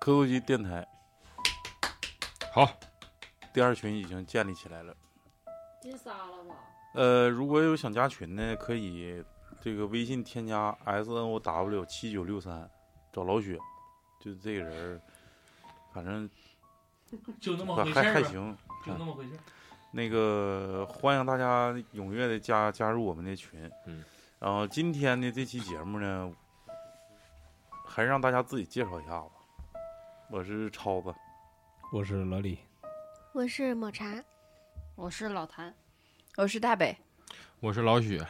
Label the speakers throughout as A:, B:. A: QQ 机电台
B: 好，
A: 第二群已经建立起来了。
C: 进仨了吧？
A: 呃，如果有想加群的，可以这个微信添加 S N O W 七九六三，找老雪，就这个人儿，反正
D: 就那么
A: 还
D: 回事
A: 还
D: 儿啊
A: 还
D: 吧，
A: 行。
D: 就那么回事儿。
A: 那个欢迎大家踊跃的加加入我们的群，
B: 嗯，
A: 然后今天的这期节目呢，还是让大家自己介绍一下吧。我是超子，
E: 我是老李，
F: 我是抹茶，
C: 我是老谭，
G: 我是大北，
B: 我是老许，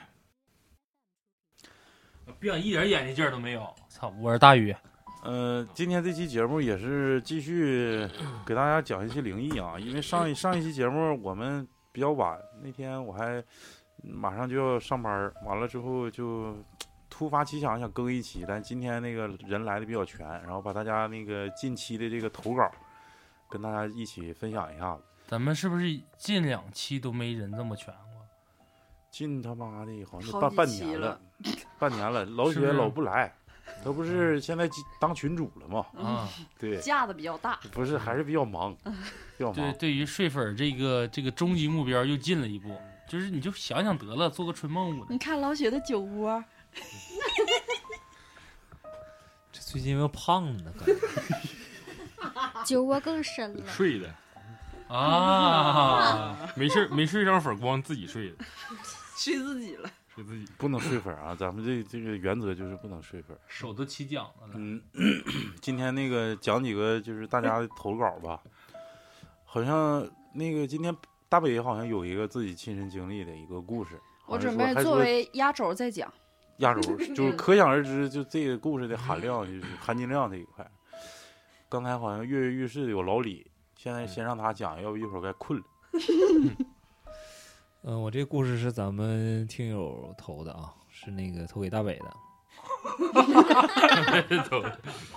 A: 嗯
D: 别想一点演戏劲儿都没有。操，我是大宇。
A: 呃，今天这期节目也是继续给大家讲一些灵异啊，因为上一上一期节目我们比较晚，那天我还马上就要上班儿，完了之后就突发奇想想更一期，但今天那个人来的比较全，然后把大家那个近期的这个投稿跟大家一起分享一下子。
D: 咱们是不是近两期都没人这么全过？
A: 近他妈的好像
G: 好
A: 半
G: 几
A: 半
G: 期
A: 年
G: 了
A: 了， 半年了，老
D: 是
A: 雪
D: 不是
A: 老不来，他不是现在当群主了
C: 嗯
A: 吗？
D: 啊，
A: 对，
G: 架子比较大，
A: 不是还是比较忙，比较
D: 对，
A: 忙。
D: 对于睡粉儿这个这个终极目标又近了一
A: 嗯
D: 步，就是你就想想得了，做个春梦舞的
G: 你。看老雪的酒窝，
E: 这最近又胖了，感觉
F: 酒窝更深了。
B: 睡的，
C: 嗯
D: 啊，
B: 没事儿 没睡上粉光，自己睡的，
G: 睡自己了。
B: 睡自己。
A: 不能睡粉啊！咱们这这个原则就是不能睡粉。啊
D: 手都起茧子了。
A: 嗯， 今天那个讲几个就是大家的投稿吧，好像那个今天大北好像有一个自己亲身经历的一个故事，
G: 我
A: 好像
G: 准
A: 啊说
G: 备
A: 还
G: 作
A: 说
G: 为压轴再讲。
A: 压 轴，就是可想而知，就这个故事的含量，就是含金量这一块。刚才好像跃跃欲试的有老李，现在先让他讲，要不一会儿该困了。
E: 嗯，我这故事是咱们听友投的啊，是那个投给 大北的，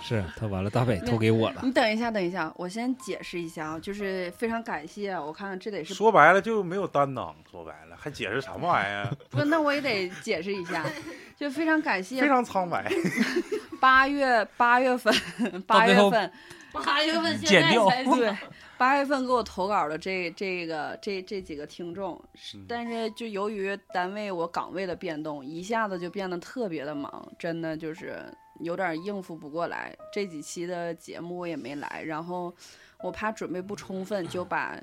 E: 是他完了，大北投给我了。
G: 你等一下，等一下，我先解释一下啊，就是非常感谢，啊我看看这得是
A: 说白了就没有担当，说白了还解释什么玩意 儿，啊
G: 不，那我也得解释一 下，就非常感
A: 非
G: 谢
A: 常苍 白。
G: 八月八月份八
E: 到
G: 月
E: 最
G: 份
C: 八月份
D: 剪
C: 现在
D: 掉
C: 才
G: 哎对 八月份给我投稿的这这个这这几个听众，
A: 嗯
G: 但是就由于单位我岗位的变动，一下子就变得特别的忙，真的就是有点应付不过来。这几期的节目我也没来，然后我怕准备不充分，就把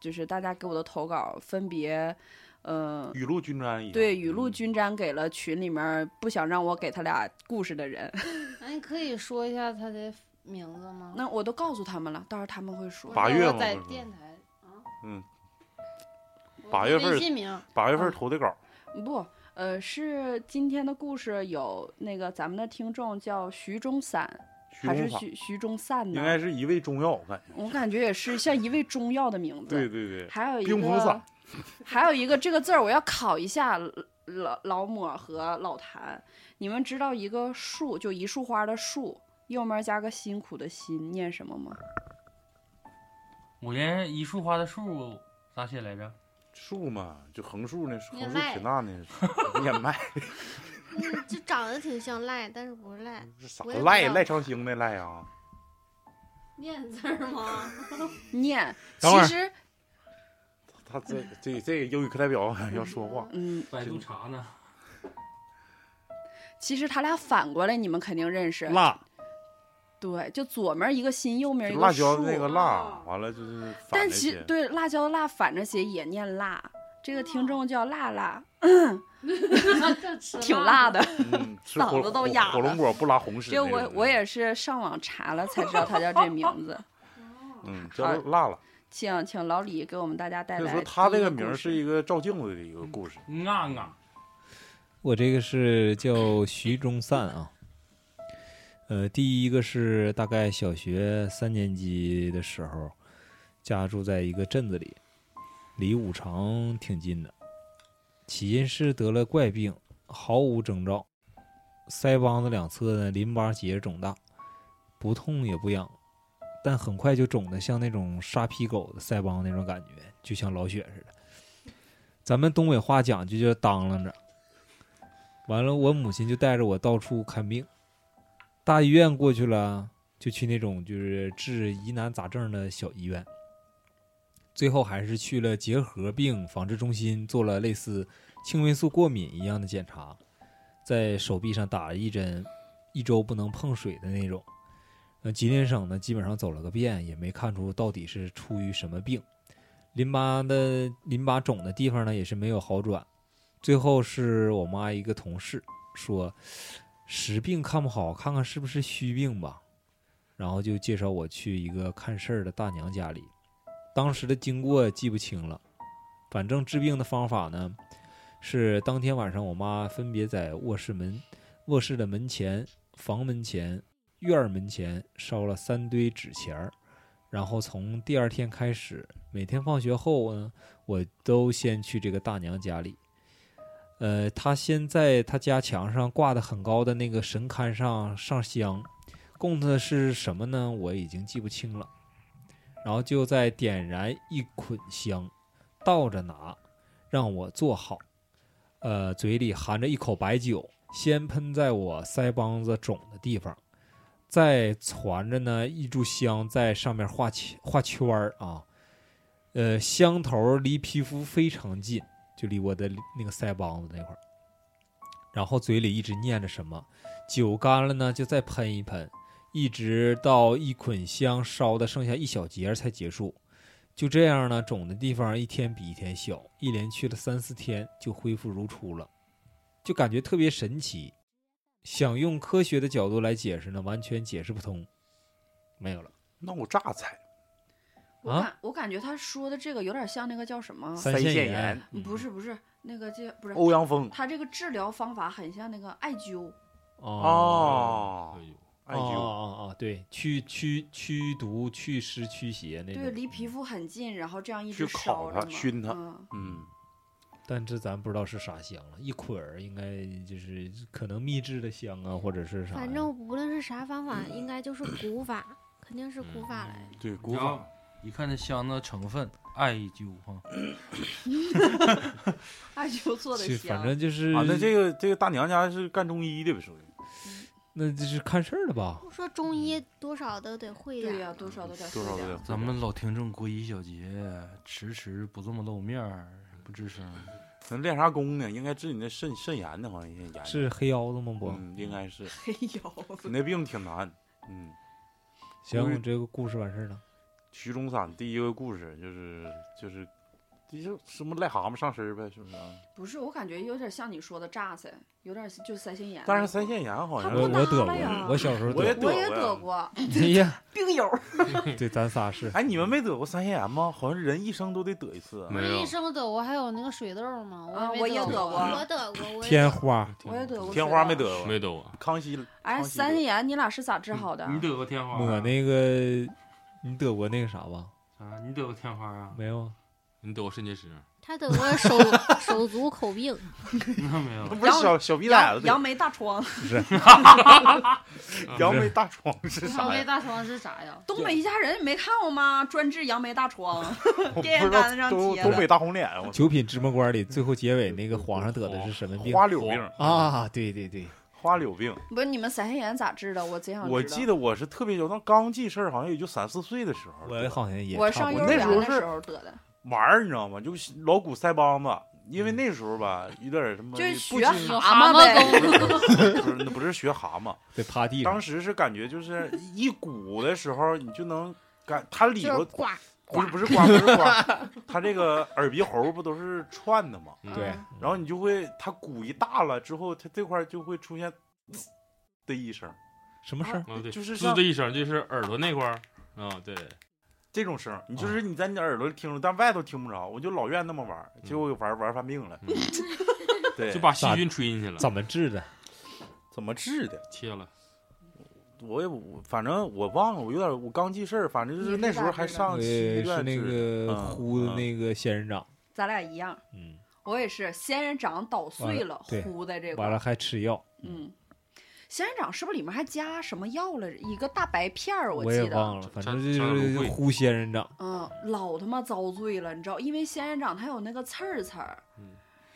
G: 就是大家给我的投稿分别，呃，
A: 雨露均沾一样。
G: 对雨露均沾给了群里面不想让我给他俩故事的人。
C: 那你可以说一下他的名字吗？
G: 那我都告诉他们了，到时候他们会说。
A: 八月
C: 我
A: 吗
C: 在
A: 不是
C: 电台啊，
A: 嗯
C: 我
A: 八
C: 的
A: 月份
C: 微信名啊
A: 八月份投的稿，
G: 不，呃，是今天的故事有那个咱们的听众叫徐中散，
A: 徐
G: 还是
A: 荣华
G: 徐徐中散呢？
A: 应该是一味中药，我感觉。
G: 我感觉也是像一味中药的名字。
A: 对对对，
G: 还有一
A: 冰红
G: 个
A: 散，
G: 还有一个这个字儿，我要考一下老老抹和老谭，你们知道一个树就一束花的树，右面加个辛苦的辛，念什么吗？
D: 我连一束花的树咋写来着？
A: 树嘛，就横竖那横
C: 面
A: 竖
C: 麦
A: 挺大那 树面麦，
F: 嗯， 就长得挺像赖，但是不是赖。
A: 是啥
F: 我也不
A: 赖
F: 知道
A: 赖长兴那赖啊？
C: 念字儿吗？
G: 念，
B: 等会
G: 其
B: 儿
G: 实
A: 他这这这个英语课代表好啊像要说话。
G: 嗯，
D: 百度查呢？
G: 其实他俩反过来你们肯定认识，
B: 辣
G: 对，就左面一个心，右面一
A: 就
G: 个
A: 辣椒
G: 树啊
A: 那个辣，完了就是反
G: 但
A: 那
G: 其
A: 些
G: 对辣椒的辣反着写也念辣，这个听众叫辣 辣，挺辣
C: 的。
G: 的。
A: 嗯，吃
G: 嗓
A: 火
G: 子都
A: 火
G: 哑
A: 火
G: 了
A: 龙果不拉红屎那
G: 这
A: 种的。
G: 我我也是上网查了才知道他叫这名 字，
A: 嗯叫
G: 好
A: 辣了。
G: 请请老李给我们大家带
A: 就
G: 来。
A: 是说他这个名儿是，一个照镜子的一个故
G: 嗯
A: 事，
D: 啊啊！
E: 我这个是叫徐中散啊，呃，第一个是大概小学三年级的时候，家住在一个镇子里，离五常挺近的。起因是得了怪病，毫无征兆，腮帮子两侧呢淋巴结肿大，不痛也不痒，但很快就肿得像那种沙皮狗的腮帮那种感觉，就像老雪似的。咱们东北话讲就叫当啷着。完了，我母亲就带着我到处看病，大医院过去了，就去那种就是治疑难杂症的小医院。最后还是去了结核病防治中心，做了类似青霉素过敏一样的检查，在手臂上打了一针，一周不能碰水的那种。那吉林省呢，基本上走了个遍，也没看出到底是出于什么病。淋巴的淋巴肿的地方呢，也是没有好转。最后是我妈一个同事说，实病看不好，看看是不是虚病吧。然后就介绍我去一个看事儿的大娘家里。当时的经过记不清了，反正治病的方法呢，是当天晚上我妈分别在卧室门、卧室的门前、房门前、院儿门前烧了三堆纸钱儿，然后从第二天开始，每天放学后呢，我都先去这个大娘家里。呃，她先在她家墙上挂的很高的那个神龛上上香，供的是什么呢？我已经记不清了。然后就再点燃一捆香，倒着拿，让我坐好，呃，嘴里含着一口白酒，先喷在我腮帮子肿的地方，再传着呢一炷香在上面画圈画圈儿啊，呃，香头离皮肤非常近，就离我的那个腮帮子那块儿，然后嘴里一直念着什么，酒干了呢就再喷一喷。一直到一捆香烧的剩下一小节儿才结束。就这样呢，肿的地方一天比一天小，一连去了三四天就恢复如初了，就感觉特别神奇。想用科学的角度来解释呢，完全解释不通。没有了，
A: 闹榨菜，
G: 我
E: 啊
G: 感、我感觉他说的这个有点像那个叫什么？
E: 哦三
A: 线
E: 线
A: 炎、
G: 不是不是那个叫不是
A: 嗯欧阳锋、
G: 他这个治疗方法很像那个艾灸，
E: 哦
A: 哦
B: 哎，呦
A: 艾
E: 哦
A: 灸，
E: 哦哦，对，驱驱驱毒、祛湿、驱邪那
G: 对，
E: 种。
G: 离皮肤很近，然后这样一
A: 去
G: 直
A: 烤
G: 烧
A: 它
G: 着嘛
A: 熏它
G: 嗯，
A: 嗯，
E: 但这咱不知道是啥香了，一捆儿应该就是可能秘制的香啊，或者是啥呀。
F: 反正无论是啥方法，应该就是古法，肯定是古法来的。
A: 对，古啊
D: 然后
A: 法
D: 一看这箱子成分，艾灸哈，
G: 艾灸做的
E: 是
G: 香。
E: 反正就是
A: 啊，那这个这个大娘家是干中医的呗，属于
E: 那就是看事儿的吧？
F: 不说中医多少都得会点
G: 对呀、
F: 儿，
G: 多少都得
A: 多少
G: 喝
A: 有
G: 点
A: 点
G: 儿。。
D: 咱们老听众郭一小杰迟迟不这么露面儿，不吱声。
A: 能练啥功呢？应该治你那肾肾炎的，好像也炎
E: 是黑腰子吗？不，
A: 嗯，应该是
G: 嘿哎呦，
A: 你那病挺难。嗯，
E: 行，
A: 不是
E: 我这个故事完事儿了。
A: 徐中散第一个故事就是就是，就是什么癞蛤蟆上身儿呗，是不是啊？
G: 不是，我感觉有点像你说的榨菜，有点就腮腺炎。
A: 但是腮腺炎好像
G: 他不
E: 我
A: 是
G: 拿
E: 我得
G: 了呀
E: 过，我小时候
A: 嗯 我也
E: 得
A: 得
G: 我也
A: 过呀
G: 得过，
E: 过。哎呀，
G: 病友。
E: 对，咱仨是。
A: 哎，你们没得过腮腺炎吗？好像人一生都得得一次啊。
B: 没
C: 一
B: 有，
C: 生得过，还有那个水痘吗？
G: 啊
C: 我
G: 我
C: 也
G: 也得
C: 没
G: 过
F: 我得过，我也
E: 天花、
G: 我也得过啊
A: 天花没
G: 水痘
A: 得过，
B: 没得啊过。
A: 康熙
G: 哎，
A: 康熙
G: 腮
A: 得
G: 腺炎你俩是咋治好的？啊
D: 你得过
A: 啊
D: 天花？
E: 抹那个，你得过那个啥吧？
D: 啊？你得过天花 啊？
E: 没有啊？
B: 你得过肾结石，
F: 他得过手手足口病，
D: 那 没有
A: 那。不是
G: 嗯杨
A: 小小逼崽
G: 杨
A: 子
G: 杨梅大疮，
A: 对杨梅大疮是
C: 阳
A: 啥
C: 痿
A: 呀？
C: 大疮是啥呀？
G: 东北一家人你没看过吗？专治杨梅大疮，
A: 我不
G: 电
A: 知
G: 线杆子
A: 道
G: 上
A: 东
G: 贴
A: 东
G: 的。
A: 北大红脸，我
E: 九品芝麻官里最后结尾那个皇上得的是什么病？
A: 花柳
B: 哦
A: 病
E: 啊，对对对，
A: 花柳病。
G: 不是你们腮腺炎咋治的？我贼想知道。
A: 我记得我是特别小，那刚记事儿好像也就三四岁的时候，
E: 我好像也
G: 我
E: 差
G: 上
E: 不
G: 幼
E: 多
G: 儿
A: 那时
G: 园
A: 候
G: 的
A: 是
G: 时候得的，
A: 玩儿你知道吗？就是老鼓腮帮子，因
E: 嗯
A: 为那时候吧，有点儿什么
G: 就是
A: 不
G: 学
A: 禁
G: 蛤蟆呗。
A: 不是那不是学蛤蟆，
E: 得趴地上
A: 当。时是感觉就是一鼓的时候，你就能感它里
F: 就是
A: 头
F: 呱，
A: 不是不是刮不是刮，它这个耳鼻喉不都是串的吗？
G: 嗯
E: 对，
A: 然后你就会它鼓一大了之后，它这块儿就会出现呲的一声，
E: 什么事儿？
B: 啊对，
A: 就是
B: 滋
A: 像
B: 的一声，就是耳朵那块儿啊，对，
A: 这种声儿，你就是
E: 嗯
A: 你在你耳朵里听着，但外头听不着。我就老愿那么玩儿，结果给玩儿玩儿犯病了。
B: 嗯
A: 对，
B: 就把细菌吹进去了，
E: 怎么治的？
A: 怎么治的？
B: 切了？
A: 我也我反正我忘了，我有点我刚记事儿，反正就是那时候还上
E: 呃
A: 西医
E: 是
A: 院
E: 那
A: 治。
E: 个
A: 嗯
E: 呼的
A: 嗯
E: 那个仙人掌，
G: 咱俩一样，
E: 嗯，
G: 我也是仙人掌捣碎了，
E: 对
G: 糊在这块
E: 完
G: 儿。
E: 了还吃药，
G: 嗯，仙人掌是不是里面还加什么药了？一个大白片儿，
E: 我也
G: 记得。
E: 忘了，
B: 这
E: 反
B: 这
E: 正
B: 这样
E: 就
B: 不
E: 是
B: 会
E: 呼仙人掌。
G: 嗯，老他妈遭罪了，你知道，因为仙人掌它有那个刺儿刺儿
B: 嗯，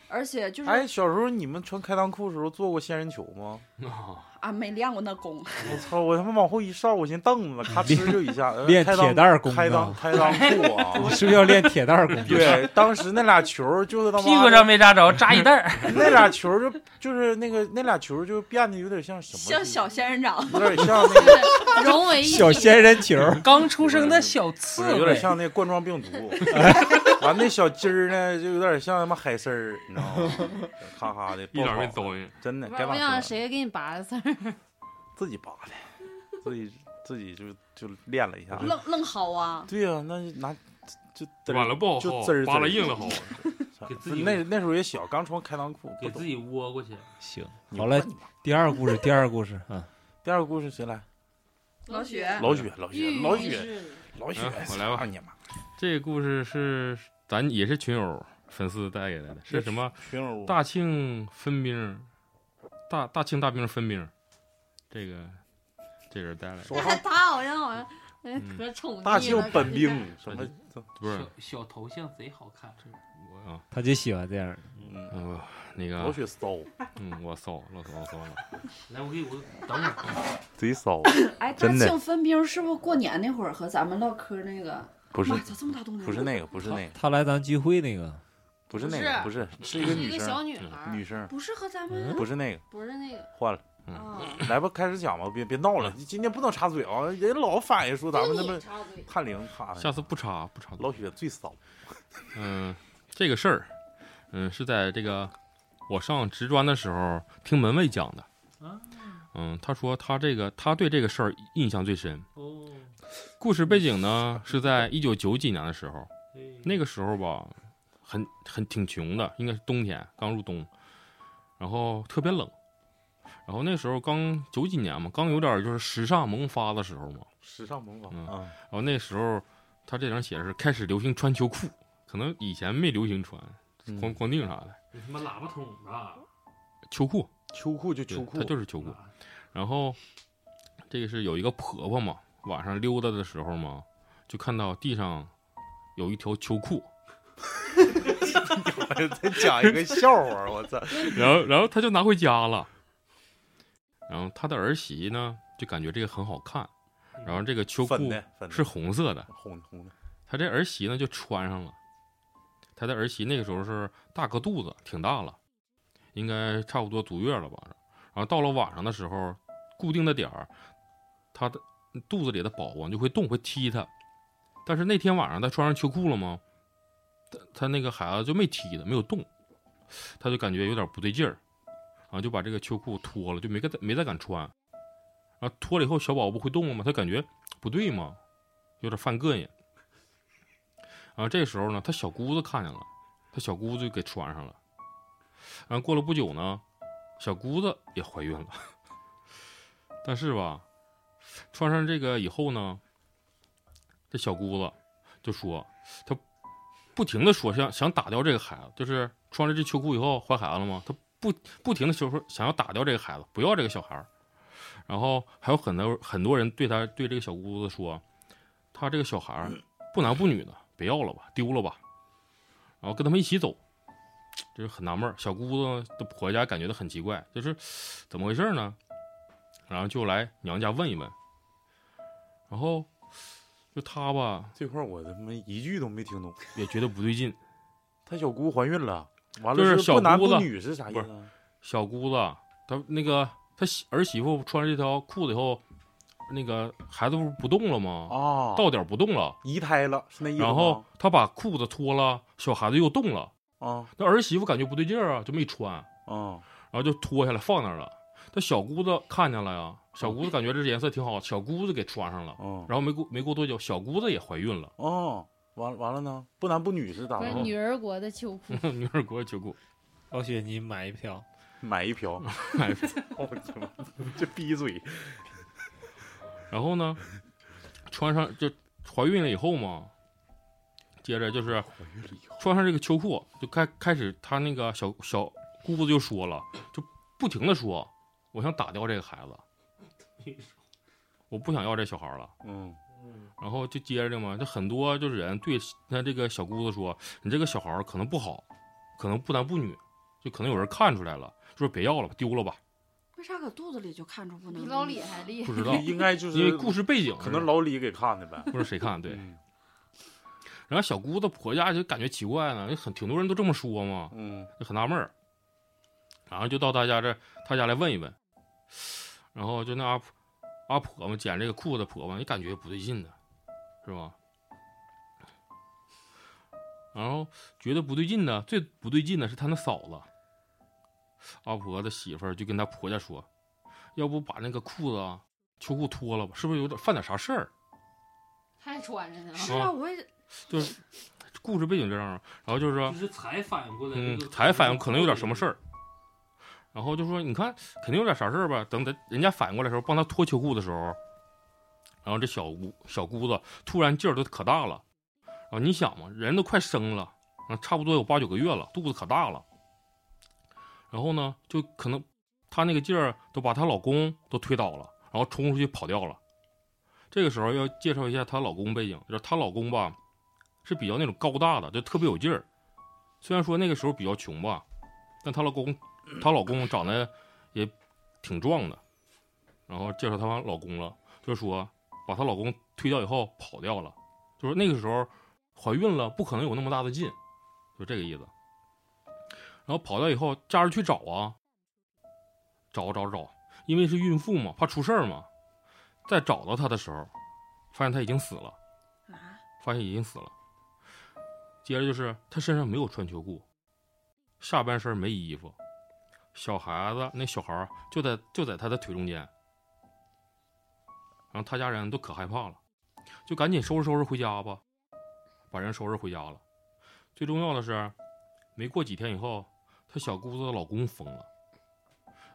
G: 而且就是
A: 哎哎，小时候你们穿开裆裤的时候做过仙人球吗？
B: 啊，
G: 啊，没练过那功，
A: 我操！我他妈往后一稍，我寻思凳子咔哧就一下，呃
E: 练
A: 开
E: 铁
A: 裆
E: 蛋儿功
A: 开裆
E: 啊
A: 开裆裤啊！
E: 你 是不是要练铁蛋儿功？
A: 对，当时那俩球儿就是他妈
D: 屁股上没扎着，扎一袋儿。
A: 那俩球儿就就是那个那俩球儿就变得有点像什么，啊
G: 像小仙人掌。
A: 有点像那个，
C: 融为一体。
E: 小仙人球，
D: 刚出生的小
A: 不
D: 刺
A: 是有
D: 猬
A: 点，像那冠状病毒。 完那小鸡儿呢，就有点像他妈海参儿，你知道吗？哈哈的，
B: 一
A: 不
B: 点
A: 好
B: 没走呢。
A: 真的
C: 我
A: 该
C: 我
A: 拔
C: 想
A: 舌
C: 谁给你拔的刺 儿，
A: 自己拔的，自己自己就就练了一下。
G: 愣愣薅啊！
A: 对呀、那就拿就嘚儿
B: 完了不好
A: 就
B: 薅
A: 滋儿
B: 扒
A: 滋
B: 拉
A: 儿
B: 硬了薅，
A: 给
B: 自己
A: 那那时候也小，刚穿开裆裤，不
D: 给
A: 懂
D: 自己窝过去。
E: 行，好了
A: 你问你吧
E: 第二故事，第二故事啊，
A: 第二个故事谁来？
G: 老许
A: 老许，老许，
C: 郁
A: 老
C: 郁
A: 许，
C: 是
A: 老许
B: 嗯，我来吧
A: 操你 妈！
B: 这个故事是咱也是群友粉丝带给来的，是什么？
A: 群友
B: 大庆分兵，大大庆大兵分兵，这个这人带来的
A: 说话
C: 他好像好像哎
B: 嗯
C: 可宠溺了
A: 大庆本兵什么？
B: 不是
D: 小头像贼好看，
B: 我啊，
E: 他就喜欢这样的。
A: 嗯，
B: 嗯，我那
A: 老
B: 个，
A: 许骚，
B: 嗯，我骚，老骚，老骚了。
D: 来，我给我等会儿，
A: 贼骚，
G: 哎，大
A: 真的
G: 庆分兵是不是过年那会儿和咱们唠嗑那个？
A: 不是
G: 妈，咋这么大动静？
A: 不是那个，不是那个，
E: 他来咱聚会那个，
A: 不是那个，不
C: 不
A: 是是一
C: 是
A: 个
C: 一
A: 女
C: 个小
A: 生，
C: 女孩儿，
A: 女生
G: 不是和咱们
A: 不是那个，
C: 不是那个，
A: 换了，嗯
G: 啊？
A: 来吧，开始讲吧，别别闹了，今天不能插嘴啊，人老反映说咱们
C: 跟
A: 他
C: 你
A: 妈
C: 差不多
A: 判零卡
B: 下次不插不插
A: 老许最骚，
B: 嗯，这个事儿，嗯，是在这个我上职专的时候听门卫讲的。嗯，他说他这个他对这个事儿印象最深。
D: 哦，
B: 故事背景呢是在一九九几年的时候，那
D: 个
B: 个时候吧，很很挺穷的，应该是冬天刚入冬，然后特别冷，然后那时候刚九几年嘛，刚有点就是时尚萌发的时候嘛，
A: 时尚萌王
B: 嗯
A: 啊，
B: 然后那时候他这上写的是开始流行穿秋裤，可能以前没流行穿
A: 嗯
B: 光光腚啥的，
D: 你他妈喇叭筒啊吧，
B: 秋裤，
A: 秋裤就
B: 对
A: 秋裤
B: 它，就是秋裤。
D: 啊
B: 然后这个是有一个婆婆嘛，晚上溜达的时候嘛，就看到地上有一条秋裤，
A: 哎再讲一个笑话，我 操！
B: 然后然后她就拿回家了。然后她的儿媳呢，就感觉这个很好看，
D: 嗯
B: 然后这个秋
A: 粉
B: 裤
A: 的粉的
B: 是红色的，
A: 红的红的，
B: 她这儿媳呢就穿上了。她的儿媳那个时候是大个肚子，挺大了，应该差不多足月了吧。然后到了晚上的时候，固定的点儿，她的肚子里的宝宝就会动，会踢她。但是那天晚上她穿上秋裤了吗？她她那个孩子就没踢她，没有动，她就感觉有点不对劲儿，然后就把这个秋裤脱了，就没敢没再敢穿。然后脱了以后，小宝宝不会动了吗？她感觉不对嘛，有点犯膈应。然后这时候呢，他小姑子看见了，他小姑子就给穿上了。然后过了不久呢，小姑子也怀孕了。 但是吧，穿上这个以后呢，这小姑子就说，她不停的说想想打掉这个孩子，就是穿了这秋裤以后怀孩子了吗？她不不停的说想要打掉这个孩子，不要这个小孩儿。然后还有很多很多人对她对这个小姑子说，她这个小孩儿不男不女的，别要了吧，丢了吧。然后跟他们一起走，就是很纳闷儿。小姑子的回家感觉到很奇怪，就是怎么回事呢？然后就来娘家问一问。然后就她吧，
A: 这块儿我他妈一句都没听懂。
B: 也觉得不对劲。
A: 他小姑怀孕了，完
B: 就
A: 了
B: 是
A: 是
B: 小
A: 不男
B: 姑
A: 不
B: 子
A: 女是啥意
B: 不是
A: 思啊？
B: 小姑子她那个她媳儿媳妇穿这条裤子以后，那个孩子不是不动了吗？
A: 啊，
B: 到点儿不动了，
A: 移胎了是那意思吗？
B: 然后她把裤子脱了，小孩子又动了。
A: 啊
B: 那儿媳妇感觉不对劲儿啊，就没穿。
A: 啊，
B: 然后就脱下来放那儿了。这小姑子看见了呀，小姑子感觉这颜色挺好，小姑子给穿上了。
A: 嗯，
B: 然后没过没过多久，小姑子也怀孕了
A: 哦，完完了呢，不男不女是咋
C: 不是
A: 的？
C: 女儿国的秋裤，
B: 女儿国秋裤。
E: 老雪，你买一条。
A: 买一瓢，
B: 买一
A: 我去妈，这逼嘴，
B: 然后呢，穿上就怀孕了以后嘛，接着就是穿上这个秋裤，就开开始她那个小小姑子就说了，就不停的说，我想打掉这个孩子，我不想要这小孩了。
A: 嗯，，
B: 然后就接着嘛，这很多就是人对他这个小姑子说，你这个小孩儿可能不好，可能不男不女，就可能有人看出来了，就说别要了吧，丢了吧。
G: 为啥搁肚子里就看出不能
C: 比
G: 录？
C: 老李还厉害
B: 不。知道
A: 应该就是
B: 因为故事背景
A: 可能
B: 是
A: 老李给看的呗。
B: 不知道谁看 对。
A: 嗯
B: 然后小姑子婆家就感觉奇怪呢，很挺多人都这么说嘛，
A: 嗯，
B: 就很纳闷儿。然后就到他家这，他家来问一问，然后就那阿婆阿婆嘛，捡这个裤子婆嘛，也感觉不对劲呢，是吧？然后觉得不对劲呢，最不对劲的是他那嫂子，阿婆的媳妇儿就跟他婆家说，要不把那个裤子啊秋裤脱了吧，是不是有点犯点啥事儿？
C: 还穿着呢，
G: 是啊，
B: 啊
G: 我也
B: 就是故事背景这样啊，然后就是 说
D: 就是才反应过来，
B: 嗯，才反应可能有点什么事儿。然后就说，你看，肯定有点啥事儿吧？等等，人家反应过来的时候，帮他脱秋裤的时候，然后这小姑小姑子突然劲儿都可大了。然后你想嘛，人都快生了，啊差不多有八九个月了，肚子可大了。然后呢，就可能她那个劲儿都把她老公都推倒了，然后冲出去跑掉了。这个时候要介绍一下她老公背景，就是她老公吧，是比较那种高大的，就特别有劲儿。虽然说那个时候比较穷吧，但她老公，她老公长得也挺壮的。然后介绍她老公了，就说把她老公推掉以后跑掉了，就说那个时候怀孕了，不可能有那么大的劲，就这个意思。然后跑掉以后，家人去找啊，找找找，因为是孕妇嘛，怕出事儿嘛。在找到她的时候，发现她已经死了。
G: 啊，
B: 发现已经死了。接着就是他身上没有穿秋裤，下半身没衣服，小孩子那小孩儿就在就在他的腿中间，然后他家人都可害怕了，就赶紧收拾收拾回家吧，把人收拾回家了。最重要的是，没过几天以后，她小姑子的老公疯了，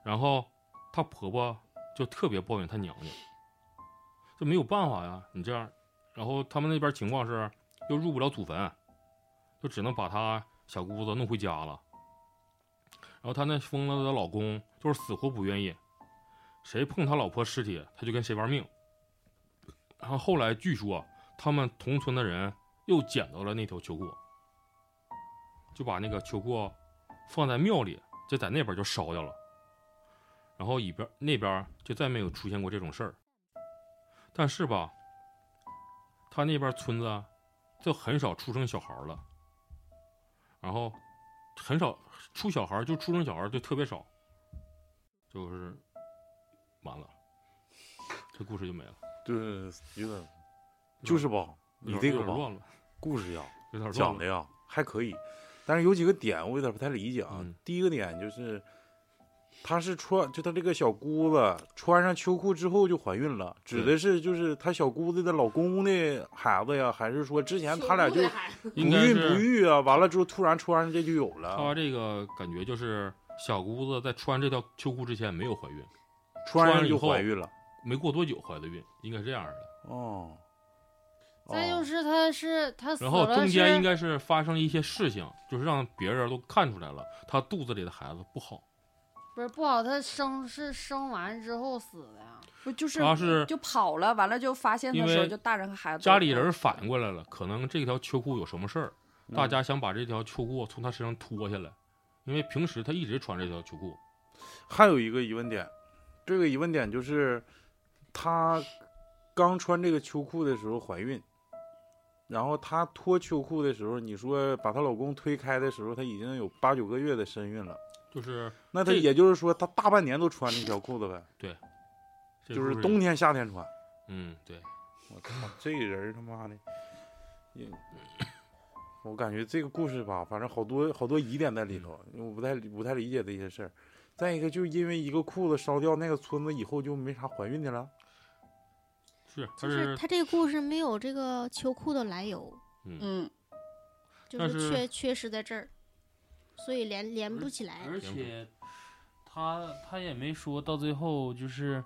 B: 然后她婆婆就特别抱怨她娘家，这没有办法呀，你这样然后他们那边情况是又入不了祖坟，就只能把她小姑子弄回家了。然后她那疯了的老公就是死活不愿意，谁碰他老婆尸体，他就跟谁玩命。然后后来据说他们同村的人又捡到了那条秋裤，就把那个秋裤放在庙里，就在那边就烧掉了。然后一边那边就再没有出现过这种事儿。但是吧，他那边村子就很少出生小孩了，然后很少出小孩，就出生小孩就特别少，就是完了，这故事就没了，
A: 对，嗯有点就是吧，你这个
B: 有点
A: 吧
B: 乱了，
A: 故事呀
B: 有点乱
A: 讲
B: 了
A: 的。呀还可以，但是有几个点我有点不太理解啊。
B: 嗯
A: 第一个点就是，她是穿就她这个小姑子穿上秋裤之后就怀孕了，指的是就是她小姑子的老公的孩子呀，还是说之前他俩就不
B: 应该
A: 孕不
B: 是
A: 育啊？完了之后突然穿上这就有
B: 他
A: 了，
B: 这个感觉就是小姑子在穿这条秋裤之前没有怀孕，
A: 穿
B: 穿
A: 上
B: 了以
A: 就
B: 后
A: 怀孕了。
B: 没过多久怀的孕，应该是这样的。
A: 哦，
C: 再就
A: 哦
C: 是他是他死
B: 然后中
C: 了
B: 间应
C: 是
B: 该是发生了一些事情，就是让别人都看出来了，她肚子里的孩子不好。
C: 不是不好？他生是生完之后死的呀，
G: 不就是
B: 她啊是
G: 就跑了，完了就发现的时
B: 因
G: 候，
B: 为
G: 就大人和孩子
B: 家里人反应过来了，可能这条秋裤有什么事儿，
A: 嗯
B: 大家想把这条秋裤从他身上脱下来，因为平时他一直穿这条秋裤。
A: 还有一个疑问点，这个疑问点就是她刚穿这个秋裤的时候怀孕，然后她脱秋裤的时候，你说把她老公推开的时候，她已经有八九个月的身孕了。
B: 就是
A: 那她
B: 这
A: 也就是说，她大半年都穿这条裤子呗，
B: 这
A: 就是
B: 故事
A: 冬，天夏天穿。
B: 嗯，对，
A: 我操，这个人儿他妈的，也，我感觉这个故事吧，反正好多好多疑点在里头，我不太理不太理解的一些事儿。再一个，就因为一个裤子烧掉，那个村子以后就没啥怀孕的了。
B: 是他
F: 就是是他这个故事没有这个秋裤的来由，
B: 嗯，
G: 嗯，
F: 就
B: 但
F: 是
B: 是
F: 缺缺失在这儿，所以连连不起来。
D: 而且他他也没说到最后就是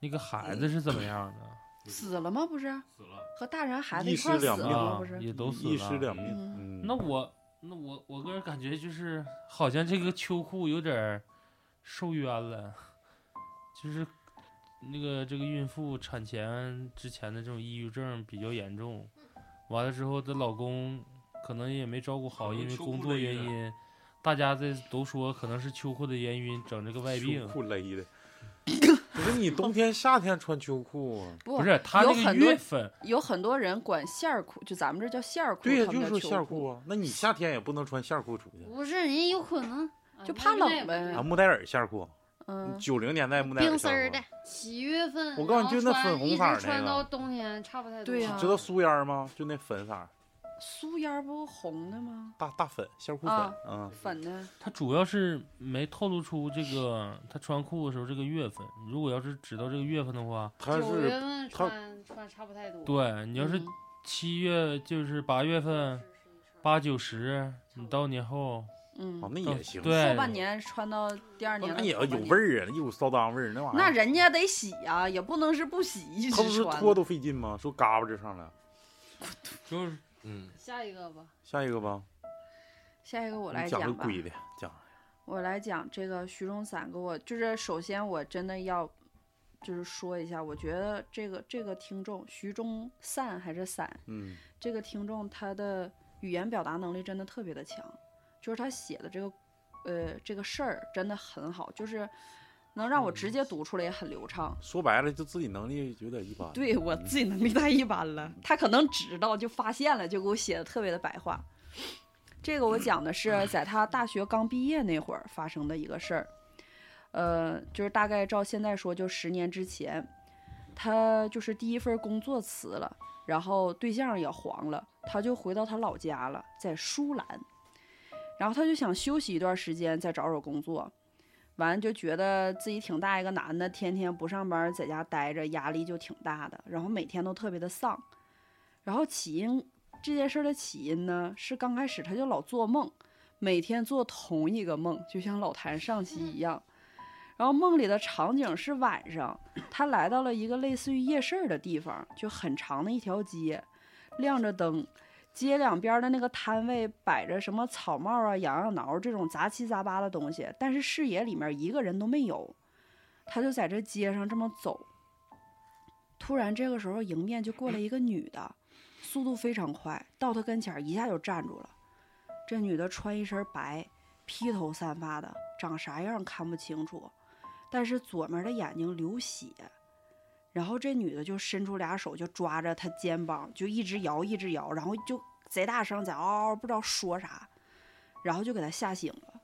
D: 那个孩子是怎么样的
G: 死了吗？不是
B: 死了，
G: 和大人孩子
A: 一
G: 一块儿
A: 尸
G: 死
A: 两命
G: 了吗？嗯
D: 啊
G: 不是，
D: 也都死
A: 一尸
D: 了。
A: 两命。嗯
D: 那我那我我个人感觉就是好像这个秋裤有点儿受冤了，就是那个这个孕妇产前之前的这种抑郁症比较严重，完了之后她老公可能也没照顾好，
B: 可能
D: 因为
B: 秋
D: 工
B: 裤
D: 作
B: 勒
D: 原
B: 的
D: 因，大家在都说可能是秋裤的原因整这个外
A: 秋
D: 病，
A: 裤勒的，不是你冬天夏天穿秋裤啊？
G: 不
D: 不是他
G: 有
D: 那个
G: 很多
D: 月份，
G: 有很多人管线儿裤，就咱们这叫线儿裤，
A: 对呀，
G: 他
A: 就
G: 们
A: 是说
G: 叫秋
A: 线
G: 裤
A: 裤啊。那你夏天也不能穿线裤出去
C: 不是，人家有可能哎
G: 就
C: 那
G: 怕
C: 那
G: 冷
C: 也不
G: 呗
C: 对
A: 啊。木乃尔线裤，
G: 嗯，
A: 九零年代木乃尔
C: 冰丝
A: 线
C: 儿
A: 裤
C: 的，，七月份，
A: 我告诉你就那
C: 然后
A: 粉红
C: 穿一
A: 色儿
C: 直
A: 那
C: 穿
A: 个
C: 到冬天，差不太多。
G: 对呀
A: 啊知道苏烟儿吗？就那粉色儿，
G: 苏烟儿不红的吗？
A: 大大粉线裤
G: 啊
A: 粉，嗯，
G: 粉的，
D: 他主要是没透露出这个他穿裤的时候这个月份。如果要是知道这个月份的话，
A: 它
C: 九月
A: 是
C: 份
A: 它
C: 穿穿差不太多。
D: 对你要是
C: 嗯
D: 七月就是八月份，八九十，你到年后
G: 嗯，
A: 哦，那
D: 到
A: 也行，
D: 对，
G: 后半年穿到第二年
A: 那
G: 的
A: 也
G: 头
A: 有
G: 半年
A: 味儿啊，一股骚当味儿，那玩意儿。
G: 那人家得洗呀、也不能是不洗一直
A: 他不是
G: 穿
A: 脱都费劲吗？说嘎巴就上来了。
B: 就是嗯，
C: 下一个吧，
A: 下一个吧，
G: 下一个我
A: 你
G: 来
A: 讲个
G: 吧，
A: 鬼的，讲
G: 我来讲这个徐忠散给我，就是首先我真的要，就是说一下，我觉得这个这个听众徐忠散还是散
A: 嗯，
G: 这个听众他的语言表达能力真的特别的强，就是他写的这个，呃，这个事儿真的很好，就是能让我直接读出来也很流畅。
A: 说白了就自己能力有点一般。
G: 对我自己能力太一般了，他可能知道就发现了，就给我写的特别的白话。这个我讲的是在他大学刚毕业那会儿发生的一个事儿，呃，就是大概照现在说，就十年之前，他就是第一份工作辞了，然后对象也黄了，他就回到他老家了，在舒兰，然后他就想休息一段时间，再找找工作。完就觉得自己挺大一个男的，天天不上班，在家待着，压力就挺大的，然后每天都特别的丧。然后起因这件事儿的起因呢，是刚开始他就老做梦，每天做同一个梦，就像老谭上期一样。然后梦里的场景是晚上，他来到了一个类似于夜市儿的地方，就很长的一条街，亮着灯，街两边儿的那个摊位摆着什么草帽啊、痒痒挠这种杂七杂八的东西，但是视野里面一个人都没有。他就在这街上这么走，突然这个时候迎面就过来一个女的，速度非常快，到他跟前儿一下就站住了。这女的穿一身白，披头散发的，长啥样看不清楚，但是左面的眼睛流血。然后这女的就伸出俩手，就抓着他肩膀，就一直摇，一直摇，然后就贼大声在嗷嗷不知道说啥，然后就给他吓醒了。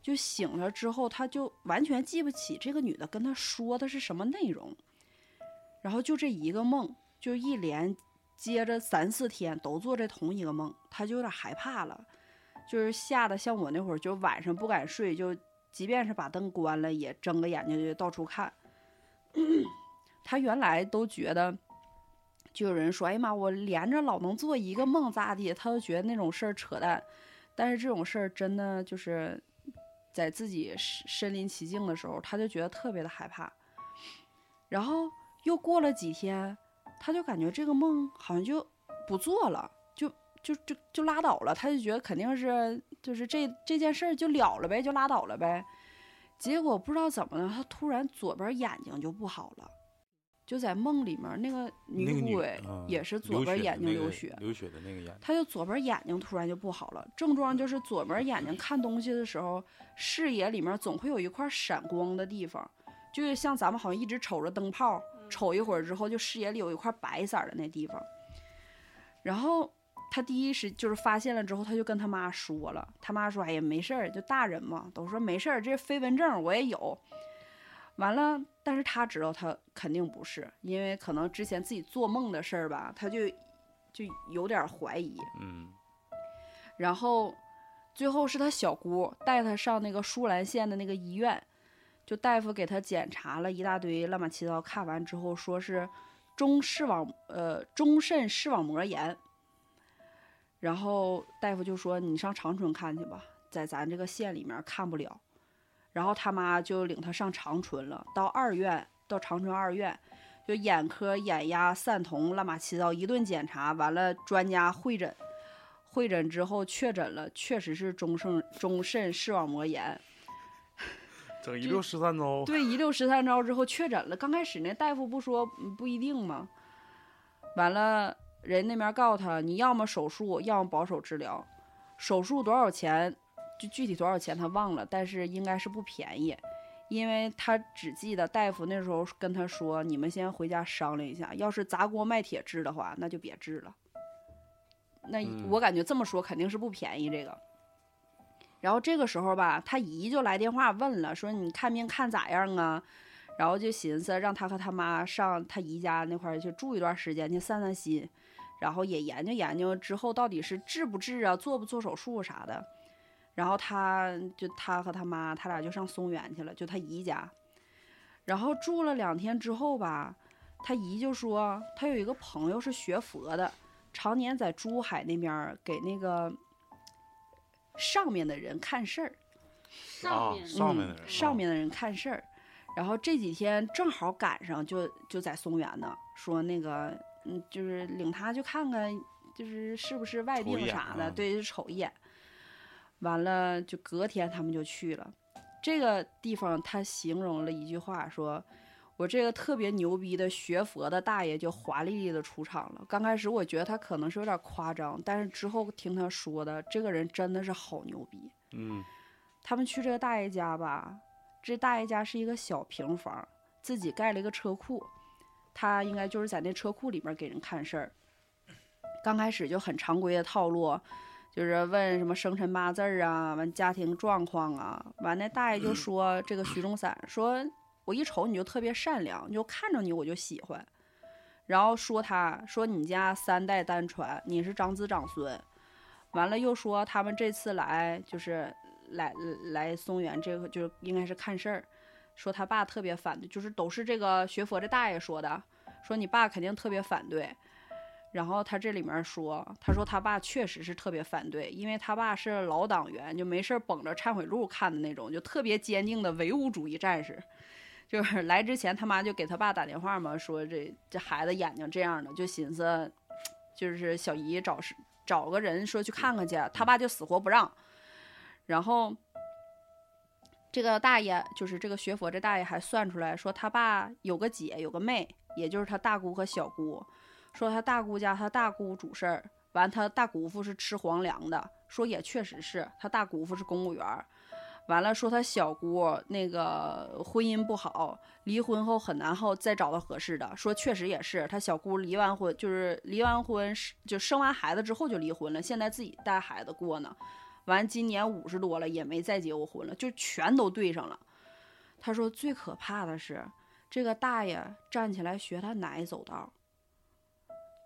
G: 就醒了之后，他就完全记不起这个女的跟他说的是什么内容。然后就这一个梦，就一连接着三四天都做这同一个梦，他就有点害怕了，就是吓得像我那会儿，就晚上不敢睡，就即便是把灯关了，也睁个眼睛就到处看。他原来都觉得，就有人说：“哎呀妈，我连着老能做一个梦咋地？”他就觉得那种事儿扯淡。但是这种事儿真的就是在自己身身临其境的时候，他就觉得特别的害怕。然后又过了几天，他就感觉这个梦好像就不做了，就就就就拉倒了。他就觉得肯定是就是这这件事儿就了了呗，就拉倒了呗。结果不知道怎么了，他突然左边眼睛就不好了，就在梦里面那个
A: 那个
G: 女
A: 女
G: 鬼
A: 嗯
G: 也是左
A: 流血
G: 边
A: 的
G: 眼睛
A: 那个
G: 流血，
A: 流血的那个眼睛，
G: 他就左边眼睛突然就不好了。症状就是左边眼睛看东西的时候，视野里面总会有一块闪光的地方，就是像咱们好像一直瞅着灯泡，瞅一会儿之后，就视野里有一块白色儿的那地方。然后他第一时就是发现了之后，他就跟他妈说了，他妈说：“哎呀，没事儿，就大人嘛，都说没事儿，这飞蚊症我也有。”完了，但是他知道他肯定不是，因为可能之前自己做梦的事儿吧，他就就有点儿怀疑。
A: 嗯，
G: 然后最后是他小姑带他上那个舒兰县的那个医院，就大夫给他检查了一大堆乱七八糟，看完之后说是中视网呃中肾视网膜炎，然后大夫就说你上长春看去吧，在咱这个县里面看不了。然后他妈就领他上长春了，到二院，到长春二院，就眼科、眼压、散瞳、乱七八糟一顿检查，完了专家会诊，会诊之后确诊了，确实是中肾中肾视网膜炎。
A: 整一
G: 这
A: 溜十三招，
G: 对，一溜十三招之后确诊了。刚开始那大夫不说嗯不一定吗？完了，人那边告诉他，你要么手术，要么保守治疗。手术多少钱？就具体多少钱他忘了，但是应该是不便宜。因为他只记得大夫那时候跟他说：“你们先回家商量一下，要是砸锅卖铁治的话，那就别治了。”那
A: 嗯
G: 我感觉这么说肯定是不便宜这个。然后这个时候吧，他姨就来电话问了，说：“你看病看咋样啊？”然后就寻思让他和他妈上他姨家那块儿去住一段时间，去散散心，然后也研究研究之后到底是治不治啊，做不做手术啥的。然后他就他和他妈，他俩就上松原去了，就他姨家。然后住了两天之后吧，他姨就说他有一个朋友是学佛的，常年在珠海那边儿给那个上面的人看事儿。
C: 上面
A: 啊上面的
G: 嗯、
A: 人
G: 上面的人看事儿。然后这几天正好赶上就，就在松原呢，说那个，嗯，就是领他去看看，就是是不是外
A: 瞅一
G: 病
A: 眼
G: 啥的，
A: 啊
G: 对，就瞅一眼。完了，就隔天他们就去了。这个地方他形容了一句话，说：“我这个特别牛逼的学佛的大爷就华丽丽的出场了。”刚开始我觉得他可能是有点夸张，但是之后听他说的，这个人真的是好牛逼。
A: 嗯，
G: 他们去这个大爷家吧，这大爷家是一个小平房，自己盖了一个车库，他应该就是在那车库里面给人看事儿。刚开始就很常规的套路，就是问什么生辰八字儿啊，完家庭状况啊，完那大爷就说这个徐中散说，我一瞅你就特别善良，你就看着你我就喜欢，然后说他说你家三代单传，你是长子长孙，完了又说他们这次来就是来来松原这个就是应该是看事儿，说他爸特别反对，就是都是这个学佛这大爷说的，说你爸肯定特别反对。然后他这里面说，他说他爸确实是特别反对，因为他爸是老党员，就没事儿绷着忏悔录看的那种，就特别坚定的唯物主义战士。就是 来之前，他妈就给他爸打电话嘛，说这这孩子眼睛这样的，就寻思，就是小姨找事找个人说去看看去，他爸就死活不让。然后这个大爷就是这个学佛这大爷还算出来说他爸有个姐有个妹，也就是他大姑和小姑，说他大姑家他大姑主事儿，完他大姑父是吃皇粮的，说也确实是他大姑父是公务员儿。完了，说他小姑那个婚姻不好，离婚后很难后再找到合适的。说确实也是，他小姑离完婚就是离完婚是就生完孩子之后就离婚了，现在自己带孩子过呢。完今年五十多了也没再结过婚了，就全都对上了。他说最可怕的是，这个大爷站起来学他奶走道儿，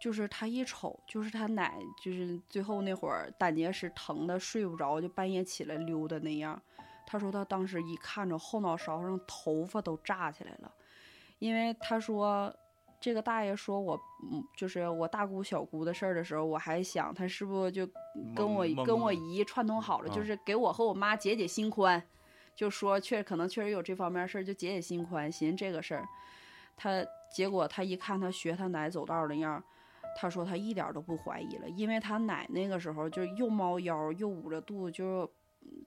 G: 就是他一瞅，就是他奶，就是最后那会儿胆结石疼的睡不着，就半夜起来溜达那样。他说他当时一看着后脑勺上头发都炸起来了，因为他说这个大爷说我，嗯，就是我大姑小姑的事儿的时候，我还想他是不是就跟我
A: 懵
G: 跟
A: 懵
G: 我
A: 的
G: 姨串通好了，就
A: 啊
G: 是给我和我妈解解心宽，就说确可能确实有这方面事儿，就解解心宽，寻思这个事儿。他结果他一看他学他奶走道儿那样儿，他说他一点儿都不怀疑了，因为他奶那个时候就又猫腰又捂着肚，就是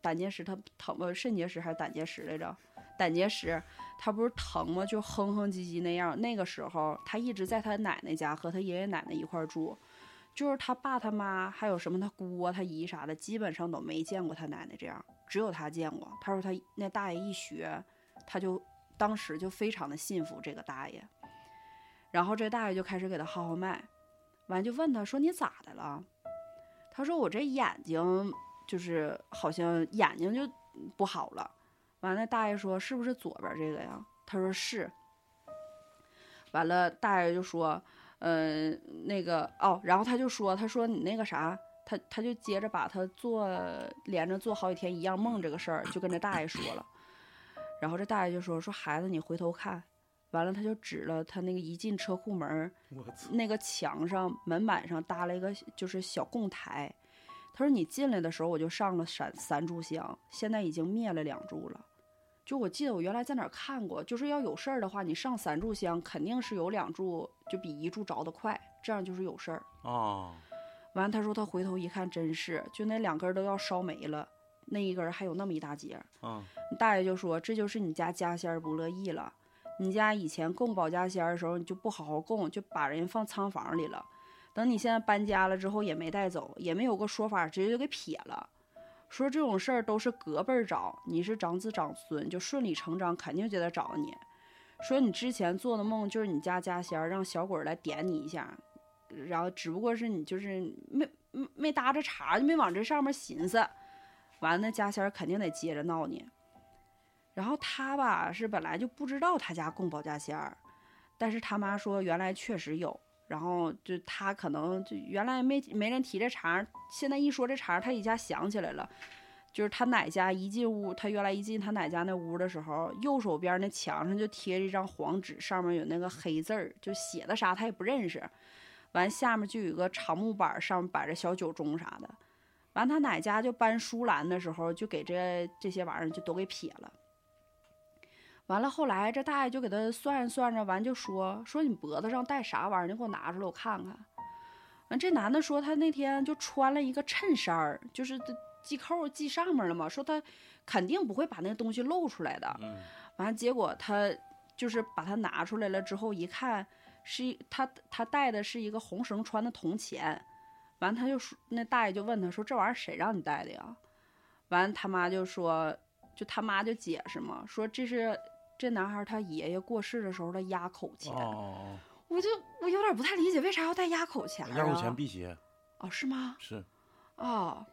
G: 胆结石，他疼呃肾结石还是胆结石来着？胆结石，他不是疼吗？就哼哼唧唧那样儿。那个时候他一直在他奶奶家和他爷爷奶奶一块儿住，就是他爸他妈还有什么他姑啊他姨啥的，基本上都没见过他奶奶这样，只有他见过。他说他那大爷一学，他就当时就非常的信服这个大爷，然后这大爷就开始给他号号脉，完就问他说你咋的了？他说我这眼睛就是好像眼睛就不好了。完了，大爷说是不是左边这个呀？他说是。完了，大爷就说，嗯、那个哦，然后他就说，他说你那个啥，他他就接着把他做连着做好几天一样梦这个事儿，就跟这大爷说了。然后这大爷就说说孩子，你回头看。完了，他就指了他那个一进车库门儿，
A: 我操，
G: 那个墙上门板上搭了一个就是小供台，他说你进来的时候我就上了三三炷香，现在已经灭了两炷了。就我记得我原来在哪儿看过，就是要有事儿的话，你上三炷香肯定是有两炷就比一炷着的快，这样就是有事儿。
A: 啊，
G: 完，他说他回头一看，真是就那两根儿都要烧没了，那一根儿还有那么一大截儿。
A: 嗯，
G: 大爷就说：“这就是你家家仙儿不乐意了，你家以前供保家仙儿的时候，你就不好好供，就把人放仓房里了。等你现在搬家了之后，也没带走，也没有个说法，直接就给撇了。说这种事儿都是隔辈儿找，你是长子长孙，就顺理成章，肯定就得找你。说你之前做的梦就是你家家仙儿让小鬼儿来点你一下，然后只不过是你就是没没没搭着茬儿，就没往这上面寻思。完了，家仙儿肯定得接着闹你。然后他吧是本来就不知道他家供保家仙儿，但是他妈说原来确实有，然后就他可能就原来没没人提这茬儿，现在一说这茬儿，他一下想起来了。就是他奶家一进屋，他原来一进他奶家那屋的时候，右手边那墙上就贴着一张黄纸，上面有那个黑字儿，就写的啥他也不认识。完下面就有一个长木板，上面摆着小酒盅啥的。完他奶家就搬书篮的时候，就给这这些玩意儿就都给撇了。完了后来这大爷就给他算着算着，完就说说你脖子上戴啥玩意儿，你给我拿出来我看看。完这男的说他那天就穿了一个衬衫儿，就是这系扣系上面了嘛，说他肯定不会把那东西露出来的。
A: 嗯，
G: 完结果他就是把它拿出来了之后一看，是一他他戴的是一个红绳穿的铜钱，完他就说那大爷就问他说这玩意儿谁让你戴的呀？完他妈就说就他妈就解释嘛，说这是这男孩他爷爷过世的时候的压口钱，
A: 哦
G: 我就我有点不太理解为啥要戴压口钱、
A: 哦，
G: 啊？
A: 压口钱辟邪
G: 哦是吗？
A: 是
G: 哦，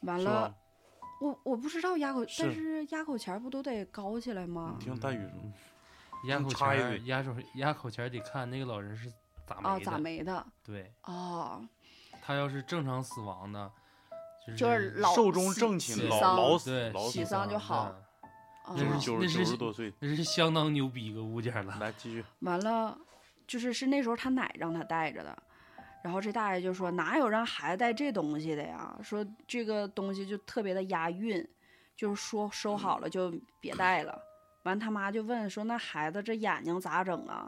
G: 完
A: 是
G: 了
A: 吧？
G: 我我不知道压口，但
A: 是嗯
G: 是压口钱儿不都得高起来吗？
A: 听黛玉说，
D: 压口钱
A: 插一
D: 儿，
A: 嘴
D: 压手压口钱儿得看那个老人是咋
G: 啊，
D: 没的。
G: 咋没的？
D: 对
G: 哦，
D: 他要是正常死亡呢，就是
G: 就是老
A: 寿终
G: 喜
A: 正寝，
G: 喜
A: 老
G: 丧
A: 老死
D: 对
A: 老
G: 喜
A: 死，
G: 丧就好
D: 的
G: 哦
D: 那是
A: 九
D: 那
A: 十九
D: 是
A: 十多岁，
D: 那是相当牛逼一个物件儿了。
A: 来继续，
G: 完了，就是是那时候他奶让他带着的，然后这大爷就说哪有让孩子带这东西的呀？说这个东西就特别的押韵，就是说收好了就别带了。完他妈就问说那孩子这眼睛咋整啊？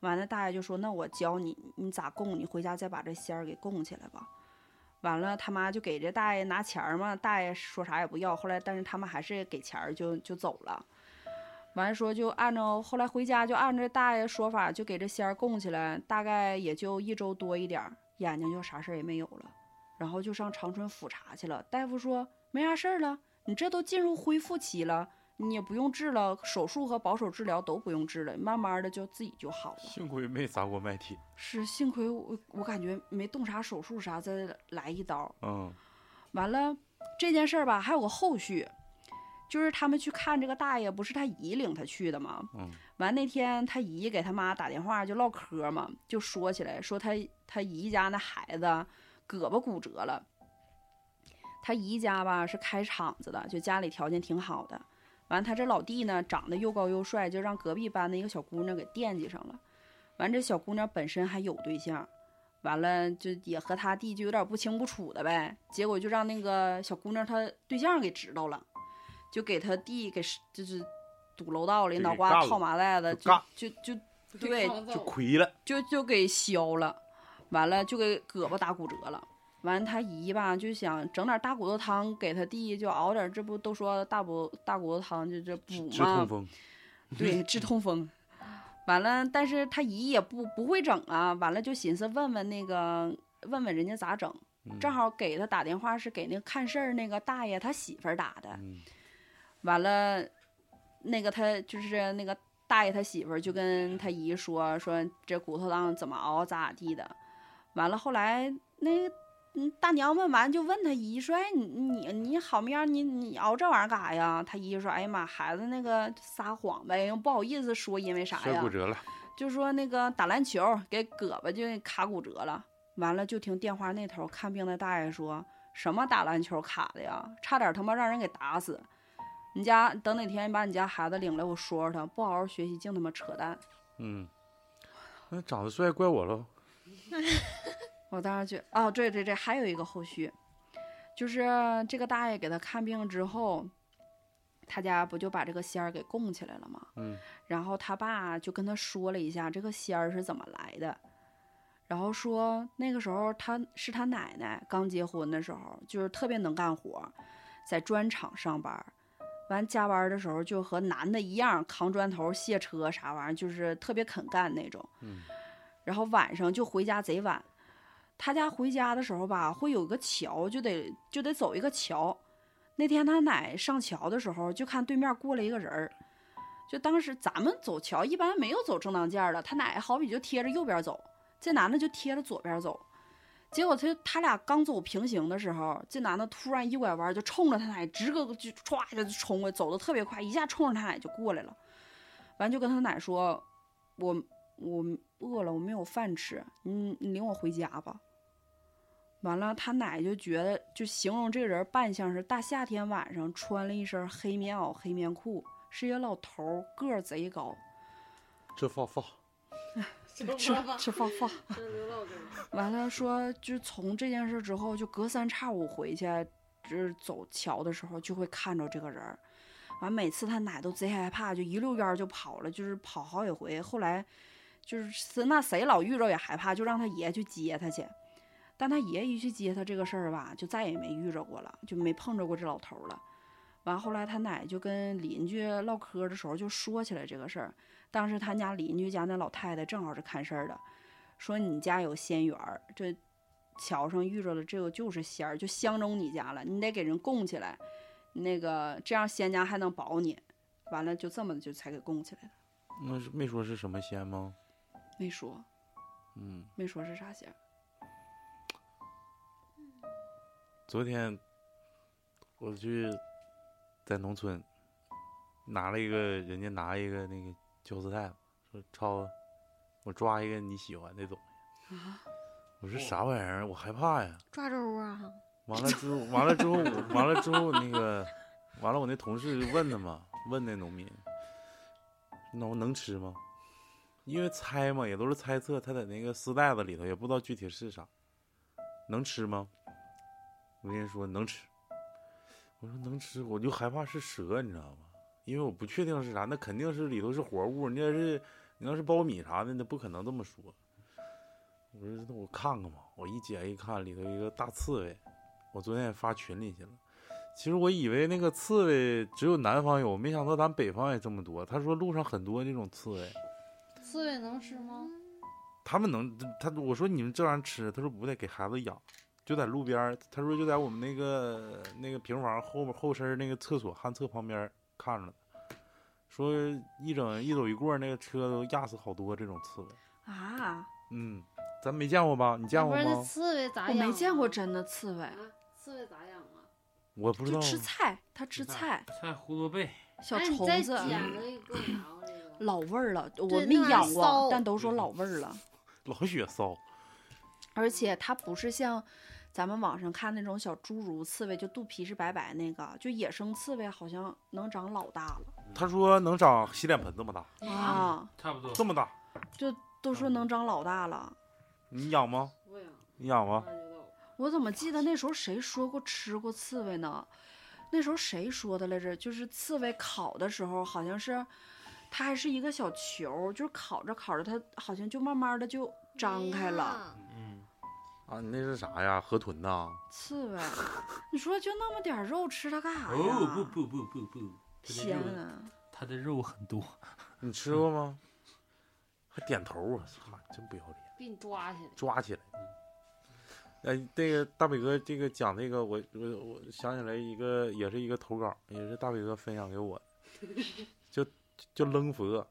G: 完了大爷就说那我教你你咋供，你回家再把这仙儿给供起来吧。完了，他妈就给这大爷拿钱儿嘛，大爷说啥也不要。后来，但是他们还是给钱儿就就走了。完说就按照后来回家就按照大爷说法，就给这仙儿供起来，大概也就一周多一点儿，眼睛就啥事儿也没有了，然后就上长春复查去了。大夫说没啥事儿了，你这都进入恢复期了，你也不用治了，手术和保守治疗都不用治了，慢慢的就自己就好了。
A: 幸亏没砸锅卖铁，
G: 是幸亏我我感觉没动啥手术啥，再来一刀，
A: 嗯，
G: 完了这件事儿吧，还有个后续，就是他们去看这个大爷，不是他姨领他去的吗？
A: 嗯。
G: 完那天他姨给他妈打电话就唠嗑嘛，就说起来说他他姨家那孩子胳膊骨折了。他姨家吧是开厂子的，就家里条件挺好的。完他这老弟呢长得又高又帅，就让隔壁班的一个小姑娘给惦记上了。完这小姑娘本身还有对象，完了就也和他弟就有点不清不楚的呗，结果就让那个小姑娘她对象给知道了，就给他弟给是就是堵楼道里
A: 就给
G: 脑瓜
A: 干了
G: 套麻袋子，
A: 就干
G: 就就就对，
A: 就亏了，
G: 就就给削了，完了就给胳膊打骨折了。完，他姨吧就想整点大骨头汤给他弟，就熬点，这不都说大补大骨头汤就这补
A: 直
G: 嘛
A: 痛，风，
G: 对，治痛风。完了，但是他姨也不不会整啊，完了就寻思问问那个问问人家咋整，
A: 嗯
G: 正，好给他打电话是给那个看事儿那个大爷他媳妇儿打的，
A: 嗯，
G: 完了，那个他就是那个大爷他媳妇儿就跟他姨说说这骨头汤怎么熬咋咋地的，完了后来那嗯大娘问完就问他姨说哎你你你好面儿你你熬这玩意儿干啥呀？他姨说哎呀妈孩子那个撒谎呗，又不好意思说因为啥
A: 摔
G: 呀
A: 骨，折了，
G: 就说那个打篮球给胳膊就卡骨折了，完了就听电话那头看病的大爷说什么打篮球卡的呀，差点他妈让人给打死。你家等哪天你把你家孩子领来，我说说他，不好好学习净他妈扯淡。
A: 嗯，那长得帅怪我喽，
G: 我当时觉得哦，对对对，还有一个后续，就是这个大爷给他看病之后，他家不就把这个仙儿给供起来了吗？
A: 嗯，
G: 然后他爸就跟他说了一下这个仙儿是怎么来的，然后说那个时候他是他奶奶刚结婚的时候，就是特别能干活，在砖厂上班儿。完加班儿的时候就和男的一样扛砖头、卸车啥玩意儿，就是特别肯干那种。
A: 嗯，
G: 然后晚上就回家贼晚，他家回家的时候吧，会有个桥，就得就得走一个桥。那天他奶上桥的时候，就看对面过了一个人儿，就当时咱们走桥一般没有走正当线儿的，他奶好比就贴着右边走，这男的就贴着左边走。结果他他俩刚走平行的时候，这男的突然一拐弯，就冲着他奶直个就歘一下就冲过，走的特别快，一下冲着他奶就过来了。完就跟他奶说：“我我饿了，我没有饭吃，你你领我回家吧。”完了，他奶就觉得，就形容这个人扮相是大夏天晚上穿了一身黑棉袄、黑棉裤，是一个老头儿，个儿贼高，
A: 这放放，
G: 是是发发。
F: 刘老根，
G: 完了说，就从这件事之后，就隔三差五回去，就是走桥的时候就会看着这个人儿。完，每次他奶都贼害怕，就一溜烟儿就跑了，就是跑好几回。后来就是那谁老遇着也害怕，就让他爷去接他去。但他爷一去接他这个事儿吧，就再也没遇着过了，就没碰着过这老头儿了。完后来他奶就跟邻居唠嗑的时候就说起来这个事儿。当时他家邻居家那老太太正好是看事儿的，说你家有仙缘儿，这桥上遇着了这个就是仙儿，就相中你家了，你得给人供起来，那个这样仙家还能保你。完了就这么就才给供起来的，
A: 那是没说是什么仙吗？
G: 没说
A: 嗯，
G: 没说是啥仙儿。
A: 昨天我去在农村拿了一个，人家拿一个那个胶丝带，说超，我抓一个你喜欢的东西。
G: 啊
A: 我说啥玩意儿？我害怕呀。
F: 抓周啊，
G: 嗯
A: 完了之后，完了之后，我完了之后，那个，完了，我那同事就问他嘛，问那农民，能能吃吗？因为猜嘛，也都是猜测，他在那个丝袋子里头，也不知道具体是啥，能吃吗？我跟人说能吃，我说能吃，我就害怕是蛇，你知道吗？因为我不确定是啥，那肯定是里头是活物，你要是你要是苞米啥的，那不可能这么说。我说那我看看吧，我一解一看，里头一个大刺猬。我昨天也发群里去了。其实我以为那个刺猬只有南方有，没想到咱北方也这么多。他说路上很多这种刺猬，
C: 刺猬能吃吗？
A: 嗯他们能他我说你们这玩意儿吃，他说不得给孩子养，就在路边儿。他说就在我们那个那个平房后面后身儿那个厕所旱厕旁边儿看着呢，说一整一走一过那个车都压死好多这种刺猬。
G: 啊，
A: 嗯，咱没见过吧？你见
C: 啊
A: 过
C: 不是那
A: 吗？
C: 刺猬咋
G: 我
C: 养啊？
G: 没见过真的刺猬，
C: 啊刺猬咋养啊？
A: 我不知道啊
G: 就。吃菜，它吃菜，
D: 菜胡萝卜，
G: 小
C: 哎
G: 虫子啊
C: 你再捡了一个拿过来一个。
G: 老味儿了，我
C: 对
G: 没
C: 那玩意儿
G: 养过
C: 骚，
G: 但都说老味儿了。
A: 老雪骚，
G: 而且它不是像咱们网上看那种小侏儒刺猬，就肚皮是白白那个，就野生刺猬好像能长老大了
A: 他说能长洗脸盆这么大，
G: 啊，
D: 差不多。
A: 这么大，
G: 就都说能长老大了。
A: 你养吗？
C: 不养，
A: 你养吗？
G: 我怎么记得那时候谁说过吃过刺猬呢？那时候谁说的来着？就是刺猬烤的时候，好像是它还是一个小球儿，就是烤着烤着，它好像就慢慢的就张开了。
F: 哎呀。
D: 嗯，
A: 啊，你那是啥呀？河豚呐？
G: 刺猬，你说就那么点儿肉吃它干啥呀？
D: 哦不不不不不，它的
G: 天啊
D: 肉
G: 呐，
D: 它的肉很多，
A: 你吃过吗？还点头，我操，真不要脸！
C: 给你抓起来。
A: 抓起来。呃，那个大北哥，这个讲这个，我我我想起来一个，也是一个投稿，也是大北哥分享给我的，就就扔佛，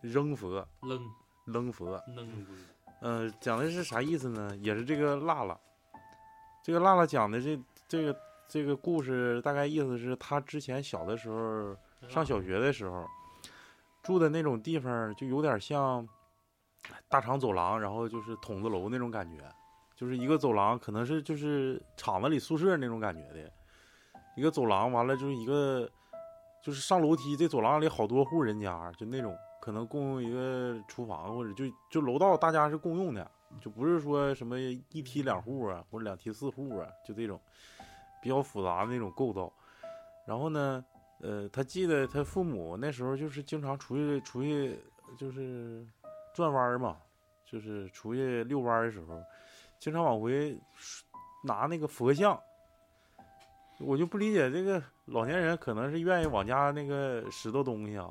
A: 扔佛，
D: 扔
A: 扔佛。
D: 扔过去。
A: 嗯、讲的是啥意思呢？也是这个辣辣，这个辣辣讲的这这个这个故事，大概意思是他之前小的时候上小学的时候，住的那种地方就有点像大厂走廊，然后就是筒子楼那种感觉，就是一个走廊，可能是就是厂子里宿舍那种感觉的，一个走廊，完了就是一个就是上楼梯，这走廊里好多户人家，就那种可能共用一个厨房，或者就就楼道大家是共用的，就不是说什么一梯两户啊，或者两梯四户啊，就这种比较复杂的那种构造。然后呢，呃，他记得他父母那时候就是经常出去出去就是转弯儿嘛，就是出去遛弯儿的时候，经常往回拿那个佛像。我就不理解这个老年人可能是愿意往家那个拾掇东西啊，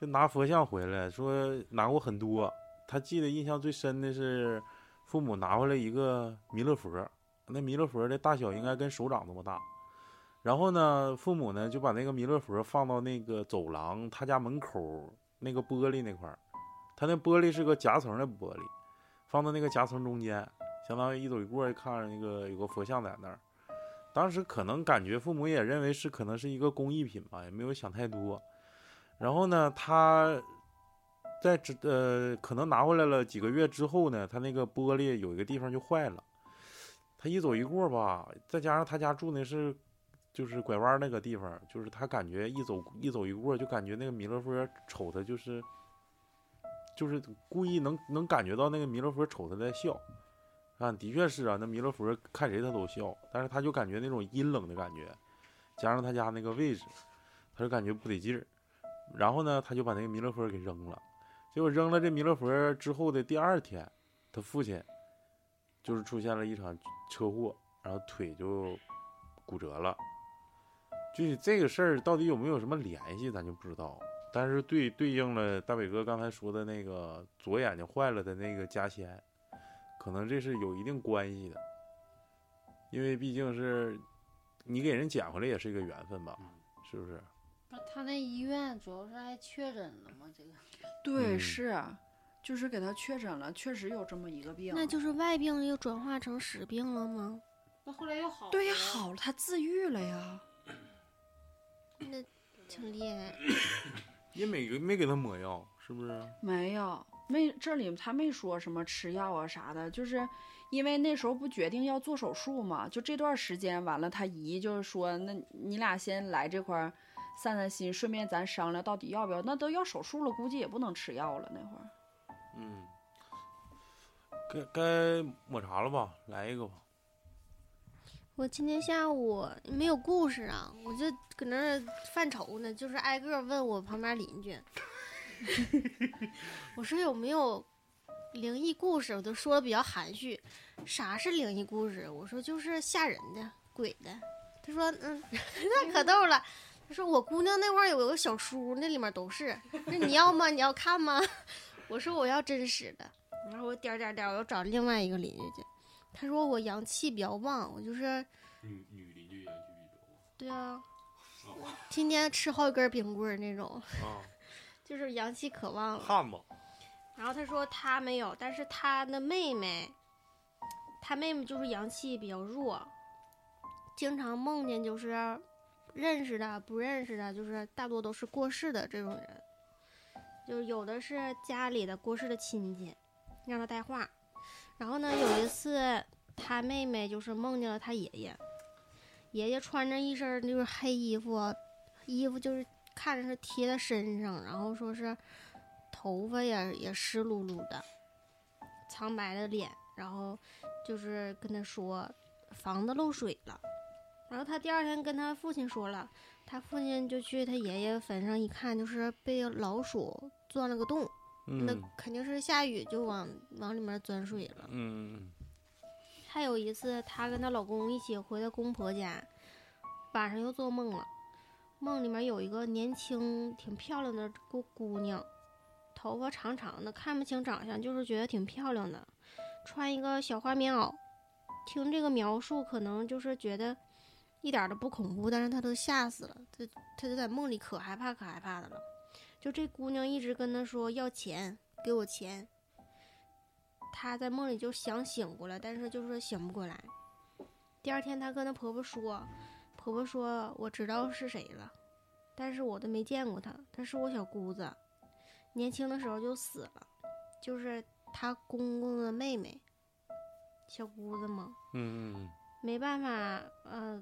A: 就拿佛像回来，说拿过很多。他记得印象最深的是父母拿回来一个弥勒佛，那弥勒佛的大小应该跟手掌这么大，然后呢，父母呢就把那个弥勒佛放到那个走廊他家门口那个玻璃那块儿，他那玻璃是个夹层的玻璃，放到那个夹层中间，相当于一走一过，看着那个有个佛像在那儿。当时可能感觉父母也认为是可能是一个工艺品吧，也没有想太多。然后呢，他在这呃，可能拿回来了几个月之后呢，他那个玻璃有一个地方就坏了。他一走一过吧，再加上他家住那是就是拐弯那个地方，就是他感觉一走一走一过就感觉那个弥勒佛瞅他就是就是故意能能感觉到那个弥勒佛瞅他在笑。啊，的确是啊，那弥勒佛看谁他都笑，但是他就感觉那种阴冷的感觉，加上他家那个位置，他就感觉不得劲儿。然后呢，他就把那个弥勒佛给扔了。结果扔了这弥勒佛之后的第二天，他父亲就是出现了一场车祸，然后腿就骨折了。具体这个事儿到底有没有什么联系，咱就不知道。但是对对应了大伟哥刚才说的那个左眼睛坏了的那个加仙，可能这是有一定关系的，因为毕竟是你给人捡回来也是一个缘分吧，是不是？
C: 不是他那医院主要是还确诊了吗？这个
G: 对，
A: 嗯
G: 是，啊就是给他确诊了，确实有这么一个病，
F: 那就是外病又转化成实病了吗？
C: 那后来又好
G: 对呀
C: 了，
G: 好了，他自愈了呀。
F: 那挺厉害。
A: 也没给没给他抹药，是不是？
G: 没有，没这里他没说什么吃药啊啥的，就是因为那时候不决定要做手术嘛，就这段时间完了，他姨就是说，那你俩先来这块儿散散心，顺便咱商量到底要不要。那都要手术了，估计也不能吃药了那会儿。
A: 嗯，该该抹茶了吧？来一个吧。
F: 我今天下午没有故事啊，我就搁那儿犯愁呢，就是挨个问我旁边邻居，我说有没有灵异故事，我都说的比较含蓄。啥是灵异故事？我说就是吓人的、鬼的。他说嗯， 那可逗了。他说我姑娘那块儿有个小书，那里面都是。那你要吗？你要看吗？ 我说我要真实的。然后我点儿点儿点儿，我要找另外一个邻居去。他说我阳气比较旺，我就是
B: 女女邻居也去
F: 对啊，天天吃好几根冰棍儿那种，
A: 啊，
F: 就是阳气可旺了。
A: 汉子，
F: 然后他说他没有，但是他的妹妹，他妹妹就是阳气比较弱，经常梦见就是认识的、不认识的，就是大多都是过世的这种人，就是有的是家里的过世的亲戚，让他带话。然后呢，有一次他妹妹就是梦见了他爷爷，爷爷穿着一身就是黑衣服，衣服就是看着是贴在身上，然后说是头发也也湿漉漉的，苍白的脸，然后就是跟他说房子漏水了，然后他第二天跟他父亲说了，他父亲就去他爷爷坟上一看，就是被老鼠钻了个洞，那
A: 嗯
F: 肯定是下雨就往往里面钻水了。
A: 嗯
F: 还有一次，她跟她老公一起回她公婆家，晚上又做梦了，梦里面有一个年轻挺漂亮的姑姑娘，头发长长的，看不清长相，就是觉得挺漂亮的，穿一个小花棉袄。听这个描述，可能就是觉得一点儿都不恐怖，但是她都吓死了，她她就在梦里可害怕可害怕的了。就这姑娘一直跟她说要钱，给我钱，她在梦里就想醒过来，但是就是醒不过来。第二天，她跟她婆婆说，婆婆说我知道是谁了，但是我都没见过她，她是我小姑子，年轻的时候就死了，就是她公公的妹妹，小姑子嘛。
A: 嗯嗯
F: 没办法，呃，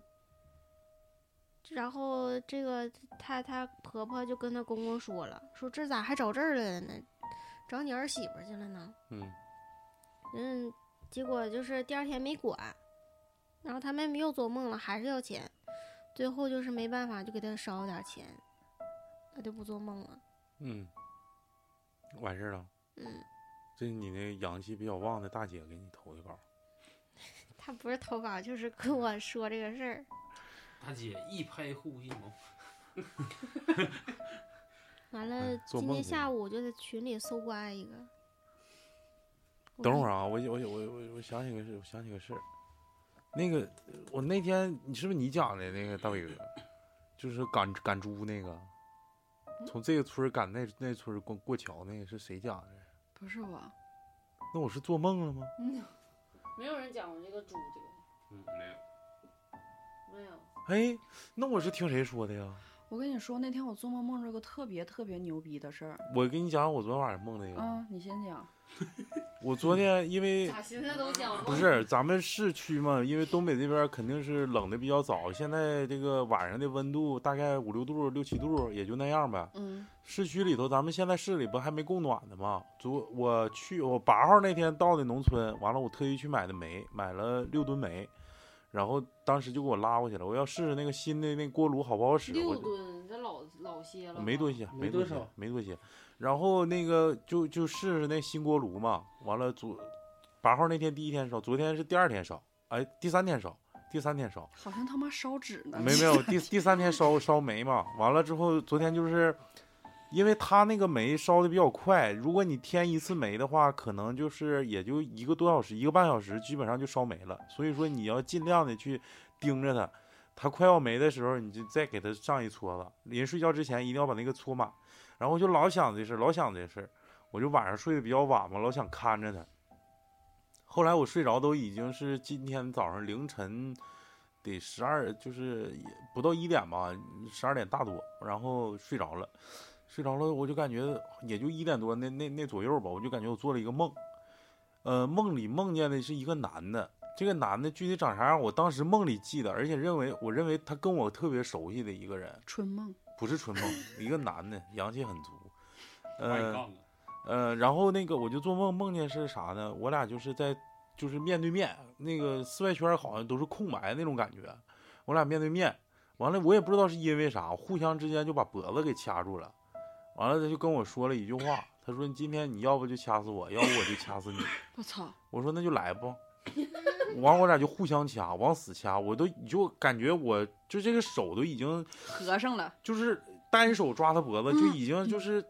F: 然后这个她她婆婆就跟她公公说了，说这咋还找这儿来了呢？找你儿媳妇儿去了呢？
A: 嗯
F: 嗯，结果就是第二天没管，然后他妹妹又做梦了，还是要钱，最后就是没办法，就给她烧点钱，她就不做梦了。
A: 嗯，完事儿了。
F: 嗯，
A: 这是你那阳气比较旺的大姐给你投的稿。
F: 她不是投稿，就是跟我说这个事儿。
D: 大姐一拍护心毛，
F: 完
A: 哎
F: 了，
A: 做
F: 今
A: 梦
F: 天
A: 去
F: 下午我就在群里搜刮一个。
A: 等会
F: 儿。
A: 儿啊，我我我我我想起个事，我想起个事儿，那个我那天你是不是你讲的那个大伟哥，就是赶赶猪那个，
C: 嗯
A: 从这个村儿赶那那村儿过过桥那个是谁讲的？
G: 不是我，
A: 那我是做梦了吗？
C: 没有人讲过这个猪的，
B: 嗯，没有。
C: 没有。
A: 哎，那我是听谁说的呀？
G: 我跟你说，那天我做梦梦着个特别特别牛逼的事儿。
A: 我跟你讲，我昨天晚上梦那个。
G: 啊，你先讲。
A: 我昨天因为
C: 嗯咋寻思都讲
A: 不是咱们市区嘛，因为东北这边肯定是冷的比较早，现在这个晚上的温度大概五六度、六七度，也就那样呗。
G: 嗯
A: 市区里头，咱们现在市里不还没供暖的吗？昨我去，我八号那天到的农村，完了我特意去买的煤，买了六吨煤，然后当时就给我拉过去了。我要试试那个新的那锅炉好不好使，我
C: 六
A: 就
C: 吨，这老老些了。
A: 没多。些，
D: 没
A: 没
D: 多
A: 些
D: 少，
A: 没多些。然后那个就就试试那新锅炉嘛。完了昨八号那天第一天烧，昨天是第二天烧，哎，第三天烧，第三天烧，
G: 好像他妈烧纸呢。
A: 没没有，第第三天烧烧煤嘛，完了之后，昨天就是，因为他那个煤烧的比较快，如果你添一次煤的话，可能就是也就一个多小时，一个半小时，基本上就烧没了。所以说你要尽量的去盯着它，它快要没的时候，你就再给它上一撮子。临睡觉之前一定要把那个搓满。然后我就老想这事儿，老想这事儿，我就晚上睡得比较晚嘛，老想看着它。后来我睡着都已经是今天早上凌晨得十二，就是也不到一点吧，十二点大多，然后睡着了，睡着了，我就感觉也就一点多那那那左右吧，我就感觉我做了一个梦，呃，梦里梦见的是一个男的，这个男的具体长啥样，我当时梦里记得，而且认为我认为他跟我特别熟悉的一个人，
G: 春梦，
A: 不是春梦，一个男的，阳气很足，
D: Oh
B: 把你
A: 呃，
B: 杠了
A: 呃，然后那个我就做梦，梦见是啥呢？我俩就是在就是面对面，那个四外圈好像都是空白那种感觉，我俩面对面，完了我也不知道是因为啥，互相之间就把脖子给掐住了，完了他就跟我说了一句话，他说你今天你要不就掐死我，要不我就掐死你。
G: 我操！
A: 我说那就来吧，完我俩就互相掐，往死掐，我都就感觉我就这个手都已经
G: 合上了，
A: 就是单手抓他脖子，
C: 嗯
A: 就已经就是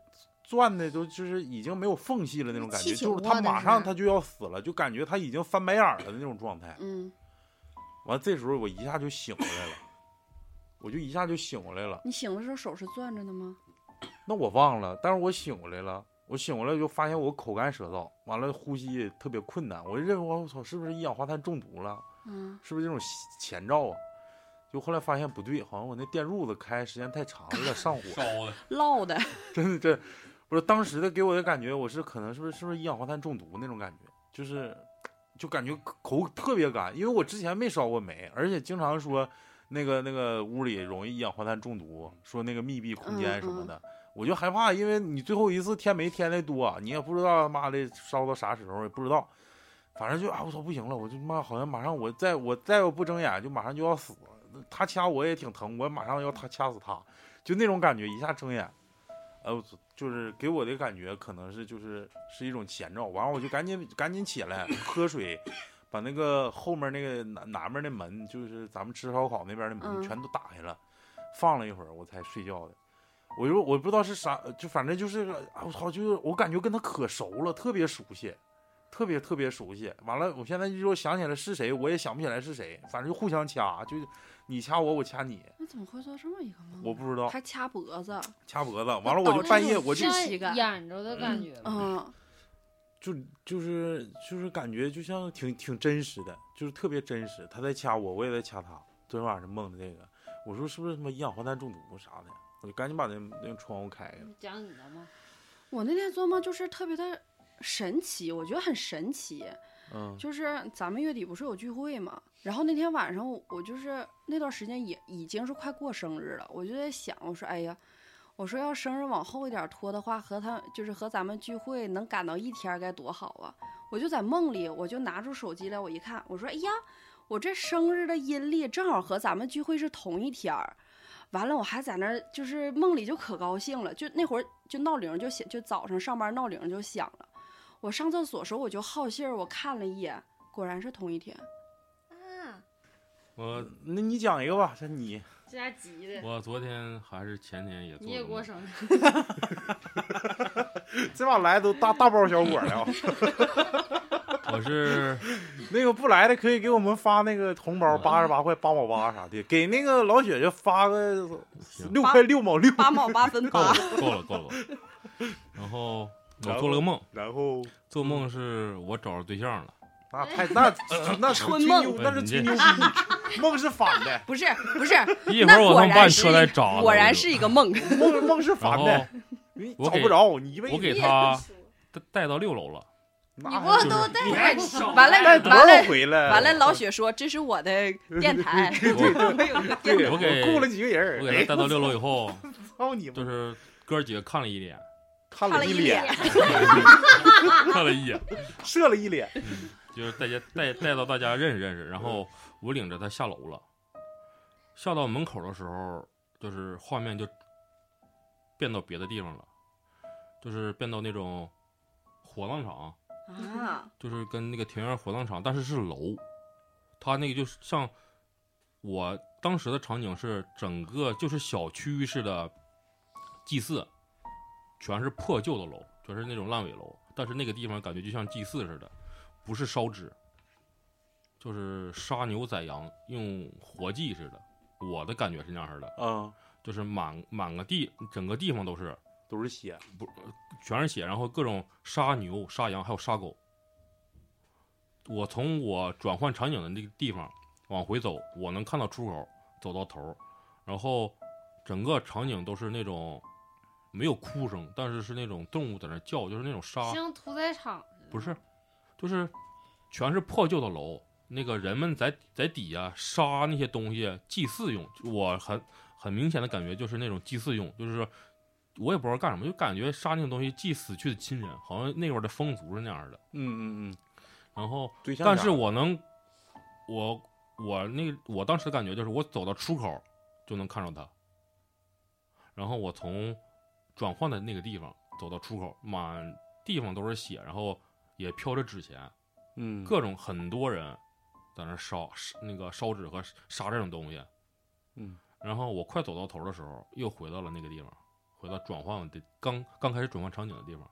A: 攥的都就是已经没有缝隙了那种感觉，
C: 气
A: 就是
C: 挺
A: 他
C: 窝的
A: 马
C: 是
A: 上他就要死了，就感觉他已经翻白眼儿了的那种状态。
G: 嗯，
A: 完，这时候我一下就醒过来了，我就一下就醒过来了。
G: 你醒的时候手是攥着的吗？
A: 那我忘了，但是我醒过来了，我醒过来就发现我口干舌燥，完了呼吸也特别困难，我就认为我操是不是一氧化碳中毒了？
G: 嗯，
A: 是不是这种前兆啊？就后来发现不对，好像我那电褥子开时间太长了，有点上火。
B: 烧的，
G: 烙的。
A: 真的这不是当时的给我的感觉，我是可能是不是是不是一氧化碳中毒那种感觉，就是就感觉口特别干，因为我之前没烧过煤，而且经常说那个那个屋里容易一氧化碳中毒，说那个密闭空间什么的。我就害怕，因为你最后一次添煤添的多，啊你也不知道他妈的烧到啥时候，也不知道，反正就啊，我操，不行了，我就妈好像马上我再我再不睁眼就马上就要死，他掐我也挺疼，我马上要他掐死他，就那种感觉，一下睁眼，呃，我就是给我的感觉可能是就是是一种前兆，完了我就赶紧赶紧起来喝水，把那个后面那个南南面的门，就是咱们吃烧烤那边的门
G: 嗯
A: 全都打开了，放了一会儿我才睡觉的。我就我不知道是啥，就反正就是啊，我操，就是我感觉跟他可熟了，特别熟悉，特别特别熟悉。完了，我现在就说想起来是谁，我也想不起来是谁，反正就互相掐，就是你掐我，我掐你，
G: 那怎么会做这么一个梦啊？
A: 我不知道
G: 还掐脖子，
A: 掐脖子。完了，我就半夜我就
G: 窒息感
C: 演着的感觉。
G: 嗯，
A: 就就是就是感觉就像挺挺真实的，就是特别真实。他在掐我，我也在掐他。昨天晚上梦的这个，我说是不是他妈一氧化碳中毒啥的？我就赶紧把那那个窗户开开。
C: 你嗯讲你的吗？
G: 我那天做梦就是特别的神奇，我觉得很神奇。
A: 嗯
G: 就是咱们月底不是有聚会嘛，然后那天晚上我我就是那段时间也已经是快过生日了，我就在想，我说哎呀，我说要生日往后一点拖的话，和他就是和咱们聚会能赶到一天该多好啊！我就在梦里，我就拿出手机来，我一看，我说哎呀，我这生日的阴历正好和咱们聚会是同一天儿。完了，我还在那儿，就是梦里就可高兴了，就那会儿就闹铃就响，就早上上班闹铃就响了。我上厕所时候我就好信儿，我看了一眼，果然是同一天。
F: 啊，
B: 我
A: 那你讲一个吧，是你
C: 这家急的，
B: 我昨天还是前天也做
C: 你也
B: 了
C: 过
B: 梦
C: 生日，
A: 这把来都大大包小裹了。
B: 我是
A: 啊那个不来的可以给我们发那个红包，
B: 嗯
A: 八十八块八毛八啥的，给那个老雪就发个
B: 行
A: 六块六毛六。
G: 八毛八分
B: 够
G: 八
B: 了，够了，够了。然后我做了个梦，嗯
A: 然后
B: 做梦是我找着对象了，
G: 哎
A: 那啊太那那是
G: 春
A: 吹
G: 梦
A: 牛，那是
B: 哎你
A: 吹
B: 这
A: 牛逼，梦是反的，
G: 不是不是，
B: 一会
G: 那
B: 儿我
G: 果
B: 能把
G: 然
B: 你
G: 是
B: 车来找
G: 一
B: 了。
G: 果然是一个梦。
A: 梦梦是
B: 然
A: 反
B: 后
A: 的，你
B: 我
A: 找
B: 给
A: 不着，你一辈
B: 我
A: 子
B: 给他带带到六楼了，
A: 那
F: 你
A: 还
F: 不
A: 是
F: 都带
G: 哎
D: 少
G: 完
A: 带
G: 了
A: 多
G: 完
A: 少
G: 了
A: 回了？
G: 完了，老雪说这是我的电台， 我有个电
A: 对，
G: 台。
A: 我
B: 我给
A: 雇了几个人
B: 我
A: 儿，哎
B: 给他带到六楼以后，
A: 操你妈！
B: 就是哥几个看了一眼，
A: 看
G: 看
A: 了
G: 了一
A: 脸，
G: 脸，
B: 看了一眼，
A: 射了一脸，
B: 就是大家带带到大家认识认识，然后我领着他下楼了，下到门口的时候，就是画面就变到别的地方了，就是变到那种火葬场，
G: 啊，
B: 就是跟那个田园火葬场，但是是楼，它那个就是像我当时的场景是整个就是小区域式的祭祀，全是破旧的楼，全是那种烂尾楼，但是那个地方感觉就像祭祀似的，不是烧纸，就是杀牛宰羊，用活祭似的，我的感觉是那样式的，
A: 嗯，
B: 就是满满个地整个地方都是
A: 都是血，
B: 全是血，然后各种杀牛、杀羊，还有杀狗。我从我转换场景的那个地方往回走，我能看到出口，走到头儿，然后整个场景都是那种没有哭声，但是是那种动物在那叫，就是那种杀，
C: 像屠宰场似的
B: 不是，就是全是破旧的楼，那个人们在在底下杀那些东西祭祀用，我很很明显的感觉就是那种祭祀用，就是说我也不知道干什么，就感觉杀那个东西祭死去的亲人，好像那边的风俗是那样的。
A: 嗯嗯嗯，
B: 然后，
A: 对象
B: 但
A: 啥
B: 是我能，我我那个我当时的感觉就是我走到出口就能看着他，然后我从转换的那个地方走到出口，满地方都是血，然后也飘着纸钱。
A: 嗯
B: 各种很多人在那儿烧是那个烧纸和杀这种东西。
A: 嗯，
B: 然后我快走到头的时候，又回到了那个地方，回到转换的刚刚开始转换场景的地方。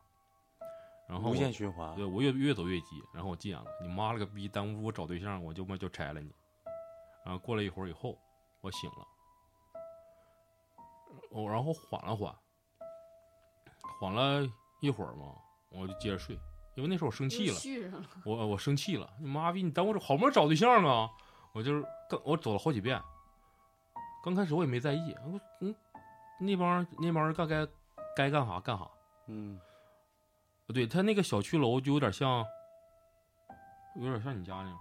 B: 然后
A: 无
B: 我
A: 限循环
B: 对，我越越走越急，然后我急眼了，你妈了个逼，耽误我找对象，我就妈就拆了你。然后过了一会儿以后，我醒了，我然后缓了缓，缓了一会儿嘛，我就接着睡，因为那时候我生气
C: 又
B: 了，
C: 续上了，
B: 我我生气了，你妈逼，你耽误这好不容易找对象啊！我就是刚我走了好几遍，刚开始我也没在意，我嗯，那帮那帮人干该该干啥干啥。
A: 嗯
B: 对他那个小区楼就有点像，有点像你家那样，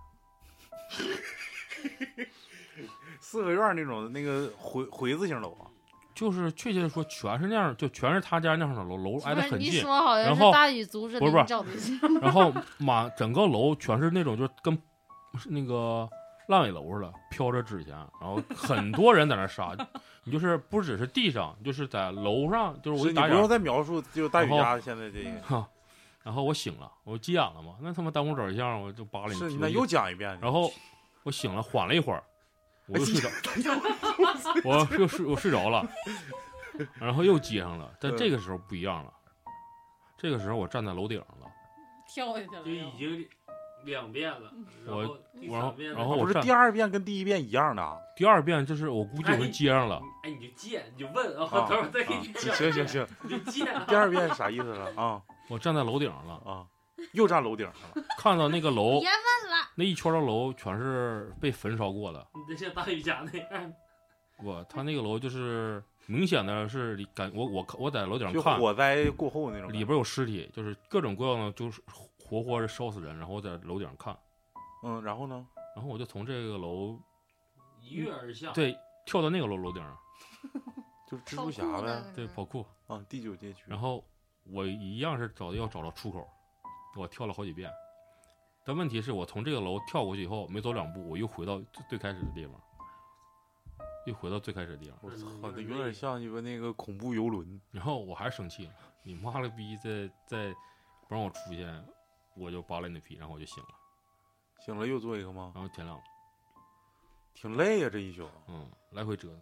A: 四合院儿那种那个回回字形楼啊，
B: 就是确切的说，全是那样，就全是他家那样的楼，楼 挨得
C: 不是
B: 很
C: 你
B: 近，
C: 说好像
B: 然
C: 是
B: 后
C: 大禹阻止
B: 不是
C: 你
B: 不是
C: 找对象，
B: 然后满整个楼全是那种就是跟那个烂尾楼似的，飘着纸钱，然后很多人在那杀。你就是不只是地上，就是在楼上，就是
A: 是
B: 我一
A: 你
B: 打
A: 不
B: 眼
A: 用
B: 儿，
A: 再描述，就大宇
B: 哎然后嗯
A: 家现在这个，
B: 哈，然后我醒了，我急眼了嘛，那他妈耽误找对象，我就扒拉你
A: 是你
B: 皮肤
A: 那
B: 一
A: 又讲一遍，
B: 然后我醒了，缓了一会儿，我又睡着，
A: 哎
B: 我又睡我睡着了，然后又接上了。但这个时候不一样了，这个时候我站在楼顶上了，
C: 跳下去了
D: 就已
C: 又。
D: 经两遍了，
A: 嗯
D: 然
B: 我
D: 后第
B: 然后
D: 三遍
B: 然后
A: 不
B: 我
A: 是
B: 站
A: 第二遍跟第一遍一样的 啊，
B: 第二遍就是我估计我就接上了。
D: 哎，你就贱，你就问啊，
A: 啊
D: 等会儿再给
A: 啊
D: 你讲。
A: 行行，行，
D: 你就贱啊。
A: 第二遍啥意思了啊
B: 我站在楼顶上了，
A: 啊，又站楼顶上了，
B: 看到那个楼
C: 别问了，
B: 那一圈的楼全是被焚烧过的，
D: 你这像大瑜伽那样，
B: 我他那个楼就是明显的是离感我我我在楼顶
A: 就
B: 上看，
A: 火灾过后那种
B: 里
A: 感觉，
B: 边有尸体，就是各种各样的，就是活活的烧死人，然后我在楼顶上看，
A: 嗯，然后呢，
B: 然后我就从这个楼
D: 一跃而下。，
B: 对，跳到那个楼楼顶上，
A: 就是蜘蛛侠呗，
B: 对，跑酷。
A: 啊，第九街区，
B: 然后我一样是找要找到出口，我跳了好几遍。但问题是我从这个楼跳过去以后，没走两步，我又回到最最开始的地方，又回到最开始的地方。
A: 我操，那有点像你们那个恐怖游轮，
B: 然后我还是生气了，你妈了逼再再不让我出现，我就扒拉你的皮，然后我就醒了，
A: 醒了又做一个吗？
B: 然后天亮了，
A: 挺累呀，这一宿，啊，
B: 嗯，来回折腾。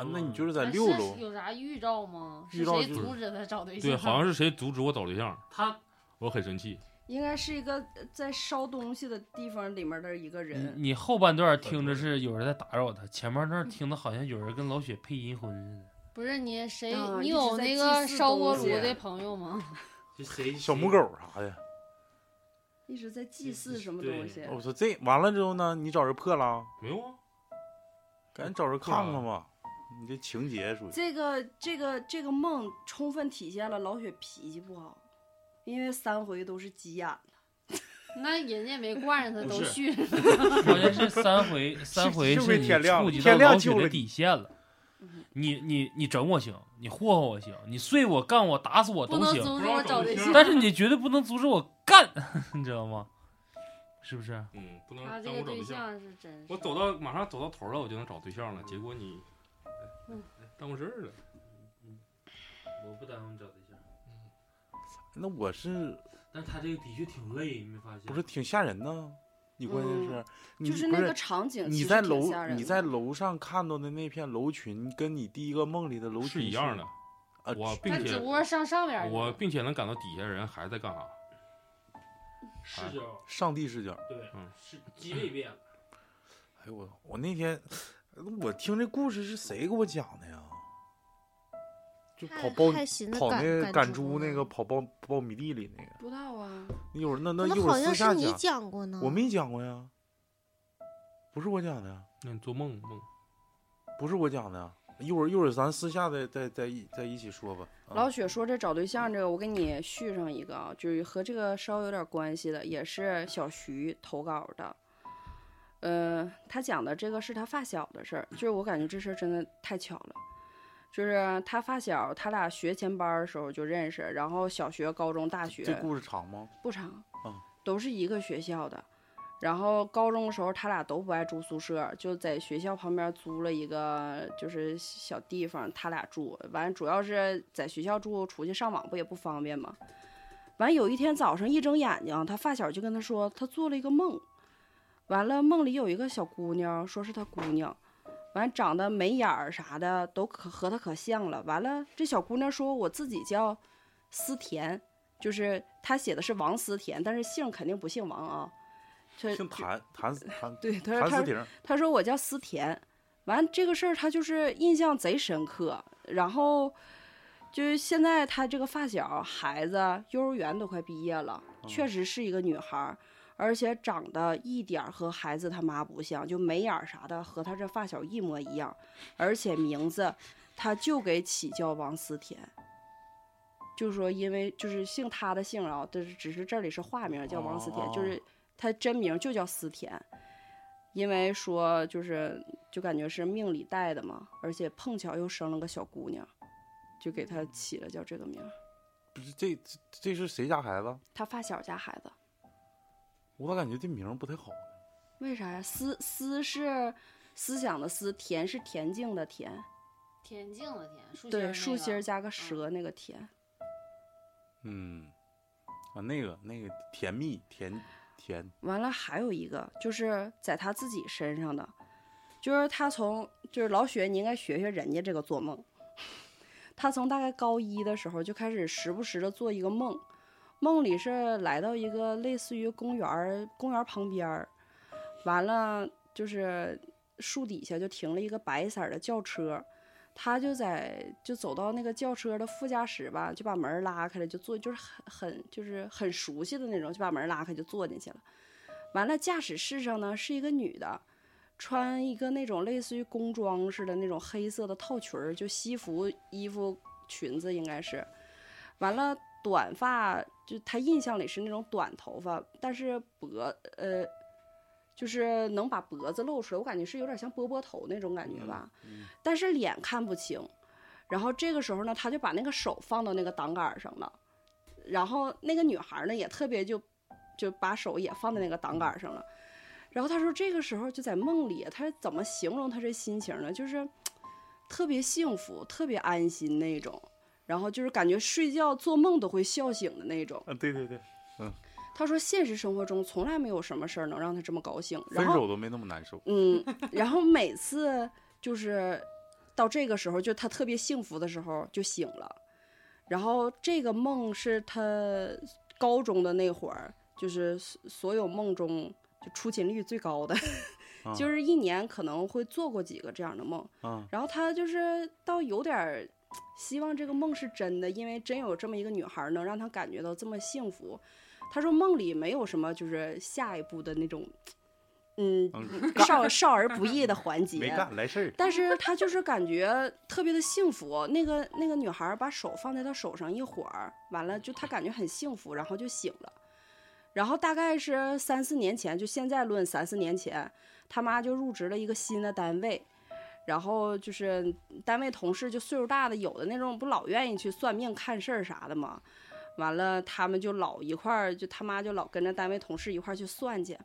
D: 啊
A: 那你就是是在
C: 哎
A: 六
C: 是
A: 楼，
C: 有啥预兆吗？
A: 预
C: 是
A: 兆
C: 谁
A: 就是
C: 阻止他找对象？
B: 对，好像是谁阻止我找对象，
D: 他
B: 我很生气。
G: 应该是一个在烧东西的地方里面的一个
D: 你
G: 人。
D: 你后半段听着是有人在打扰他，前半段听的好像有人跟老雪配阴婚似的。
C: 不是你谁
G: 啊？
C: 你
G: 一直
C: 有
G: 在
C: 那
G: 祭
C: 个
G: 祀啊
C: 烧
G: 东
C: 锅炉
G: 西
C: 的朋友吗？
D: 就谁
A: 小母狗啥的。
G: 一直在祭祀什么东西
A: 我说这完了之后呢，你找人破了，
B: 没有啊，
A: 赶紧找人看看吧。你这情节属于
G: 这个这个这个梦充分体现了老雪脾气不好，因为三回都是急眼了。
C: 那人家也没惯着他，
B: 不
C: 都
B: 是
C: 续。
D: 好像是三回， 三回
A: 是不是
D: 你
A: 天亮
D: 触
A: 了
D: 及到
A: 天亮
D: 老雪
A: 救了
D: 的
A: 你
D: 底线了。
C: 嗯
D: 你你你整我行，你霍霍我行，你睡我干我打死我都
C: 不能
D: 行，
C: 阻止我找对象。
D: 但是你绝对不能阻止我干， 你知道吗？是不是？
B: 嗯，不能
C: 他
B: 让
C: 这个
B: 我找
C: 对
B: 对象。
C: 象是真是。
B: 我走到马上走到头了，我就能找对象了。结果你哎
C: 嗯
B: 耽误事儿了。
D: 我不耽误你找对象，
A: 那我是
D: 但是他这个的确挺累，你没发现
A: 不是挺吓人呢？你关键是，你
G: 嗯就是
A: 不
G: 那
A: 是
G: 个场景，
A: 你
G: 其实
A: 在
G: 挺
A: 楼
G: 吓人
A: 你
G: 的
A: 在楼上看到的那片楼群，跟你第一个梦里的楼群
B: 是一样的。
A: 啊。
B: 我并
C: 他啊
B: 且
C: 只不过上上边儿去
B: 我
C: 了。
B: 并且能感到底下人还在干啥。
D: 视
B: 哎
D: 角，
A: 上帝视角。
D: 对
B: 嗯
D: 是机位变了。
A: 哎呦我我那天我听这故事是谁给我讲的呀？就跑
F: 还
A: 苞
F: 还寻思
A: 跑那
F: 赶
A: 赶猪
F: 呢
A: 那个，跑苞苞米地里那个，
G: 不知道啊，
A: 一会儿那那
F: 怎
A: 一会
F: 么好
A: 儿私
F: 像是
A: 下
F: 你
A: 讲，
F: 讲过呢？
A: 我没讲过呀，不是我讲的呀，
B: 那你做梦梦
C: 啊
A: 不是我讲的呀，一会儿一会儿咱私下再再再一再一起说吧。啊
G: 老雪说这找对象这个，我给你续上一个啊，就是和这个稍微有点关系的，也是小徐投稿的。呃，他讲的这个是他发小的事儿，就是我感觉这事儿真的太巧了。就是他发小，他俩学前班儿的时候就认识，然后小学、高中、大学
A: 这故事长吗？
G: 不长，
A: 啊
G: 都是一个学校的。然后高中的时候，他俩都不爱住宿舍，就在学校旁边租了一个就是小地方，他俩住。完，主要是在学校住，出去上网不也不方便嘛。完，有一天早上一睁眼睛，他发小就跟他说，他做了一个梦。完了，梦里有一个小姑娘，说是他姑娘，完长得眉眼儿啥的都可和他可像了。完了，这小姑娘说我自己叫思甜，就是他写的是王思甜，但是姓肯定不姓王啊。这
A: 姓谭谭谭
G: 对，他说
A: 谭
G: 他
A: 思婷，
G: 他说我叫思甜，完这个事儿他就是印象贼深刻，然后就是现在他这个发小孩子幼儿园都快毕业了，确实是一个女孩儿，而且长得一点儿和孩子他妈不像，就眉眼儿啥的和他这发小一模一样，而且名字他就给起叫王思甜。就说因为就是姓他的姓啊，但是只是这里是化名叫王思甜，就
A: 哦
G: 是他真名就叫思甜，因为说就是就感觉是命里带的嘛，而且碰巧又生了个小姑娘，就给她起了叫这个名儿。
A: 不是这这这是谁家孩子？
G: 她发小家孩子，
A: 我咋感觉这名儿不太好啊呢？
G: 为啥呀？思思是思想的思，田是田径的田，
C: 田径的田，树心儿那
G: 对，
C: 个
G: 树心儿加个蛇那个田。
A: 嗯，啊那个那个甜蜜甜甜，
G: 完了还有一个就是在他自己身上的，就是他从就是老雪，你应该学学人家这个做梦。 他从大概高一的时候就开始时不时的做一个梦，梦里是来到一个类似于公园儿，公园儿旁边儿，完了就是树底下就停了一个白色儿的轿车，他就在就走到那个轿车的副驾驶吧，就把门儿拉开了，就坐就是很很就是很熟悉的那种，就把门儿拉开就坐进去了。完了，驾驶室上呢是一个女的，穿一个那种类似于工装似的那种黑色的套裙儿，就西服衣服裙子应该是。完了，短发就他印象里是那种短头发，但是脖呃，就是能把脖子露出来，我感觉是有点像波波头那种感觉吧，
A: 嗯
G: 但是脸看不清。然后这个时候呢，他就把那个手放到那个挡杆儿上了，然后那个女孩儿呢也特别就就把手也放在那个挡杆儿上了。然后他说这个时候就在梦里，他是怎么形容他这心情呢？就是特别幸福、特别安心那种，然后就是感觉睡觉做梦都会笑醒的那种。
A: 啊对对对，
G: 他说现实生活中从来没有什么事儿能让他这么高兴。然
A: 分
G: 后
A: 手都没那么难受。
G: 嗯，然后每次就是到这个时候，就他特别幸福的时候就醒了，然后这个梦是他高中的那会儿，就是所所有梦中就出勤率最高的，
A: 啊
G: 就是一年可能会做过几个这样的梦。
A: 啊
G: 然后他就是到有点儿希望这个梦是真的，因为真有这么一个女孩儿能让他感觉到这么幸福。他说梦里没有什么就是下一步的那种，嗯，
A: 嗯，
G: 少少儿不宜的环节，
A: 没干来事儿，
G: 但是他就是感觉特别的幸福。那个那个女孩儿把手放在他手上一会儿，完了就他感觉很幸福，然后就醒了。然后大概是三四年前，就现在论三四年前，他妈就入职了一个新的单位，然后就是单位同事就岁数大的，有的那种不老愿意去算命看事儿啥的嘛。完了，他们就老一块儿，就他妈就老跟着单位同事一块儿去算去。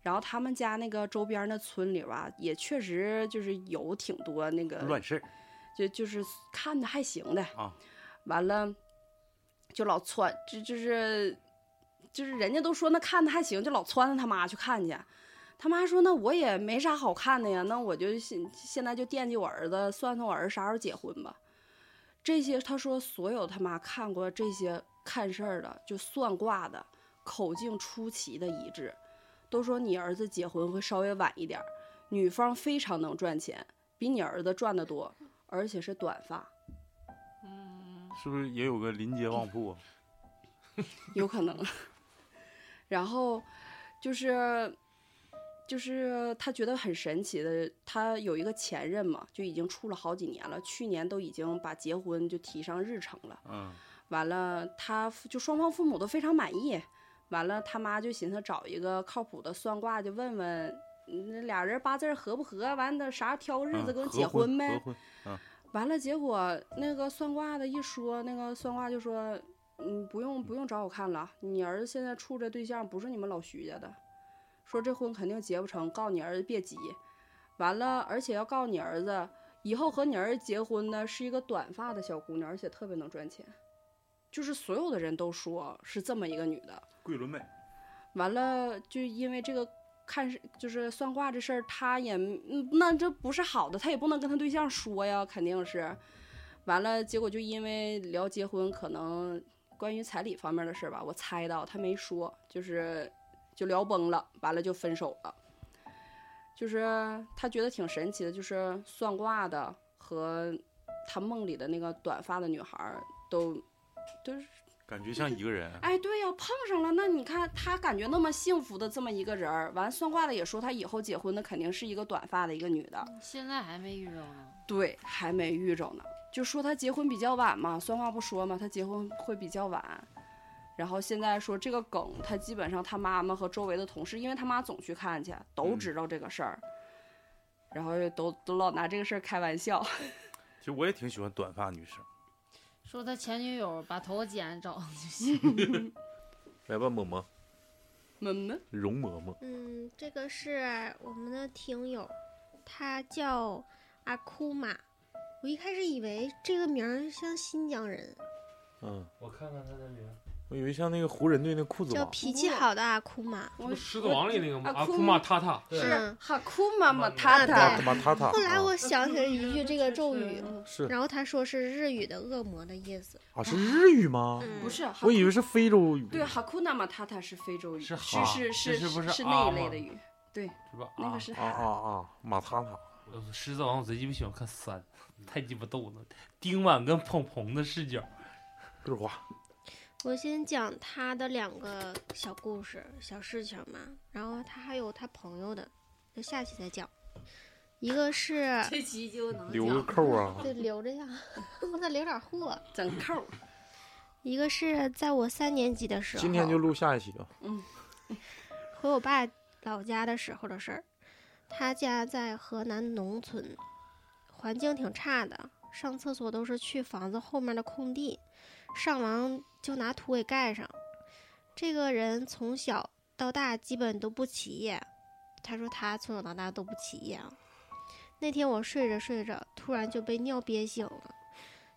G: 然后他们家那个周边儿那村里吧，也确实就是有挺多那个
A: 乱事儿
G: 就就是看着还行的
A: 啊，
G: 完了就老撺，就就是就是人家都说那看着还行，就老撺掇他妈去看去。他妈说：“那我也没啥好看的呀，那我就现现在就惦记我儿子，算算我儿子啥时候结婚吧。”这些他说所有他妈看过这些看事儿的，就算卦的，口径出奇的一致，都说你儿子结婚会稍微晚一点儿，女方非常能赚钱，比你儿子赚的多。而且是短发，
A: 是不是也有个临街旺铺啊？
G: 有可能。 然后就是就是他觉得很神奇的，他有一个前任嘛，就已经处了好几年了，去年都已经把结婚就提上日程了。
A: 嗯
G: 完了，他父就双方父母都非常满意。完了，他妈就寻思找一个靠谱的算卦，就问问嗯那俩人八字儿合不合，完了啥时候挑 个日
A: 嗯，
G: 子跟我
A: 合
G: 结婚呗。
A: 合婚
G: 完了，结果那个算卦的一说，那个算卦就说，嗯，不用不用找我看了，你儿子现在处这对象不是你们老徐家的，说这婚肯定结不成，告你儿子别急。完了，而且要告你儿子，以后和你儿子结婚呢是一个短发的小姑娘，而且特别能赚钱，就是所有的人都说是这么一个女的。
A: 桂纶镁，
G: 完了，就因为这个看是就是算卦这事儿，他也嗯那这不是好的，他也不能跟他对象说呀，肯定是。完了，结果就因为聊结婚，可能关于彩礼方面的事儿吧，我猜到他没说，就是就聊崩了，完了就分手了。就是他觉得挺神奇的，就是算卦的和他梦里的那个短发的女孩儿都都是
A: 感觉像一个人。啊
G: 哎，对呀、碰上了。那你看他感觉那么幸福的这么一个人儿，完算卦的也说他以后结婚的肯定是一个短发的一个女
H: 嗯
G: 的，
C: 现在还没遇着呢。
G: 对，还没遇着呢。就说他结婚比较晚嘛，算卦不说嘛，他结婚会比较晚。然后现在说这个梗，他基本上他妈妈和周围的同事，因为他妈总去看去，都
A: 嗯
G: 知道这个事儿，然后都都老拿这个事儿开玩笑。
A: 其实我也挺喜欢短发女生。
C: 说他前女友把头发剪找就行。
H: 来吧，嬷嬷，
G: 么么，
H: 容嬷嬷，
F: 嗯，这个是我们的听友，他叫阿库玛。我一开始以为这个名儿像新疆人，
H: 嗯，
D: 我看看他的名儿，
H: 我以为像那个湖人队那裤子
F: 叫
H: 王，
F: 脾气好的阿库玛。
B: 不是狮子王里那个吗？
G: 阿
B: 阿
G: 库
B: 库玛塔塔，
D: 对
G: 啊是
F: 嗯
G: 哈库妈妈
D: 嗯
G: 塔
F: 对
G: 塔
H: 他，妈 塔塔，
F: 后来
H: 啊
F: 我想起了一句这个咒语，
H: 是
F: 然后他说是日语的恶魔的意思。
H: 啊是日语吗？
F: 嗯
G: 不是，
H: 我以为是非洲
A: 嗯
H: 语，
G: 对，哈库纳马塔塔是非洲语，
D: 是
G: 是
D: 哈
G: 是
D: 这是不
G: 是
D: 是
G: 那
D: 啊
G: 一类
D: 吗
G: 的语？
D: 是吧？
G: 那
D: 啊
G: 个是
H: 啊啊啊，马塔塔，
D: 呃狮子王我贼鸡巴喜欢看三， 太鸡巴逗了。丁满跟捧鹏的视角，
H: 日华，
F: 我先讲他的两个小故事、小事情嘛，然后他还有他朋友的，就下期再讲。一个是
C: 这期就能
H: 留个扣 啊，
F: 得留着呀， 我得留点货。
G: 整扣儿。
F: 一个是在我三年级的时候，
H: 今天就录下一期啊，
F: 回我爸老家的时候的事儿。他家在河南农村，环境挺差的，上厕所都是去房子后面的空地，上完就拿土给盖上。这个人从小到大基本都不起夜，他说他从小到大都不起夜啊。那天我睡着睡着，突然就被尿憋醒了，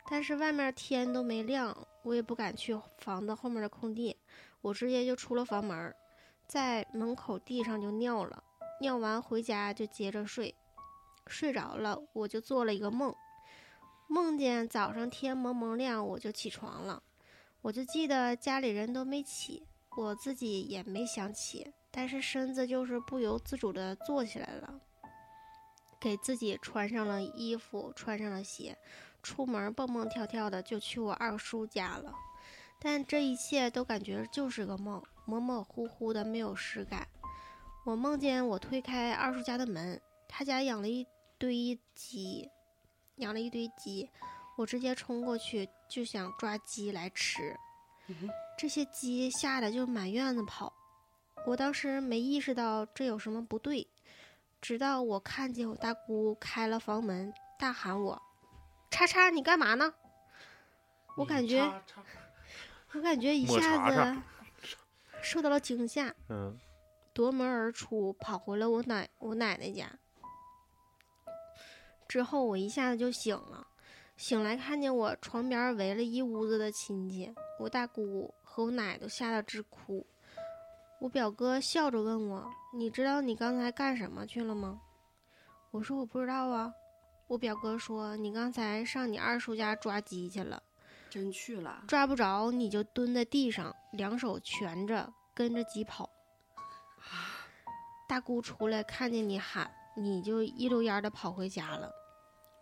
F: 但是外面天都没亮，我也不敢去房子后面的空地，我直接就出了房门儿。在门口地上就尿了，尿完回家就接着睡，睡着了我就做了一个梦，梦见早上天蒙蒙亮我就起床了，我就记得家里人都没起，我自己也没想起，但是身子就是不由自主的坐起来了，给自己穿上了衣服，穿上了鞋，出门蹦蹦跳跳的就去我二叔家了。但这一切都感觉就是个梦，模模糊糊的，没有实感。我梦见我推开二叔家的门，他家养了一堆鸡，养了一堆鸡，我直接冲过去就想抓鸡来吃。这些鸡吓得就满院子跑，我当时没意识到这有什么不对，直到我看见我大姑开了房门，大喊我：“叉叉，你干嘛呢？”我
D: 你
F: 感觉
G: 哎
D: 叉叉
F: 我感觉一
A: 抹
F: 下
A: 茶
F: 子
A: 茶
F: 受到了惊吓，
H: 嗯，
F: 夺门而出，跑回了我奶我奶奶家。之后我一下子就醒了，醒来看见我床边围了一屋子的亲戚，我大姑和我奶都吓得直哭。我表哥笑着问我：“你知道你刚才干什么去了吗？”我说：“我不知道啊。”我表哥说：“你刚才上你二叔家抓鸡去了。”
G: 真去了，
F: 抓不着你就蹲在地上，两手蜷着，跟着鸡跑。大姑出来看见你喊，你就一溜烟的跑回家了。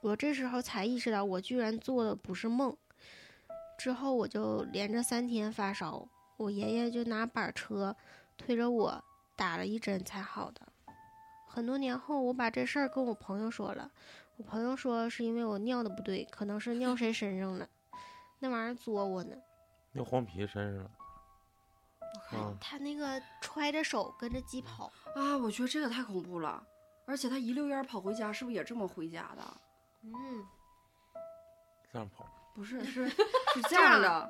F: 我这时候才意识到，我居然做的不是梦。之后我就连着三天发烧，我爷爷就拿板车推着我打了一针才好的。很多年后，我把这事儿跟我朋友说了，我朋友说是因为我尿的不对，可能是尿谁身上了。那玩意儿作我呢。
H: 那黄皮身上了，啊
F: 他那个揣着手跟着鸡跑，
G: 啊，我觉得这个太恐怖了。而且他一溜烟儿跑回家，是不是也这么回家的？
F: 嗯，
H: 这样跑，
G: 不是，是是这样的，哦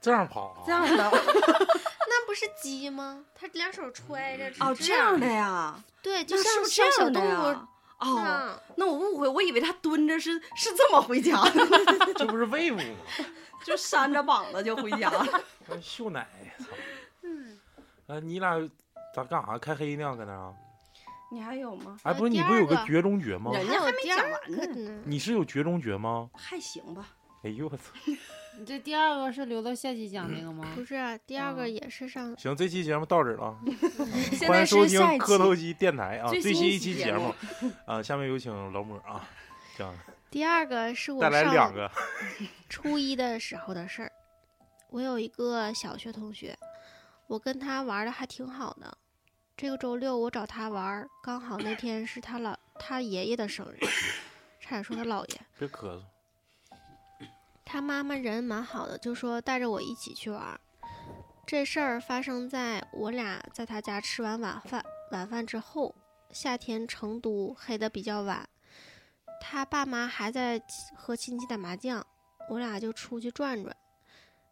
H: 这样跑啊，
G: 这样的
F: 那不是鸡吗？他两手揣着，
G: 哦，
F: 这
G: 这样的，呀，
F: 对，就
G: 那
F: 像
G: 是不是
F: 像
G: 这
F: 小
G: 样的
F: 动物
G: 呀？哦，
F: 呢。
G: 那我误会，我以为他蹲着是是这么回家的，
H: 这不是喂母吗？
G: 就扇着膀子就回家了。
H: 还秀奶， 操！
F: 嗯，
H: 哎，你俩咋干啥？开黑呢？搁那儿啊？
G: 你还有吗？
H: 哎，
F: 呃
H: 不是
F: 第
H: 你不是有
F: 二
H: 个
F: 个
H: 绝中绝吗？
G: 人
F: 还
G: 家还
F: 有
G: 没
F: 第
G: 讲
F: 二
G: 完
F: 个
G: 呢，
F: 呢。
H: 你是有绝中绝吗？
G: 还行吧。
H: 哎呦我操！
C: 你这第二个是留到下期讲那个吗？
F: 不是啊，第二个
C: 嗯
F: 也是上
H: 行，这期节目到这儿了啊，
G: 现
H: 欢
G: 在
H: 迎收
G: 是
H: 听
G: 下一期
H: 磕头机电台啊，
G: 最
H: 最
G: 新
H: 新
G: 一
H: 一期
G: 期
H: 节
G: 节
H: 目
G: 目
H: 啊，下面有请劳模啊，讲
F: 第二个是我
H: 带来两
F: 上
H: 个，
F: 初一的时候的事儿。我有一个小学同学，我跟他玩的还挺好的。这个周六我找他玩儿，刚好那天是他老他爷爷的生日，差点说他姥爷。
H: 别咳嗽，
F: 他妈妈人蛮好的，就说带着我一起去玩儿。这事儿发生在我俩在他家吃完晚饭，晚饭之后，夏天成都黑的比较晚，他爸妈还在和亲戚打麻将，我俩就出去转转。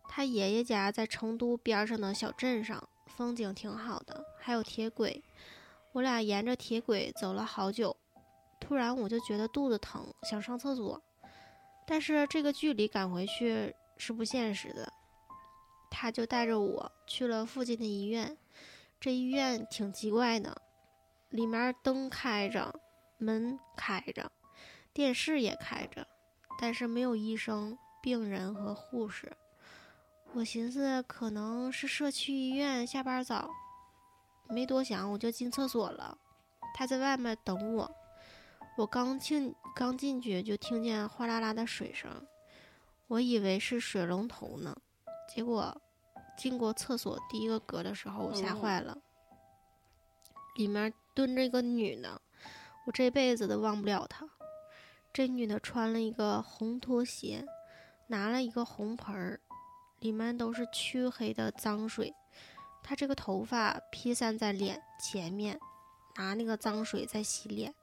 F: 他爷爷家在成都边上的小镇上，风景挺好的，还有铁轨。我俩沿着铁轨走了好久，突然我就觉得肚子疼，想上厕所。但是这个距离赶回去是不现实的。他就带着我去了附近的医院，这医院挺奇怪的，里面灯开着，门开着，电视也开着，但是没有医生、病人和护士。我寻思可能是社区医院下班早，没多想我就进厕所了。他在外面等我，我刚进刚进去就听见哗啦啦的水声，我以为是水龙头呢，结果经过厕所第一个隔的时候，我吓
G: 嗯
F: 坏了。里面蹲着一个女的，我这辈子都忘不了她。这女的穿了一个红拖鞋，拿了一个红盆儿，里面都是黢黑的脏水。她这个头发披散在脸前面，拿那个脏水在洗脸。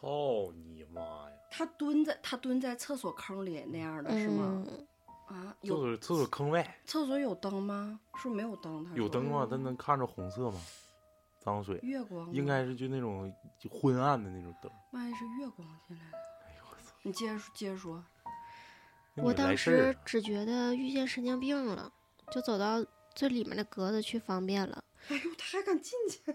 H: 操你妈呀！
G: 他蹲在他蹲在厕所坑里那样的是吗？
F: 嗯
G: 啊，
H: 厕
G: 有
H: 所厕所坑外
G: 厕所有灯吗？是不是没有灯？他说
H: 有灯啊，但能看着红色吗？脏水
G: 月光吗
H: 应该是就那种就昏暗的那种灯。
G: 万一是月光进来的。
H: 哎呦我操！
G: 你接着说接着说，
H: 那
F: 我
H: 你来
F: 当
H: 事儿
F: 时
H: 啊
F: 只觉得遇见神经病了，就走到最里面的格子去方便了。
G: 哎呦，他还敢进去？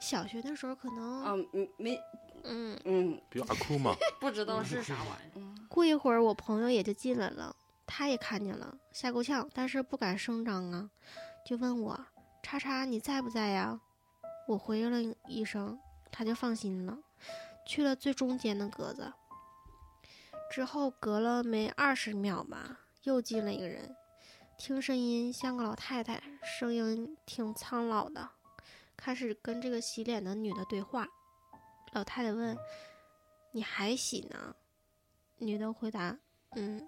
F: 小学那时候可能，
G: 啊，嗯没，
F: 嗯，
G: 嗯
H: 比较阿酷嘛，
C: 不知道是啥玩意儿。
G: 嗯，
F: 过一会儿我朋友也就进来了，他也看见了，吓够呛，但是不敢声张啊，就问我：“叉叉，你在不在呀？”我回应了一声，他就放心了，去了最中间的格子。之后隔了没二十秒吧，又进来一个人，听声音像个老太太，声音挺苍老的，开始跟这个洗脸的女的对话。老太太问：“你还洗呢？”女的回答：“嗯。”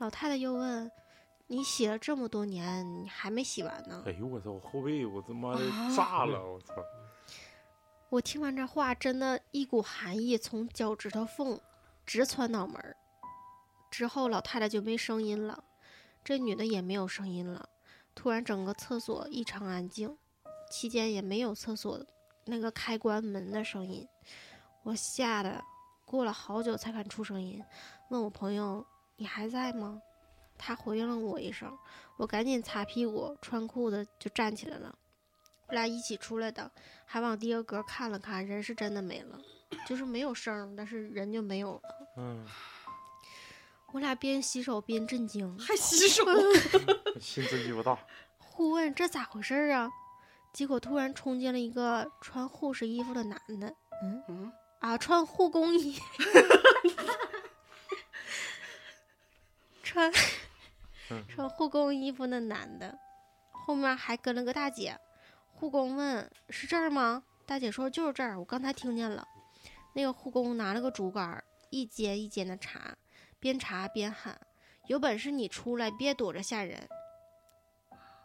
F: 老太太又问：“你洗了这么多年，你还没洗完呢
A: 哎呦我操！我后背我他妈的
G: 啊
A: 炸了！我 操！？”
F: 我听完这话，真的一股寒意从脚趾头缝直窜脑门儿。之后老太太就没声音了，这女的也没有声音了。突然，整个厕所异常安静，期间也没有厕所那个开关门的声音。我吓得过了好久才敢出声音，问我朋友：“你还在吗？”他回应了我一声，我赶紧擦屁股、穿裤子就站起来了。我俩一起出来的，还往第二格看了看，人是真的没了，就是没有声儿，但是人就没有了。
A: 嗯，
F: 我俩边洗手边震惊，
G: 还洗手，
A: 心真鸡巴大。
F: 互问这咋回事儿啊？结果突然冲进了一个穿护士衣服的男的，嗯
G: 嗯
F: 啊，穿护工衣，穿
A: 嗯
F: 穿护工衣服的男的，后面还跟了个大姐。护工问：“是这儿吗？”大姐说：“就是这儿，我刚才听见了。”那个护工拿了个竹竿儿，一间一间的查，边查边喊：“有本事你出来，别躲着吓人！”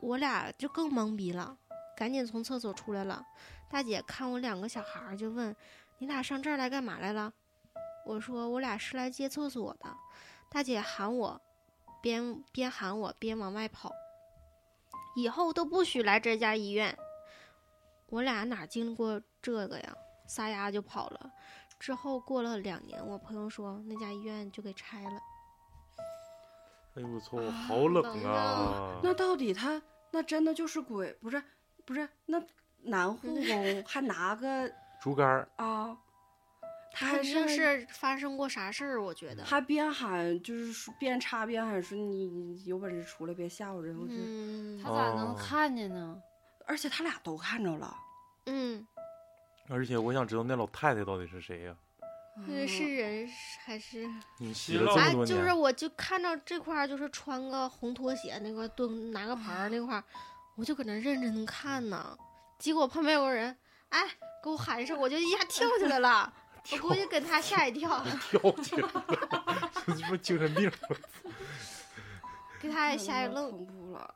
F: 我俩就更懵逼了，赶紧从厕所出来了。大姐看我两个小孩儿，就问：“你俩上这儿来干嘛来了？”我说：“我俩是来接厕所的。”大姐喊我，边边喊我边往外跑。以后都不许来这家医院。我俩哪经过这个呀？撒丫就跑了。之后过了两年，我朋友说那家医院就给拆了。
A: 哎呦我操！好冷
F: 冷
A: 啊
F: 啊！
G: 那到底他那真的就是鬼？不是不是，那男护 工还拿个
A: 竹竿儿
G: 啊，他还
F: 肯定
G: 是
F: 啊是发生过啥事儿，我觉得。嗯
G: 他边喊就是说边插边喊说你你有本事出来别吓唬人，我觉得，
F: 嗯
C: 他咋能
A: 哦
C: 看见呢？
G: 而且他俩都看着了，
F: 嗯，
A: 而且我想知道那老太太到底是谁呀、
F: 因为嗯
G: 嗯
F: 是人还是
A: 你洗了这么
F: 哎，
A: 多
F: 就
A: 年，
F: 是我就看到这块儿，就是穿个红拖鞋那块儿蹲拿个牌儿那块儿，我就搁那认真看呢。结果旁边有个人，哎，给我喊一声，我就一下跳起来了， 我估计给他吓一跳，
A: 跳起来了，这是不是精神病？
F: 给他 也吓一愣。
G: 恐怖了。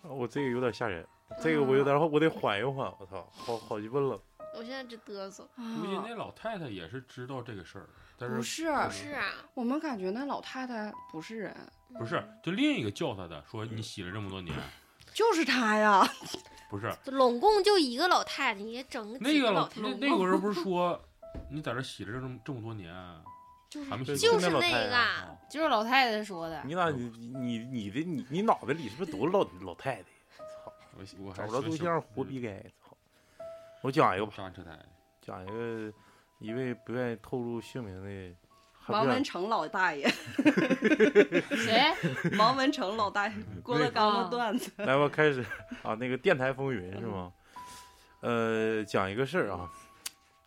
A: 我这个有点吓人，这个我有点，我得缓一缓。我操，好好鸡巴冷。
F: 我现在直嘚瑟。
B: 估计
G: 啊
B: 那老太太也是知道这个事儿，但
G: 不
B: 是
G: 是，
F: 不是啊，
G: 我们感觉那老太太不是人，
B: 不是
F: 嗯
B: 就另一个叫她的说你洗了这么多年，
G: 就是他呀。
B: 不是
F: 拢共就一个老太太，你整个
B: 那
F: 几
B: 个
F: 老
B: 老
F: 太
B: 那
F: 太，
B: 那个人不是说你在这洗了这么这么多年，啊还没洗
A: 就
F: 就是
A: 那
F: 是
A: 老
F: 那
A: 太
F: 个
A: 太
F: 啊，
C: 就是老太太说的。
A: 你咋你你你的你你脑袋里是不是都是老老太太？
B: 我我还
A: 找
B: 嗯
A: 不着对象，活逼
B: 逼
A: 该。操！我讲一个吧，
B: 渣车胎，
A: 讲一个一位不愿意透露姓名的，还
G: 王
A: 不愿
G: 文成老大爷，
C: 谁？
G: 王文成老大爷，郭德纲的段子。
A: 来吧，开始啊，那个电台风云
G: 嗯
A: 是吗？呃，讲一个事儿啊，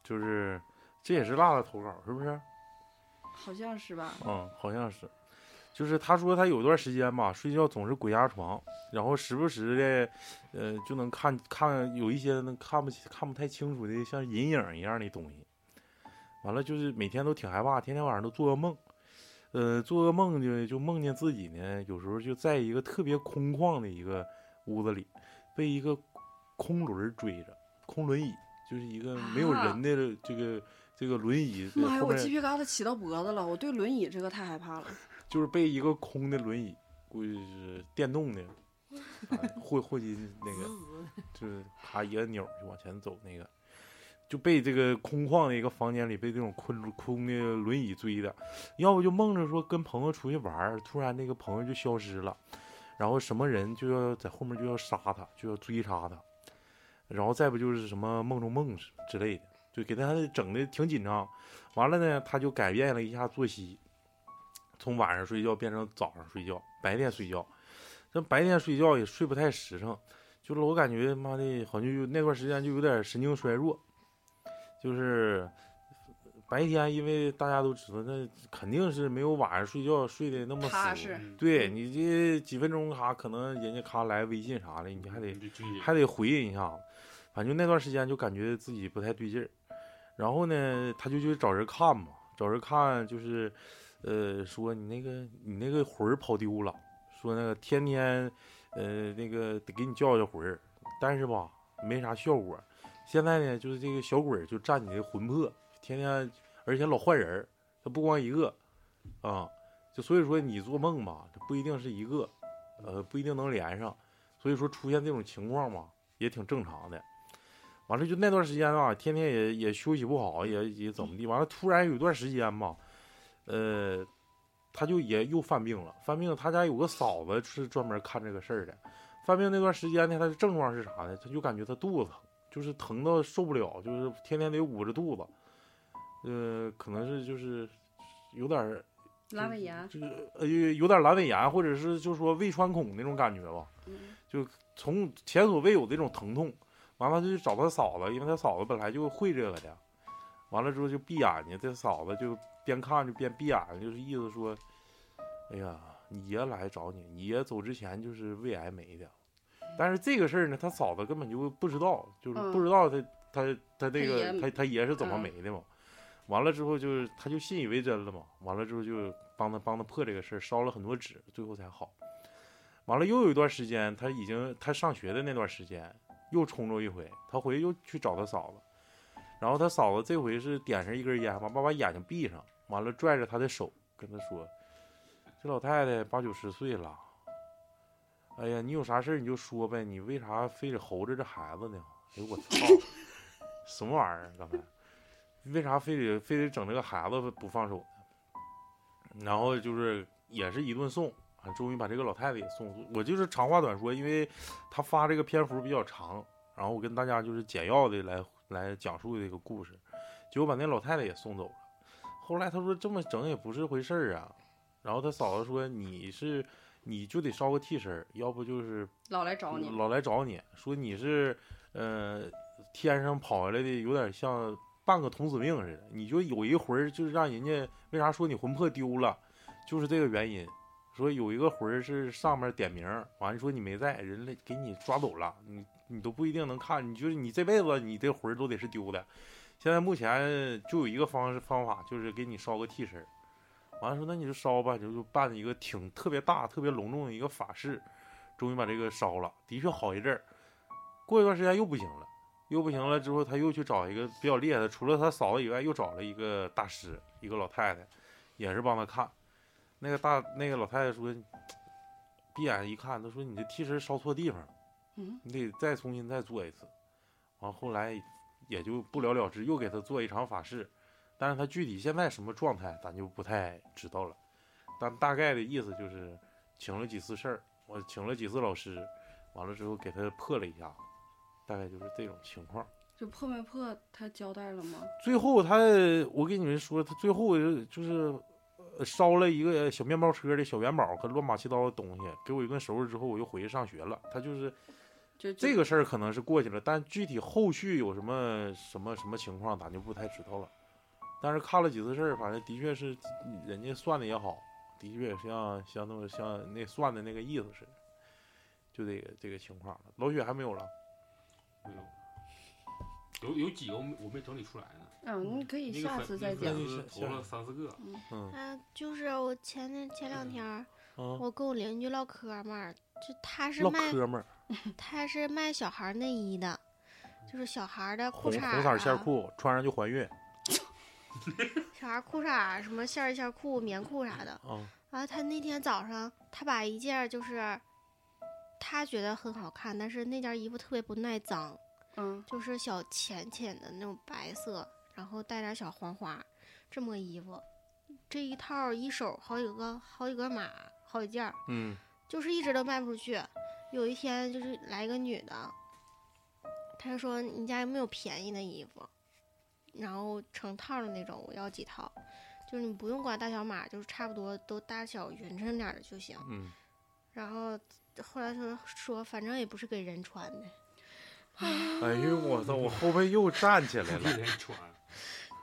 A: 就是这也是辣辣投稿，是不是？
G: 好像是吧？
A: 嗯，好像是，就是他说他有段时间吧，睡觉总是鬼压床，然后时不时的，呃，就能看看有一些能看不清看不太清楚的像阴影一样的东西。完了就是每天都挺害怕，天天晚上都做噩梦，呃，做噩梦就就梦见自己呢，有时候就在一个特别空旷的一个屋子里，被一个空轮儿追着，空轮椅就是一个没有人的这个、这个轮椅，
G: 啊妈呀，
A: 后
G: 我
A: 面
G: 鸡皮疙瘩起到脖子了，我对轮椅这个太害怕了。
A: 就是被一个空的轮椅，估计是电动的，啊霍霍金那个，就是咔一按钮就往前走那个，就被这个空旷的一个房间里被这种空空的轮椅追的，要不就梦着说跟朋友出去玩儿，突然那个朋友就消失了，然后什么人就要在后面就要杀他，就要追杀他，然后再不就是什么梦中梦之类的，就给他整的挺紧张。完了呢，他就改变了一下作息，从晚上睡觉变成早上睡觉，白天睡觉，这白天睡觉也睡不太实诚，就是我感觉妈的，好像就那段时间就有点神经衰弱，就是白天因为大家都知道，那肯定是没有晚上睡觉睡得那么
G: 踏
A: 死。
B: 嗯
G: 实，
A: 对你这几分钟咔，可能人家咔来微信啥的，你还得还得回应一下子。反正那段时间就感觉自己不太对劲儿，然后呢，他就去找人看嘛，找人看就是，呃，说你那个你那个魂儿跑丢了，说那个天天，呃，那个得给你叫叫魂儿，但是吧没啥效果。现在呢，就是这个小鬼儿就占你的魂魄，天天而且老换人儿，他不光一个，啊、就所以说你做梦吧，它不一定是一个，呃，不一定能连上，所以说出现这种情况吧，也挺正常的。完了就那段时间吧，天天也也休息不好，也也怎么地，完了突然有一段时间吧，呃，他就也又犯病了，犯病他家有个嫂子是专门看这个事儿的，犯病那段时间呢，他的症状是啥呢？他就感觉他肚子疼，就是疼到受不了，就是天天得捂着肚子，呃，可能是就是有点儿
G: 阑尾炎，
A: 就是呃有有点阑尾炎，或者是就说胃穿孔那种感觉吧，就从前所未有的这种疼痛。完了，他就找他嫂子，因为他嫂子本来就会这个的。完了之后就闭眼睛，这嫂子就边看就边闭眼睛，就是意思说，哎呀，你爷来找你，你爷走之前就是胃癌没的。但是这个事儿呢，他嫂子根本就不知道，就是
G: 嗯
A: 不知道他、他他这
G: 他
A: 个
G: 爷
A: 他他爷是怎么
G: 嗯
A: 没的嘛。完了之后就是他就信以为真了嘛。完了之后就帮他帮他破这个事儿，烧了很多纸，最后才好。完了又有一段时间，他已经他上学的那段时间又冲着一回，他回去又去找他嫂子，然后他嫂子这回是点上一根烟，完把把眼睛闭上，完了拽着他的手跟他说：“这老太太八九十岁了，哎呀，你有啥事儿你就说呗，你为啥非得吼着这孩子呢？哎呦我操，什么玩意儿？啊刚才为啥非得非得整这个孩子不放手呢？然后就是也是一顿送。”啊，终于把这个老太太也送出。我就是长话短说，因为他发这个篇幅比较长，然后我跟大家就是简要的来来讲述这个故事。结果把那老太太也送走了。后来他说这么整也不是回事儿啊。然后他嫂子说你是你就得烧个替身儿，要不就是
G: 老来找你，
A: 老来找你说你是呃天上跑下来的，有点像半个童子命似的，你就有一魂儿，就是让人家为啥说你魂魄丢了，就是这个原因。说有一个魂儿是上面点名儿，完了说你没在，人类给你抓走了，你你都不一定能看，你就是你这辈子你这魂儿都得是丢的。现在目前就有一个方式方法，就是给你烧个替身儿。完了说那你就烧吧，就就办一个挺特别大、特别隆重的一个法事，终于把这个烧了，的确好一阵儿。过一段时间又不行了，又不行了之后，他又去找一个比较厉害的，除了他嫂子以外，又找了一个大师，一个老太太，也是帮他看。那个大那个老太太说，闭眼一看，她说你这替身烧错地方了，
G: 嗯
A: 你得再重新再做一次。完后来也就不了了之，又给他做一场法事，但是他具体现在什么状态，咱就不太知道了。但大概的意思就是，请了几次事儿，我请了几次老师，完了之后给他破了一下，大概就是这种情况。
G: 就破没破？他交代了吗？
A: 最后他，我给你们说，他最后就是就是呃烧了一个小面包车的小元宝和乱八七糟的东西，给我一顿收拾之后，我又回去上学了。他就是
G: 就
A: 这个事儿可能是过去了，但具体后续有什么什么什么情况，咱就不太知道了。但是看了几次事儿，反正的确是人家算的也好，的确像像那么像那算的那个意思似的，就这个这个情况了。老雪还没有了，
B: 有有几个我没我没整理出来呢，
G: 嗯，你可以
B: 那个
G: 下
B: 粉
G: 次再
B: 那个
G: 讲
A: 讲
B: 粉。丝
A: 下次
B: 投了三四个，
A: 嗯
F: 嗯，就是我前天前两天儿，
A: 啊，
F: 我跟我邻居唠嗑嘛儿，就他嗯是
A: 唠
F: 卖
A: 嗑们儿，
F: 他是卖小孩儿内衣的，就是小孩儿的裤
A: 红
F: 衩
A: 红色
F: 儿
A: 儿线
F: 啊，
A: 裤穿上就怀孕
F: 小孩儿裤衩儿什么线儿线儿裤、棉裤啥的。
A: 啊。
F: 然后他那天早上，他把一件儿就是他觉得很好看，但是那件儿衣服特别不耐脏，
G: 嗯，
F: 就是小浅浅的那种白色，然后带点儿小黄花，这么个衣服，这一套儿一手好几个好几个码，好几件儿，
A: 嗯
F: 就是一直都卖不出去。有一天就是来一个女的，她就说你家有没有便宜的衣服，然后成套的那种，我要几套。就是你不用管大小码，就是差不多都大小匀称点儿的就行。
H: 嗯，
F: 然后后来说说，反正也不是给人穿的，
A: 哎呦我操，我后背又站起来了。
B: 人穿，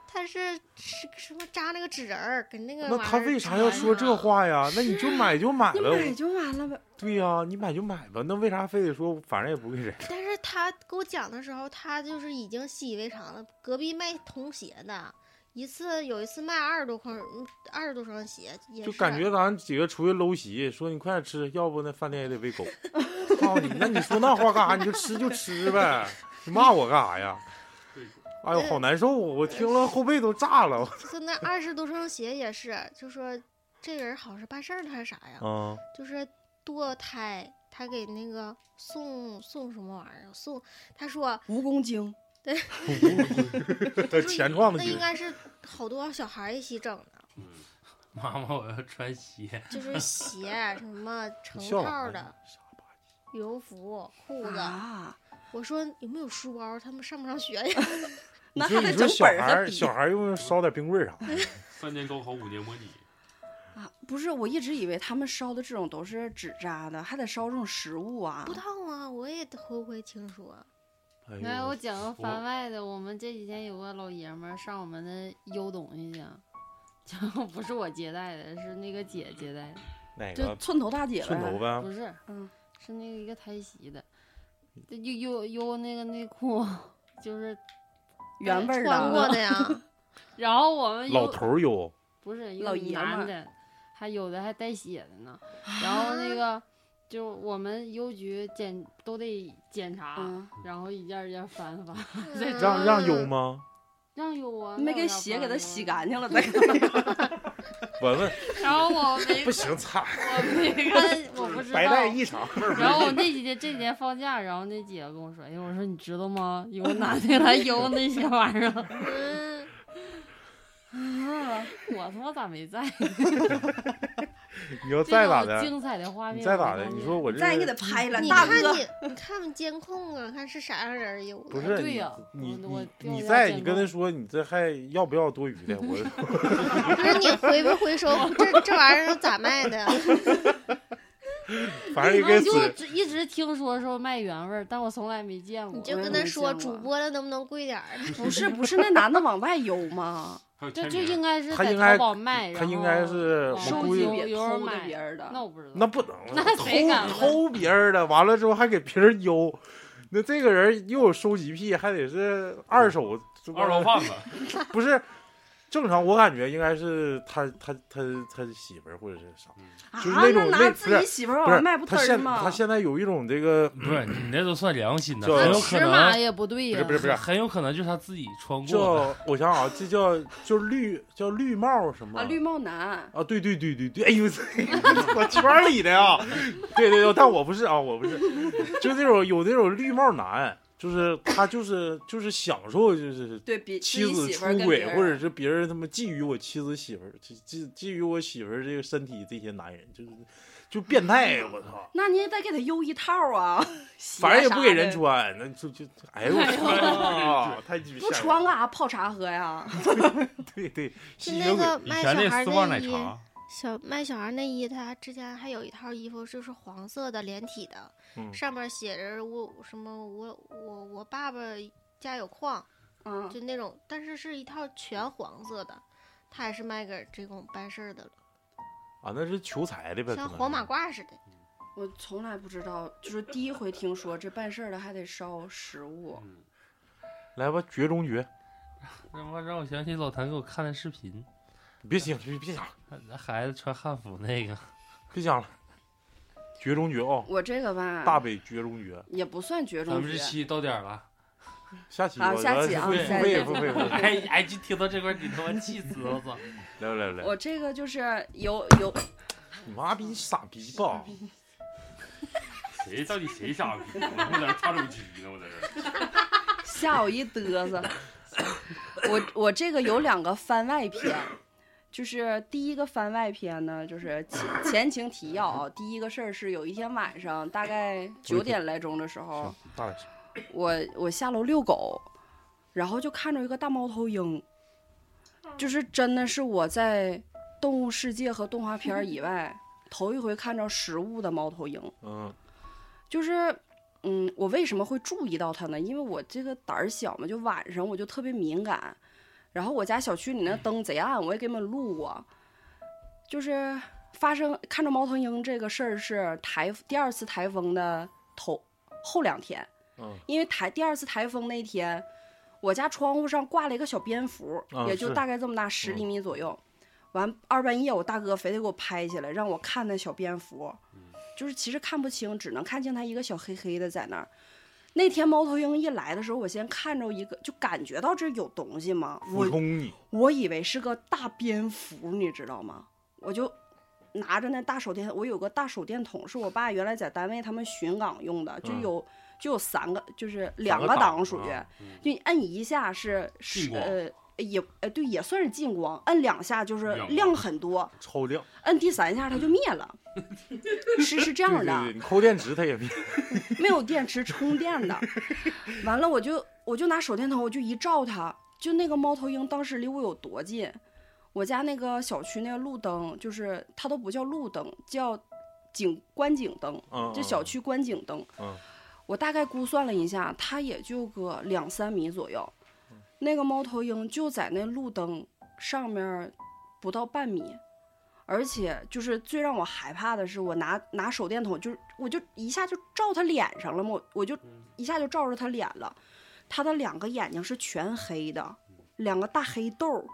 F: 它是是什么扎那个纸人儿，跟那个
A: 那
F: 玩意
A: 他
F: 儿
A: 为啥
F: 缠
A: 要说这
F: 上？
A: 话呀？那你就买就买
G: 你
A: 了，
G: 买就完了呗。
A: 对呀、你买就买吧。那为啥非得说反正也不给人？
F: 但是他给我讲的时候，他就是已经习以为常了。隔壁卖童鞋的，一次有一次卖二十多块儿，嗯二十多双鞋，也
A: 就是感觉咱几个出去搂席，说你快点吃，要不那饭店也得喂狗。操你！那你说那话干啥？你就吃就吃呗，你骂我干啥呀？哎呦，好难受！我听了后背都炸了。
F: 就那二十多双鞋也是，就说这人好像是办事儿的还是啥呀？
A: 嗯，
F: 就是堕胎，他给那个送送什么玩意儿？啊送他说
G: 蜈蚣精，
A: 这前创的
F: 那应
A: 劲。
F: 该是好多小孩儿一起整的，
D: 妈妈，我要穿鞋。
F: 就是鞋啊 什么成
A: 笑啥
F: 套
A: 呀
F: 的羽绒服、裤子。
G: 啊，
F: 我说有没有书包？他们上不上学呀？
A: 你
G: 那
A: 说
G: 还
A: 你
G: 得
A: 说
G: 整
A: 小
G: 本
A: 孩
G: 儿
A: 儿
G: 和笔
A: 小孩儿用不用烧点冰棍儿啥的？
B: 三年高考五年模拟，
G: 啊！不是，我一直以为他们烧的这种都是纸扎的，还得烧这种实物啊
F: 不。知道啊，我也头回听说。
A: 哎
C: 没有，
A: 呦
C: 我，讲个
B: 我
C: 番外的。我们这几天有个老爷们儿上我们那邮东西去，结果不是我接待的，是那个姐接待的，
A: 哪
G: 就
A: 个
G: 寸头大姐
A: 寸头
G: 呗，
A: 呗？
C: 不是，
G: 嗯，
C: 是那个一个台西的，这邮邮邮那个内裤，就是，
G: 原味儿
F: 穿过
G: 的。
F: 的呀，
C: 然后我们
A: 老
C: 邮
A: 头儿有，
C: 不是
G: 老
C: 有
G: 爷们儿啊
C: 男的，还有的还带血的呢，然后那个。就我们邮局检都得检查，
G: 嗯，
C: 然后一件一件翻翻，
F: 嗯
A: 让让有？吗？
C: 让有啊，
G: 没
C: 那有
G: 给
C: 啥
G: 鞋
C: 翻
G: 给它
C: 的
G: 洗
C: 吗
G: 干净了再给。
A: 闻闻，
C: 然后 我没
A: 不行，擦，
C: 我没看，我不知道
A: 白。带异常。
C: 然后我那几天这几天放假，然后那姐跟我说：“哎，我说你知道吗？有个男的来邮那些玩意儿。”
F: 嗯，
C: 我他妈咋没在？
A: 你要再咋
C: 这
A: 的
C: 种，精彩的画面，
A: 你再咋的，你说我这
G: 再给他拍了，
F: 你
G: 大
F: 看
G: 哥，
F: 你你看监控啊，看是啥样人儿有的。
A: 不是
C: 对
A: 你
C: 呀
A: 你
C: 我我
A: 你
C: 我
A: 你
C: 要
A: 再
C: 见
A: 你跟他
C: 光
A: 说你这还要不要多余的？我
F: 不是你回没回收？这这玩意儿咋卖的？
A: 反正也
C: 然后
A: 给
C: 就
A: 死。
C: 只一直听说说卖原味儿，但我从来没见过
F: 你。就
G: 我也
F: 跟他
G: 没见
F: 说
G: 过
F: 主播的能不能贵点儿？
G: 不是不是，那男的往外游吗？
B: 还有
C: 这
B: 签名
C: 就应该是
A: 他
C: 在
A: 应该
C: 淘宝卖，
A: 他
C: 然
A: 应该
C: 后
A: 是我
C: 收
A: 估
G: 收
A: 计
G: 集
C: 集
G: 别
C: 有人
G: 偷的
C: 买
G: 别人的，
C: 那我不知道。
A: 那不能啊，
C: 那谁敢
A: 偷偷别人的，完了之后还给别人邮，那这个人又有收集癖，还得是二手，这不
B: 二道贩子，
A: 不是正常，我感觉应该是他他他他媳妇儿或者是啥，
G: 啊，
A: 就是那种
G: 拿
A: 那
G: 自
A: 不
G: 己
A: 是
G: 媳妇儿往
A: 不
G: 外
A: 是
G: 哦卖不
A: 他
G: 嘚儿
A: 现
G: 吗？
A: 他现在有一种这个
D: 不是，你那都算良心的，
A: 这
D: 很有可
C: 尺码
D: 能，
C: 也不对
A: 不
C: 呀、
A: 是不是不是
D: 很有可能就是他自己穿过的。
A: 叫我想想啊，这叫叫绿叫绿帽什么
G: 啊，绿帽男，
A: 啊，对对对对对，哎呦， 我圈里的呀，对对对，但我不是啊，我不是，就那种有那种绿帽男，就是他就是就是享受就是
G: 对比自
A: 妻
G: 己
A: 子
G: 媳妇
A: 出
G: 儿跟别
A: 轨，
G: 人
A: 或者是别人他妈觊觎我妻子媳妇儿，觊觊觊觎我媳妇儿这个身体，这些男人就是就变态，我操，
G: 那你也得给他邮一套啊， 鞋
A: 反正也不给
G: 啥的
A: 人，穿，那就就哎呦我操，太鸡巴
G: 不
A: 吓人
G: 穿啊
A: 了，
G: 干啥泡茶喝呀？
A: 对对，
F: 就
A: 吸血
F: 那
A: 鬼
F: 个
B: 以
F: 卖小
B: 前那
F: 孩
B: 丝袜
F: 内
B: 奶
F: 衣，
B: 茶，啊
F: 小卖小孩内衣，他之前还有一套衣服，就是黄色的连体的，
A: 嗯
F: 上面写着我什么我我我爸爸家有矿，
G: 嗯，
F: 就那种，但是是一套全黄色的，他也是卖给这种办事儿的了，
A: 啊，那是求财的呗，
F: 像
A: 可能
F: 黄马
A: 是
F: 褂似的。
G: 我从来不知道，就是第一回听说这办事儿的还得烧食物，
A: 来吧，绝中绝，
D: 他妈让我想起老谭给我看的视频，
A: 别想别别想了。
D: 那孩子穿汉服那个，
A: 别讲了，绝中绝哦，
G: 我这个吧，
A: 大北绝中绝，
G: 也不算绝
D: 咱
G: 种
D: 们这
G: 绝，
D: 期到点儿了。
A: 下期
G: 好
A: 我
G: 下期啊
A: 付费
G: 下
A: 付
G: 期
A: 费付费付费，
D: 哎哎，就听到这块儿，你他妈气死我 操！
A: 来来来，
G: 我这个就是有有
A: 你妈逼傻逼吧？
B: 谁到底谁傻逼？我在那擦手机呢，我在这儿。
G: 吓我一嘚瑟。我我这个有两个番外篇，就是第一个番外篇呢，就是前前情提要啊。第一个事儿是有一天晚上大概九点来钟的时候，
A: 大点声，
G: 我我下楼遛狗，然后就看着一个大猫头鹰，就是真的是我在动物世界和动画片儿以外头一回看着实物的猫头鹰。
H: 嗯
G: 就是，嗯，我为什么会注意到它呢？因为我这个胆儿小嘛，就晚上我就特别敏感。然后我家小区里
H: 嗯
G: 那灯贼暗，我也给你们录过。就是发生看着猫头鹰这个事儿是台第二次台风的头后两天，
H: 嗯
G: 因为台第二次台风那天，我家窗户上挂了一个小蝙蝠，
H: 啊嗯
G: 也就是大概这么大，十厘米左右。完二半夜，我大哥非得给我拍下来，让我看那小蝙蝠，就是其实看不清，只能看清它一个小黑黑的在那儿。那天猫头鹰一来的时候，我先看着一个，就感觉到这有东西嘛，我
H: 扑通你，
G: 我以为是个大蝙蝠，你知道吗？我就拿着那大手电，我有个大手电筒，是我爸原来在单位他们巡岗用的，就
H: 嗯
G: 有、就有三个，就是两
H: 个
G: 个
H: 档
G: 档属于，
H: 啊
G: 就你摁一下是
B: 近
G: 是
B: 光
G: 呃也呃对也算是近光，摁两下就是
B: 亮光
G: 亮很多，
H: 超亮，
G: 摁第三下它就灭了，是是这
H: 这
G: 样的。啊
H: 你抠电池它也没，
G: 没有电池充电的。完了，我就我就拿手电筒，我就一照它，就那个猫头鹰当时离我有多近？我家那个小区那个路灯，就是它都不叫路灯，叫景观景灯，
H: 嗯，
G: 就小区观景灯。
H: 嗯
G: 我大概估算了一下，它也就个两三米左右。
H: 嗯
G: 那个猫头鹰就在那路灯上面不到半米，而且就是最让我害怕的是，我拿拿手电筒就是我就一下就照它脸上了嘛，我我就
H: 嗯
G: 一下就照着它脸了，它的两个眼睛是全黑的，两个大黑豆儿。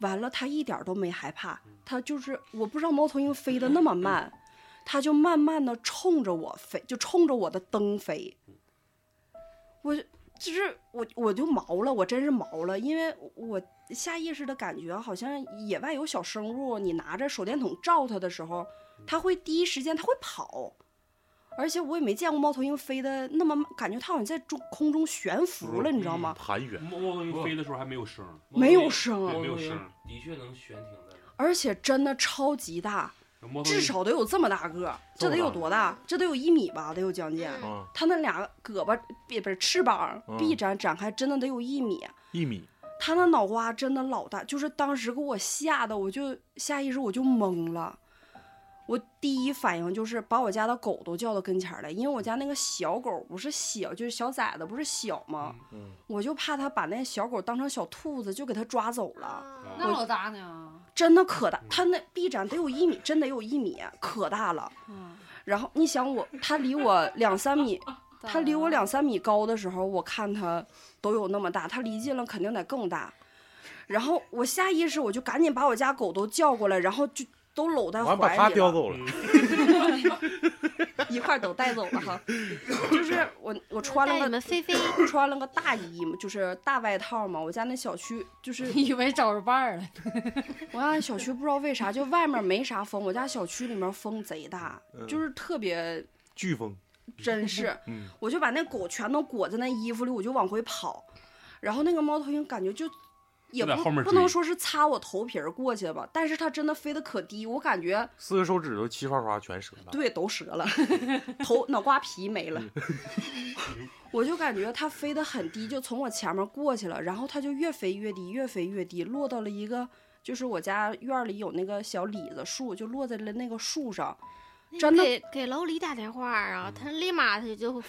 G: 完了，它一点儿都没害怕，它就是我不知道猫头鹰飞得那么慢，它就慢慢的冲着我飞，就冲着我的灯飞。我就是我我就毛了，我真是毛了，因为我下意识的感觉好像野外有小生物，你拿着手电筒照它的时候，它会第一时间它会跑，而且我也没见过猫头鹰飞的那么慢，感觉它好像在中空中悬浮了，你知道吗？
H: 嗯盘圆，
B: 猫头鹰飞的时候还没有声儿，
D: 嗯
G: 没有声
B: 对
G: 儿，
B: 没有声儿，
D: 的确能悬停的。
G: 而且真的超级大，
B: 猫头鹰
G: 至少得有这么大个儿，这得有多大？这得有一米吧，得有将近。
F: 嗯
H: 嗯，
G: 它那俩胳膊别不是翅膀
H: 嗯
G: 臂展展开，真的得有一米。
H: 一米，
G: 它那脑瓜真的老大，就是当时给我吓得，我就下意识我就懵了。我第一反应就是把我家的狗都叫到跟前儿来，因为我家那个小狗不是小，就是小崽子不是小吗？
H: 嗯
G: 我就怕它把那小狗当成小兔子就给它抓走了，
F: 啊
C: 那老大呢？
G: 真的可大，
H: 嗯
G: 它那臂展得有一米，真得有一米，可大了。
C: 嗯，
G: 然后你想我，它离我两三 米，它离我两三米高的时候，我看它都有那么大，它离近了肯定得更大。然后我下意识我就赶紧把我家狗都叫过来，然后就都搂在怀
H: 完
G: 里
H: 把它叼
G: 了，
H: 走了，
G: 一块儿都带走了哈。就是我我穿
F: 带
G: 了嗯
F: 你
G: 个
F: 们飞飞，
G: 穿了个大衣嘛，就是大外套嘛。我家那小区就是
C: 以为找着伴儿了，
G: 我家小区不知道为啥就外面没啥风，我家小区里面风贼大，
H: 嗯
G: 就是特别
H: 飓风，
G: 真 是。
H: 嗯，
G: 我就把那狗全都裹在那衣服里，我就往回跑。然后那个猫头鹰感觉就也
B: 就在
G: 不
B: 后面
G: 不
B: 追
G: 能说是擦我头皮儿过去吧，但是它真的飞得可低，我感觉
H: 四个手指头齐刷刷全折了，
G: 对都折了， 头脑瓜皮没了。
B: 嗯
G: 我就感觉它飞得很低，就从我前面过去了，然后它就越飞越低，越飞越低，落到了一个就是我家院儿里有那个小李子树，就落在了那个树上。
F: 那
G: 真
F: 你
G: 的
F: 给给老李打电话啊，他立马他就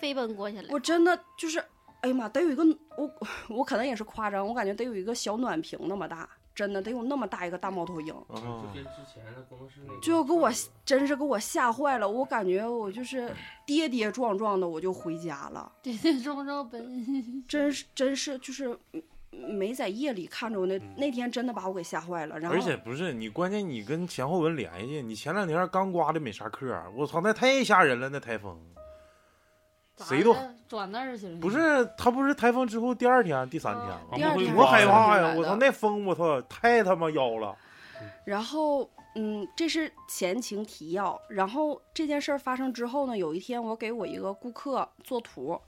F: 飞奔过去了。
G: 我真的就是，哎呀妈，得有一个我我可能也是夸张，我感觉得有一个小暖瓶那么大，真的得有那么大一个大猫头鹰，
H: 啊，
D: 之前的工作室那
G: 就给我真是给我吓坏了。我感觉我就是跌跌撞撞的，我就回家了，
C: 这这中不着奔？
G: 真是真是就是嗯没在夜里看着我那那天真的把我给吓坏了。然后
H: 而且不是你，关键你跟前后文联系，你前两天刚刮的美沙克，我操，那太吓人了，那台风。谁都
C: 咋的转那儿去了？
H: 不是他不是台风之后第二天、第三天
C: 啊
H: 吗
G: 哦第？二
B: 猫头鹰
G: 天
H: 我
B: 我
H: 害怕哎
G: 早上
H: 呀！
G: 起来
H: 我操，
G: 的
H: 那风我操太他妈妖了。
G: 然后，嗯，这是前情提要。然后这件事儿发生之后呢，有一天我给我一个顾客做图，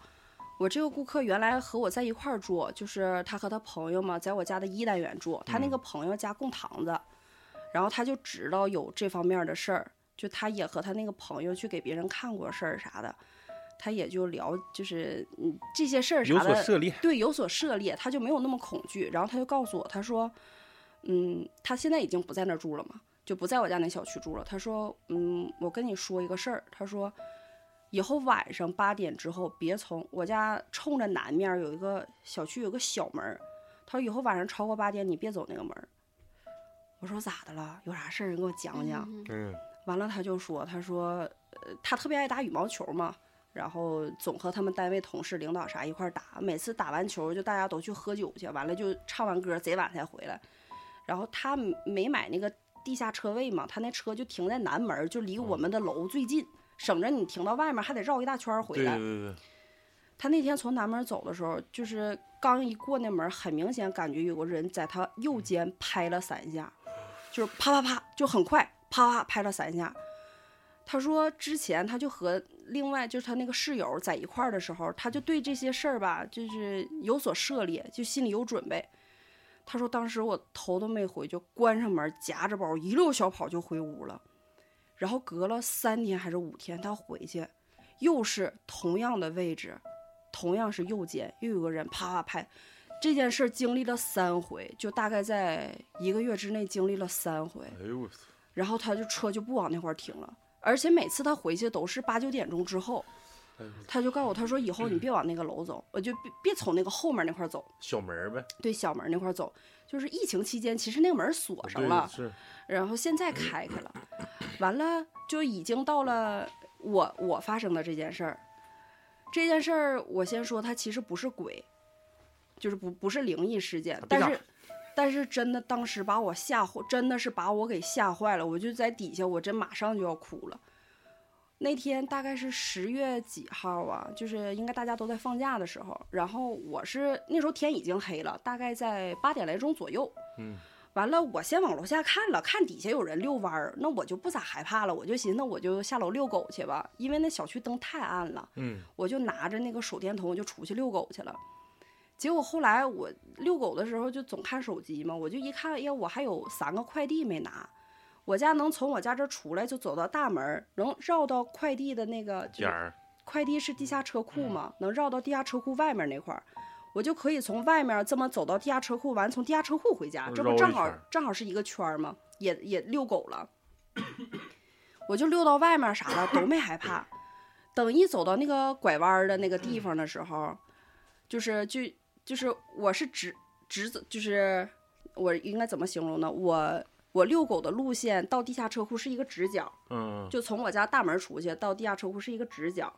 G: 我这个顾客原来和我在一块儿住，就是他和他朋友嘛，在我家的一单元住，他
H: 嗯
G: 那个朋友家供堂子，然后他就知道有这方面的事儿，就他也和他那个朋友去给别人看过事儿啥的。他也就了，就是嗯这些事儿
H: 有
G: 啥
H: 所
G: 的，
H: 涉猎，
G: 对，有所涉猎，他就没有那么恐惧。然后他就告诉我，他说，嗯，他现在已经不在那儿住了嘛，就不在我家那小区住了。他说，嗯，我跟你说一个事儿，他说，以后晚上八点之后别从我家冲着南面儿有一个小区有个小门儿，他说以后晚上超过八点你别走那个门儿。我说咋的了？有啥事儿你给我讲讲。
F: 嗯
H: 嗯，
G: 完了，他就说，他说，呃，他特别爱打羽毛球嘛，然后总和他们单位同事、领导啥一块儿打，每次打完球就大家都去喝酒去，完了就唱完歌贼晚才回来。然后他没买那个地下车位嘛，他那车就停在南门儿，就离我们的楼最近，省着你停到外面还得绕一大圈儿回
H: 对
G: 来
H: 对。对
G: 他那天从南门走的时候，就是刚一过那门，很明显感觉有个人在他右肩拍了三下，就是啪啪啪，就很快，啪啪拍了三下。他说之前他就和另外就是他那个室友在一块儿的时候，他就对这些事儿吧，就是有所涉猎，就心里有准备。他说当时我头都没回，就关上门，夹着包一溜小跑就回屋了。然后隔了三天还是五天，他回去，又是同样的位置，同样是右肩，又有个人啪啪拍。这件事儿经历了三回，就大概在一个月之内经历了三回。
H: 对，哎呦我操，
G: 然后他就车就不往那块儿停了，而且每次他回去都是八九点钟之后，
H: 哎呦
G: 他就告诉我，他说以后你别往那个楼走，我就别别从那个后面那块儿走，
H: 小门儿呗，
G: 对小门那块儿走。就是疫情期间，其实那个门儿锁上
H: 对
G: 了，
H: 是，
G: 然后现在开开了，完了就已经到了我我发生的这件事儿。这件事儿我先说，它其实不是鬼，就是不不是灵异事件，但
H: 别打
G: 是但是真的当时把我吓坏，真的是把我给吓坏了，我就在底下，我真马上就要哭了。那天大概是十月几号啊，就是应该大家都在放假的时候，然后我是那时候天已经黑了，大概在八点来钟左右，
H: 嗯，
G: 完了，我先往楼下看了，看底下有人遛弯儿，那我就不咋害怕了，我就寻思那我就下楼遛狗去吧，因为那小区灯太暗了，
H: 嗯，
G: 我就拿着那个手电筒我就出去遛狗去了。结果后来我遛狗的时候就总看手机嘛，我就一看，哎呀，我还有三个快递没拿，我家能从我家这儿出来就走到大门儿，能绕到快递的那个就是
H: 点儿，
G: 快递是地下车库
H: 嗯
G: 嘛，能绕到地下车库外面那块儿，我就可以从外面这么走到地下车库，完从地下车库回家，这
H: 绕
G: 不
H: 一
G: 正好
H: 圈儿
G: 正好是一个圈儿吗？也也遛狗了， 我就溜到外面啥的都没害怕。等一走到那个拐弯儿的那个地方的时候，就是就就是我是直直走，就是我应该怎么形容呢？我我遛狗的路线到地下车库是一个直角，
H: 嗯，
G: 就从我家大门出去到地下车库是一个直角。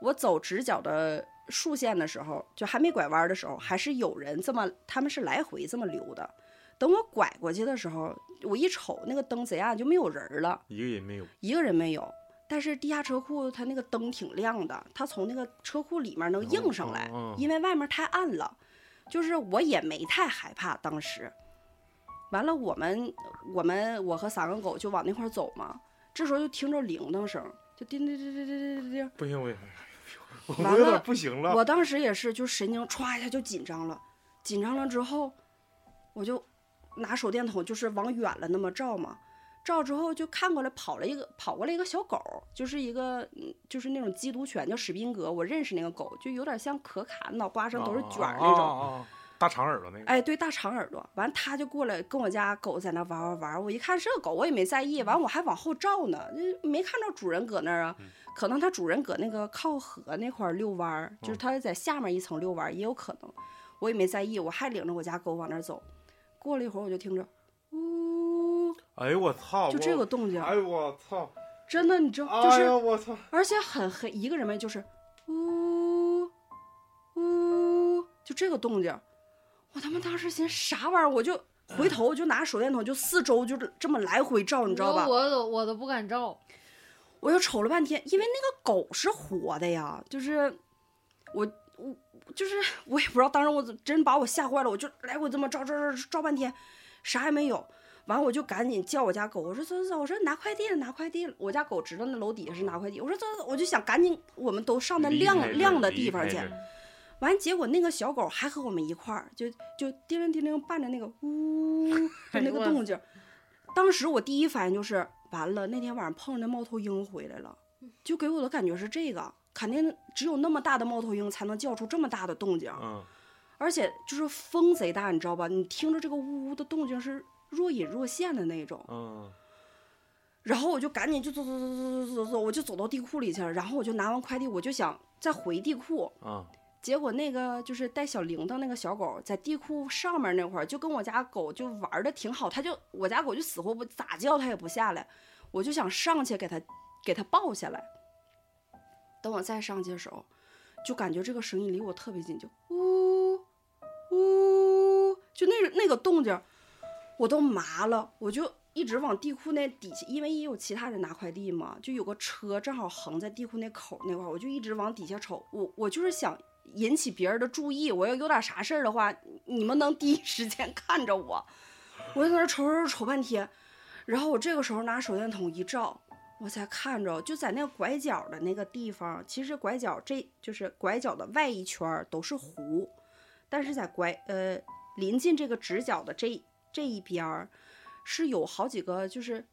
G: 我走直角的竖线的时候，就还没拐弯的时候，还是有人这么，他们是来回这么溜的。等我拐过去的时候，我一瞅那个灯贼啊暗，就没有人儿了，
H: 一个也没有，
G: 一个人没有。但是地下车库它那个灯挺亮的，它从那个车库里面能映上来，
H: 嗯嗯嗯
G: 因为外面太暗了。就是我也没太害怕，当时。完了，我们我们我和三个狗就往那块儿走嘛，这时候就听着铃铛声，就叮叮叮叮叮叮叮
H: 不行我也，
G: 完
H: 我
G: 了
H: 有点不行
G: 叮。
H: 了，
G: 我当时也是，就神经歘一下就紧张了，紧张了之后，我就拿手电筒就是往远了那么照嘛，照之后就看过来跑了一个跑过来一个小狗，就是一个嗯就是那种缉毒犬叫史宾格，我认识那个狗，就有点像可卡，脑瓜上都是卷儿那种。
H: 啊，啊啊啊大长耳朵那个，
G: 哎，对，大长耳朵。完，他就过来跟我家狗在那玩玩玩，我一看是个狗，我也没在意。
H: 嗯
G: 完，我还往后照呢，就没看着主人搁那儿啊。可能它主人搁那个靠河那块儿遛弯儿，就是
H: 嗯
G: 它在下面一层遛弯儿，也有可能。我也没在意，我还领着我家狗往那儿走。过了一会儿，我就听着，呜，
H: 哎呦我操，
G: 就这
H: 我
G: 个，动静儿，
H: 哎呦我操，
G: 真的，你知道，就
H: 哎
G: 是
H: 呦我操，
G: 而且很黑，一个人们就是呜呜，就这个动静儿。我他妈当时寻思啥玩意儿，我就回头我就拿手电筒就四周就这么来回照，你知道吧？
C: 我都我都不敢照，
G: 我又瞅了半天，因为那个狗是活的呀，就是我我就是 我也不知道，当时我怎真把我吓坏了，我就来回这么照照照照半天，啥也没有。完，我就赶紧叫我家狗，我说走走走，我说拿快递了，拿快递了。我家狗知道那楼底下是拿快递，我说走走，走我就想赶紧，我们都上那
H: 离开这
G: 亮
H: 儿
G: 亮的
H: 离
G: 地方
H: 开
G: 去
H: 这儿。
G: 完，结果那个小狗还和我们一块儿，就就叮铃叮铃伴着那个 呜，就
H: 哎
G: 那个动静儿。当时我
H: 嗯
G: 第一反应就是完了，那天晚上碰着那猫头鹰回来了，就给我的感觉是这个。肯定只有那么大的猫头鹰才能叫出这么大的动静，
H: 嗯，
G: 而且就是风贼大，你知道吧？你听着这个呜呜的动静是若隐若现的那种。
H: 嗯，
G: 然后我就赶紧就走走走走走走走，我就走到地库里去了。然后我就拿完快递，我就想再回地库。
H: 嗯，
G: 结果那个就是带小铃铛那个小狗，在地库上面那块儿，就跟我家狗就玩的挺好，它就我家狗就死活不咋叫它也不下来，我就想上去给它给它抱下来。等我再上去的时候，就感觉这个声音离我特别近，就呜呜，就那那个动静儿，我都麻了，我就一直往地库那底下，因为也有其他人拿快递嘛，就有个车正好横在地库那口那块儿，我就一直往底下瞅，我我就是想引起别人的注意，我要有点啥事儿的话，你们能第一时间看着我， 我就在那儿瞅瞅瞅半天，然后我这个时候拿手电筒一照。我才看着，就在那个拐角的那个地方，其实拐角这就是拐角的外一圈儿都是湖，但是在拐呃临近这个直角的这这一边儿，是有好几个就是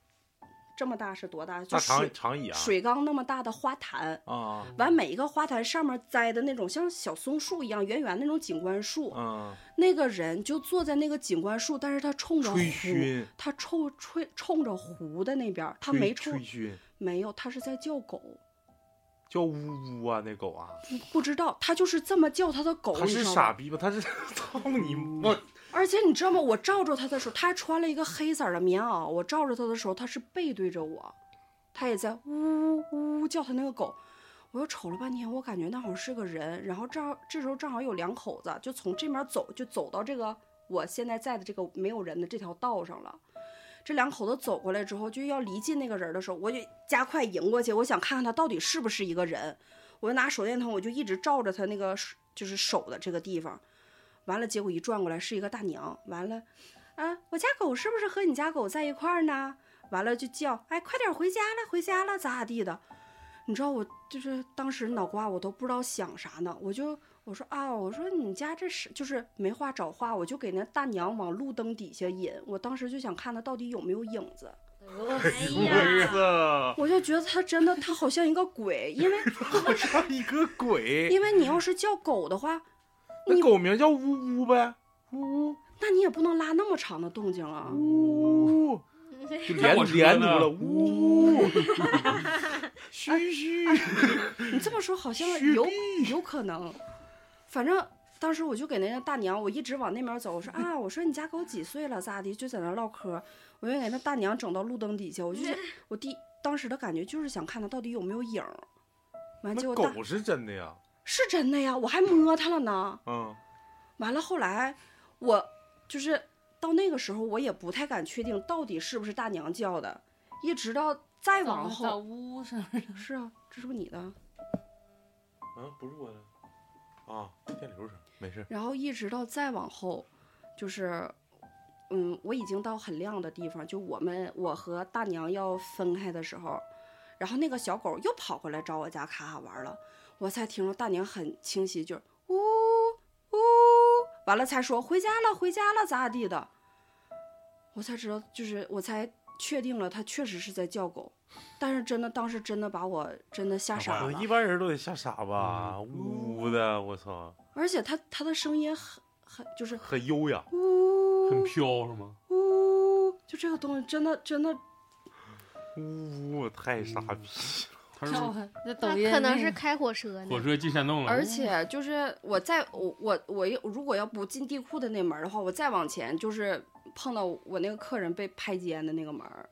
G: 这么大是多大？就
H: 大
G: 水
H: 长长椅啊，
G: 水缸那么大的花坛，
H: 啊，
G: 完每一个花坛上面栽的那种像小松树一样圆圆那种景观树，
H: 嗯，
G: 那个人就坐在那个景观树，但是他冲着湖
H: 吹，熏，
G: 他冲吹冲着湖的那边儿，他
H: 吹
G: 没冲
H: 吹熏，
G: 没有，他是在叫狗。
H: 叫呜呜啊，那狗啊，
G: 不不知道，他就是这么叫他的狗，
H: 它
G: 你知
H: 是
G: 道
H: 傻
G: 吗？
H: 逼吧？ 它是操你妈！
G: 而且你知道吗？我罩着他的时候，他还穿了一个黑色儿的棉袄。我罩着他的时候，他是背对着我，他也在呜呜呜叫他那个狗。我又瞅了半天，我感觉那好像是个人。然后正好这时候正好有两口子就从这边走，就走到这个我现在在的这个没有人的这条道上了。这两口子走过来之后，就要离近那个人的时候，我就加快迎过去，我想看看他到底是不是一个人。我就拿手电筒，我就一直照着他那个手就是手的这个地方。完了，结果一转过来是一个大娘。完了，啊，我家狗是不是和你家狗在一块儿呢？完了就叫，哎，快点回家了，回家了，咋咋地的。你知道我就是当时脑瓜我都不知道想啥呢，我就我说啊，我说你家这是就是没话找话，我就给那大娘往路灯底下引。我当时就想看她到底有没有影子，
C: 哎
H: 我
C: 呀，
H: 操！
G: 我就觉得她真的她好像一个鬼，因为
H: 我操一个鬼！
G: 因为你要是叫狗的话，
H: 那
G: 你
H: 狗名叫呜呜呗，呜呜
G: 那你也不能拉那么长的动静啊。
H: 呜呜，就连
B: 我说呢
H: 连读了呜
G: 啊
H: 呜，嘘嘘，
G: 你这么说 好像
H: 嘘
G: 啊有
H: 逼
G: 有可能，反正当时我就给那个大娘，我一直往那边走，我说啊，我说你家狗几岁了，咋的，就在那唠嗑，我就给那大娘整到路灯底下，我就想我第当时的感觉就是想看它到底有没有影儿，完结
H: 那
G: 果大
H: 狗是真的呀，
G: 是真的呀，我还摸它了呢，
H: 嗯
G: 完了后来我就是到那个时候我也不太敢确定到底是不是大娘叫的，一直到再往
C: 到
G: 后
C: 屋上
G: 是啊，这是不是你的？
H: 嗯，不是我的，啊，电流声，没事。
G: 然后一直到再往后，就是，嗯，我已经到很亮的地方，就我们我和大娘要分开的时候，然后那个小狗又跑过来找我家卡卡玩了，我才听着大娘很清晰，就是呜呜，完了才说回家了，回家了，咋咋地的，我才知道，就是我才确定了，它确实是在叫狗，但是真的当时真的把我真的吓傻
A: 我
H: 啊
G: 了，
A: 一般人都得吓傻
H: 嗯
A: 吧，呜呜的，我操，
G: 而且它它的声音很很就是
H: 很优雅，
G: 呜，
B: 很飘是吗？
G: 呜，就这个东西真的真的，
H: 呜呜，太傻逼
G: 嗯
H: 了。
B: 他是
C: 跳
B: 不
C: 啊，那
F: 那
C: 抖音
F: 可能是
C: 那个
F: 开火车
B: 是
F: 呢
B: 火。车进山洞了？
G: 而且就是我在我我我要如果要不进地库的那门儿的话，我再往前就是碰到我那个客人被拍肩的那个门儿，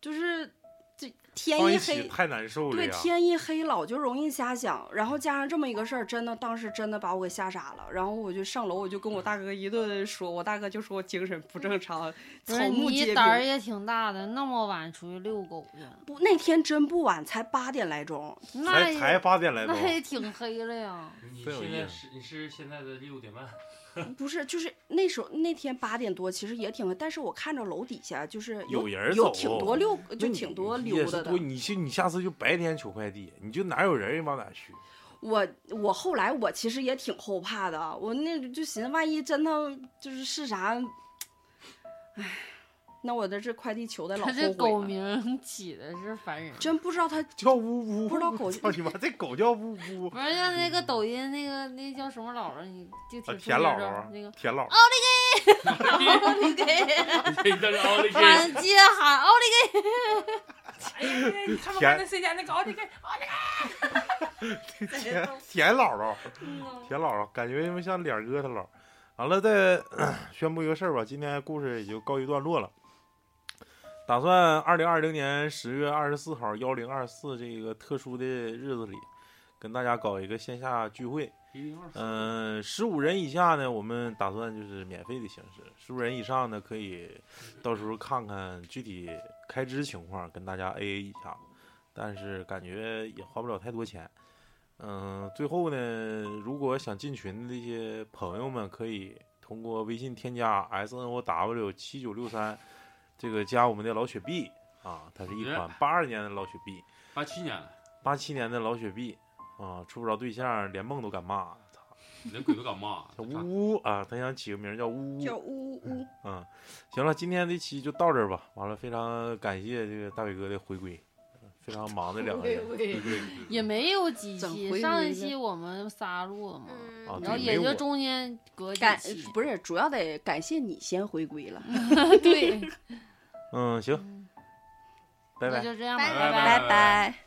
G: 就是这天
H: 放
G: 一
H: 一起
G: 黑，
H: 太难受了
G: 对
H: 呀！
G: 天一黑老就容易瞎想，然后加上这么一个事儿，真的当时真的把我给吓傻了，然后我就上楼我就跟我大哥一顿说，我大哥就说我精神不正常，
C: 不
G: 草
C: 是
G: 木皆
C: 你
G: 兵。
C: 胆儿也挺大的，那么晚出去遛狗去，
G: 不，那天真不晚，才八点来钟。
C: 那
H: 才才
C: 也
H: 八点来钟
C: 那，也挺黑了呀。
D: 你
H: 真有
D: 现
H: 意
D: 在
H: 思
D: 是你是现在的六点 半，
G: 不是，就是那时候那天八点多，其实也挺，但是我看着楼底下就是
H: 有
G: 有
H: 人
G: 有
H: 走哦
G: 挺多溜，
H: 那
G: 就
H: 你
G: 挺多
H: 你
G: 溜
H: 也
G: 达
H: 是
G: 的
H: 多。你去，你下次就白天取快递，你就哪有人往哪去？
G: 我我后来我其实也挺后怕的，我那就寻思万一真的就是是啥，唉，那我这这快递求的老
C: 他这
G: 后
C: 狗
G: 悔了，
C: 名儿 起的是烦人。
G: 真不知道它
A: 叫呜呜，
G: 不知道狗
A: 操 你妈，这狗叫呜呜
C: 不，是像那个抖音那个那叫什么姥姥，你就
A: 啊
C: 挺出
A: 田
C: 名
A: 姥
C: 的
A: 姥，
C: 那
G: 嗯
C: 个
A: 田姥，
C: 奥利给，
D: 你这是奥利给，
C: 满街喊奥利
I: 哎呀，他们刚才谁家那个奥利给，奥利给，
A: 田
G: 嗯
A: 田姥姥，
C: 给。
A: 田姥姥，感觉因为像脸哥他姥。完了再 咳宣布一个事儿吧，今天故事也就告一段落了。打算二零二零年十月二十四号幺零二四这个特殊的日子里，跟大家搞一个线下聚会。嗯，十五人以下呢，我们打算就是免费的形式；十五人以上呢，可以到时候看看具体开支情况，跟大家 AA 一下。但是感觉也花不了太多钱。嗯，最后呢，如果想进群的这些朋友们，可以通过微信添加 S N O W 七九六三，这个加我们的老雪碧啊，它是一款八二年的老雪碧。
B: 八七年了，
A: 八七年的老雪碧啊，处不着对象，连梦都敢骂，操，
B: 连鬼都敢骂，
A: 叫呜呜啊，他想起个名儿叫呜
G: 叫
A: 呜
G: 呜呜，
A: 啊。行了，今天这期就到这儿吧。完了，非常感谢这个大伟哥的回归，非常忙的
H: 哎
A: 两个人，
B: 对对
C: 也没有几
G: 整
C: 期，
G: 回
C: 上
G: 回
C: 一
G: 的
C: 期我们仨录了嘛，
A: 啊
F: 嗯，
C: 然后
A: 对
C: 也
A: 没
C: 就
A: 我
C: 中间隔几
G: 感
C: 期。
G: 不是主要得感谢你先回归了，
C: 对，
A: 嗯，行，
C: 嗯
A: 拜拜
C: 那。就这样吧，
F: 拜
C: 拜
B: 拜
G: 拜拜。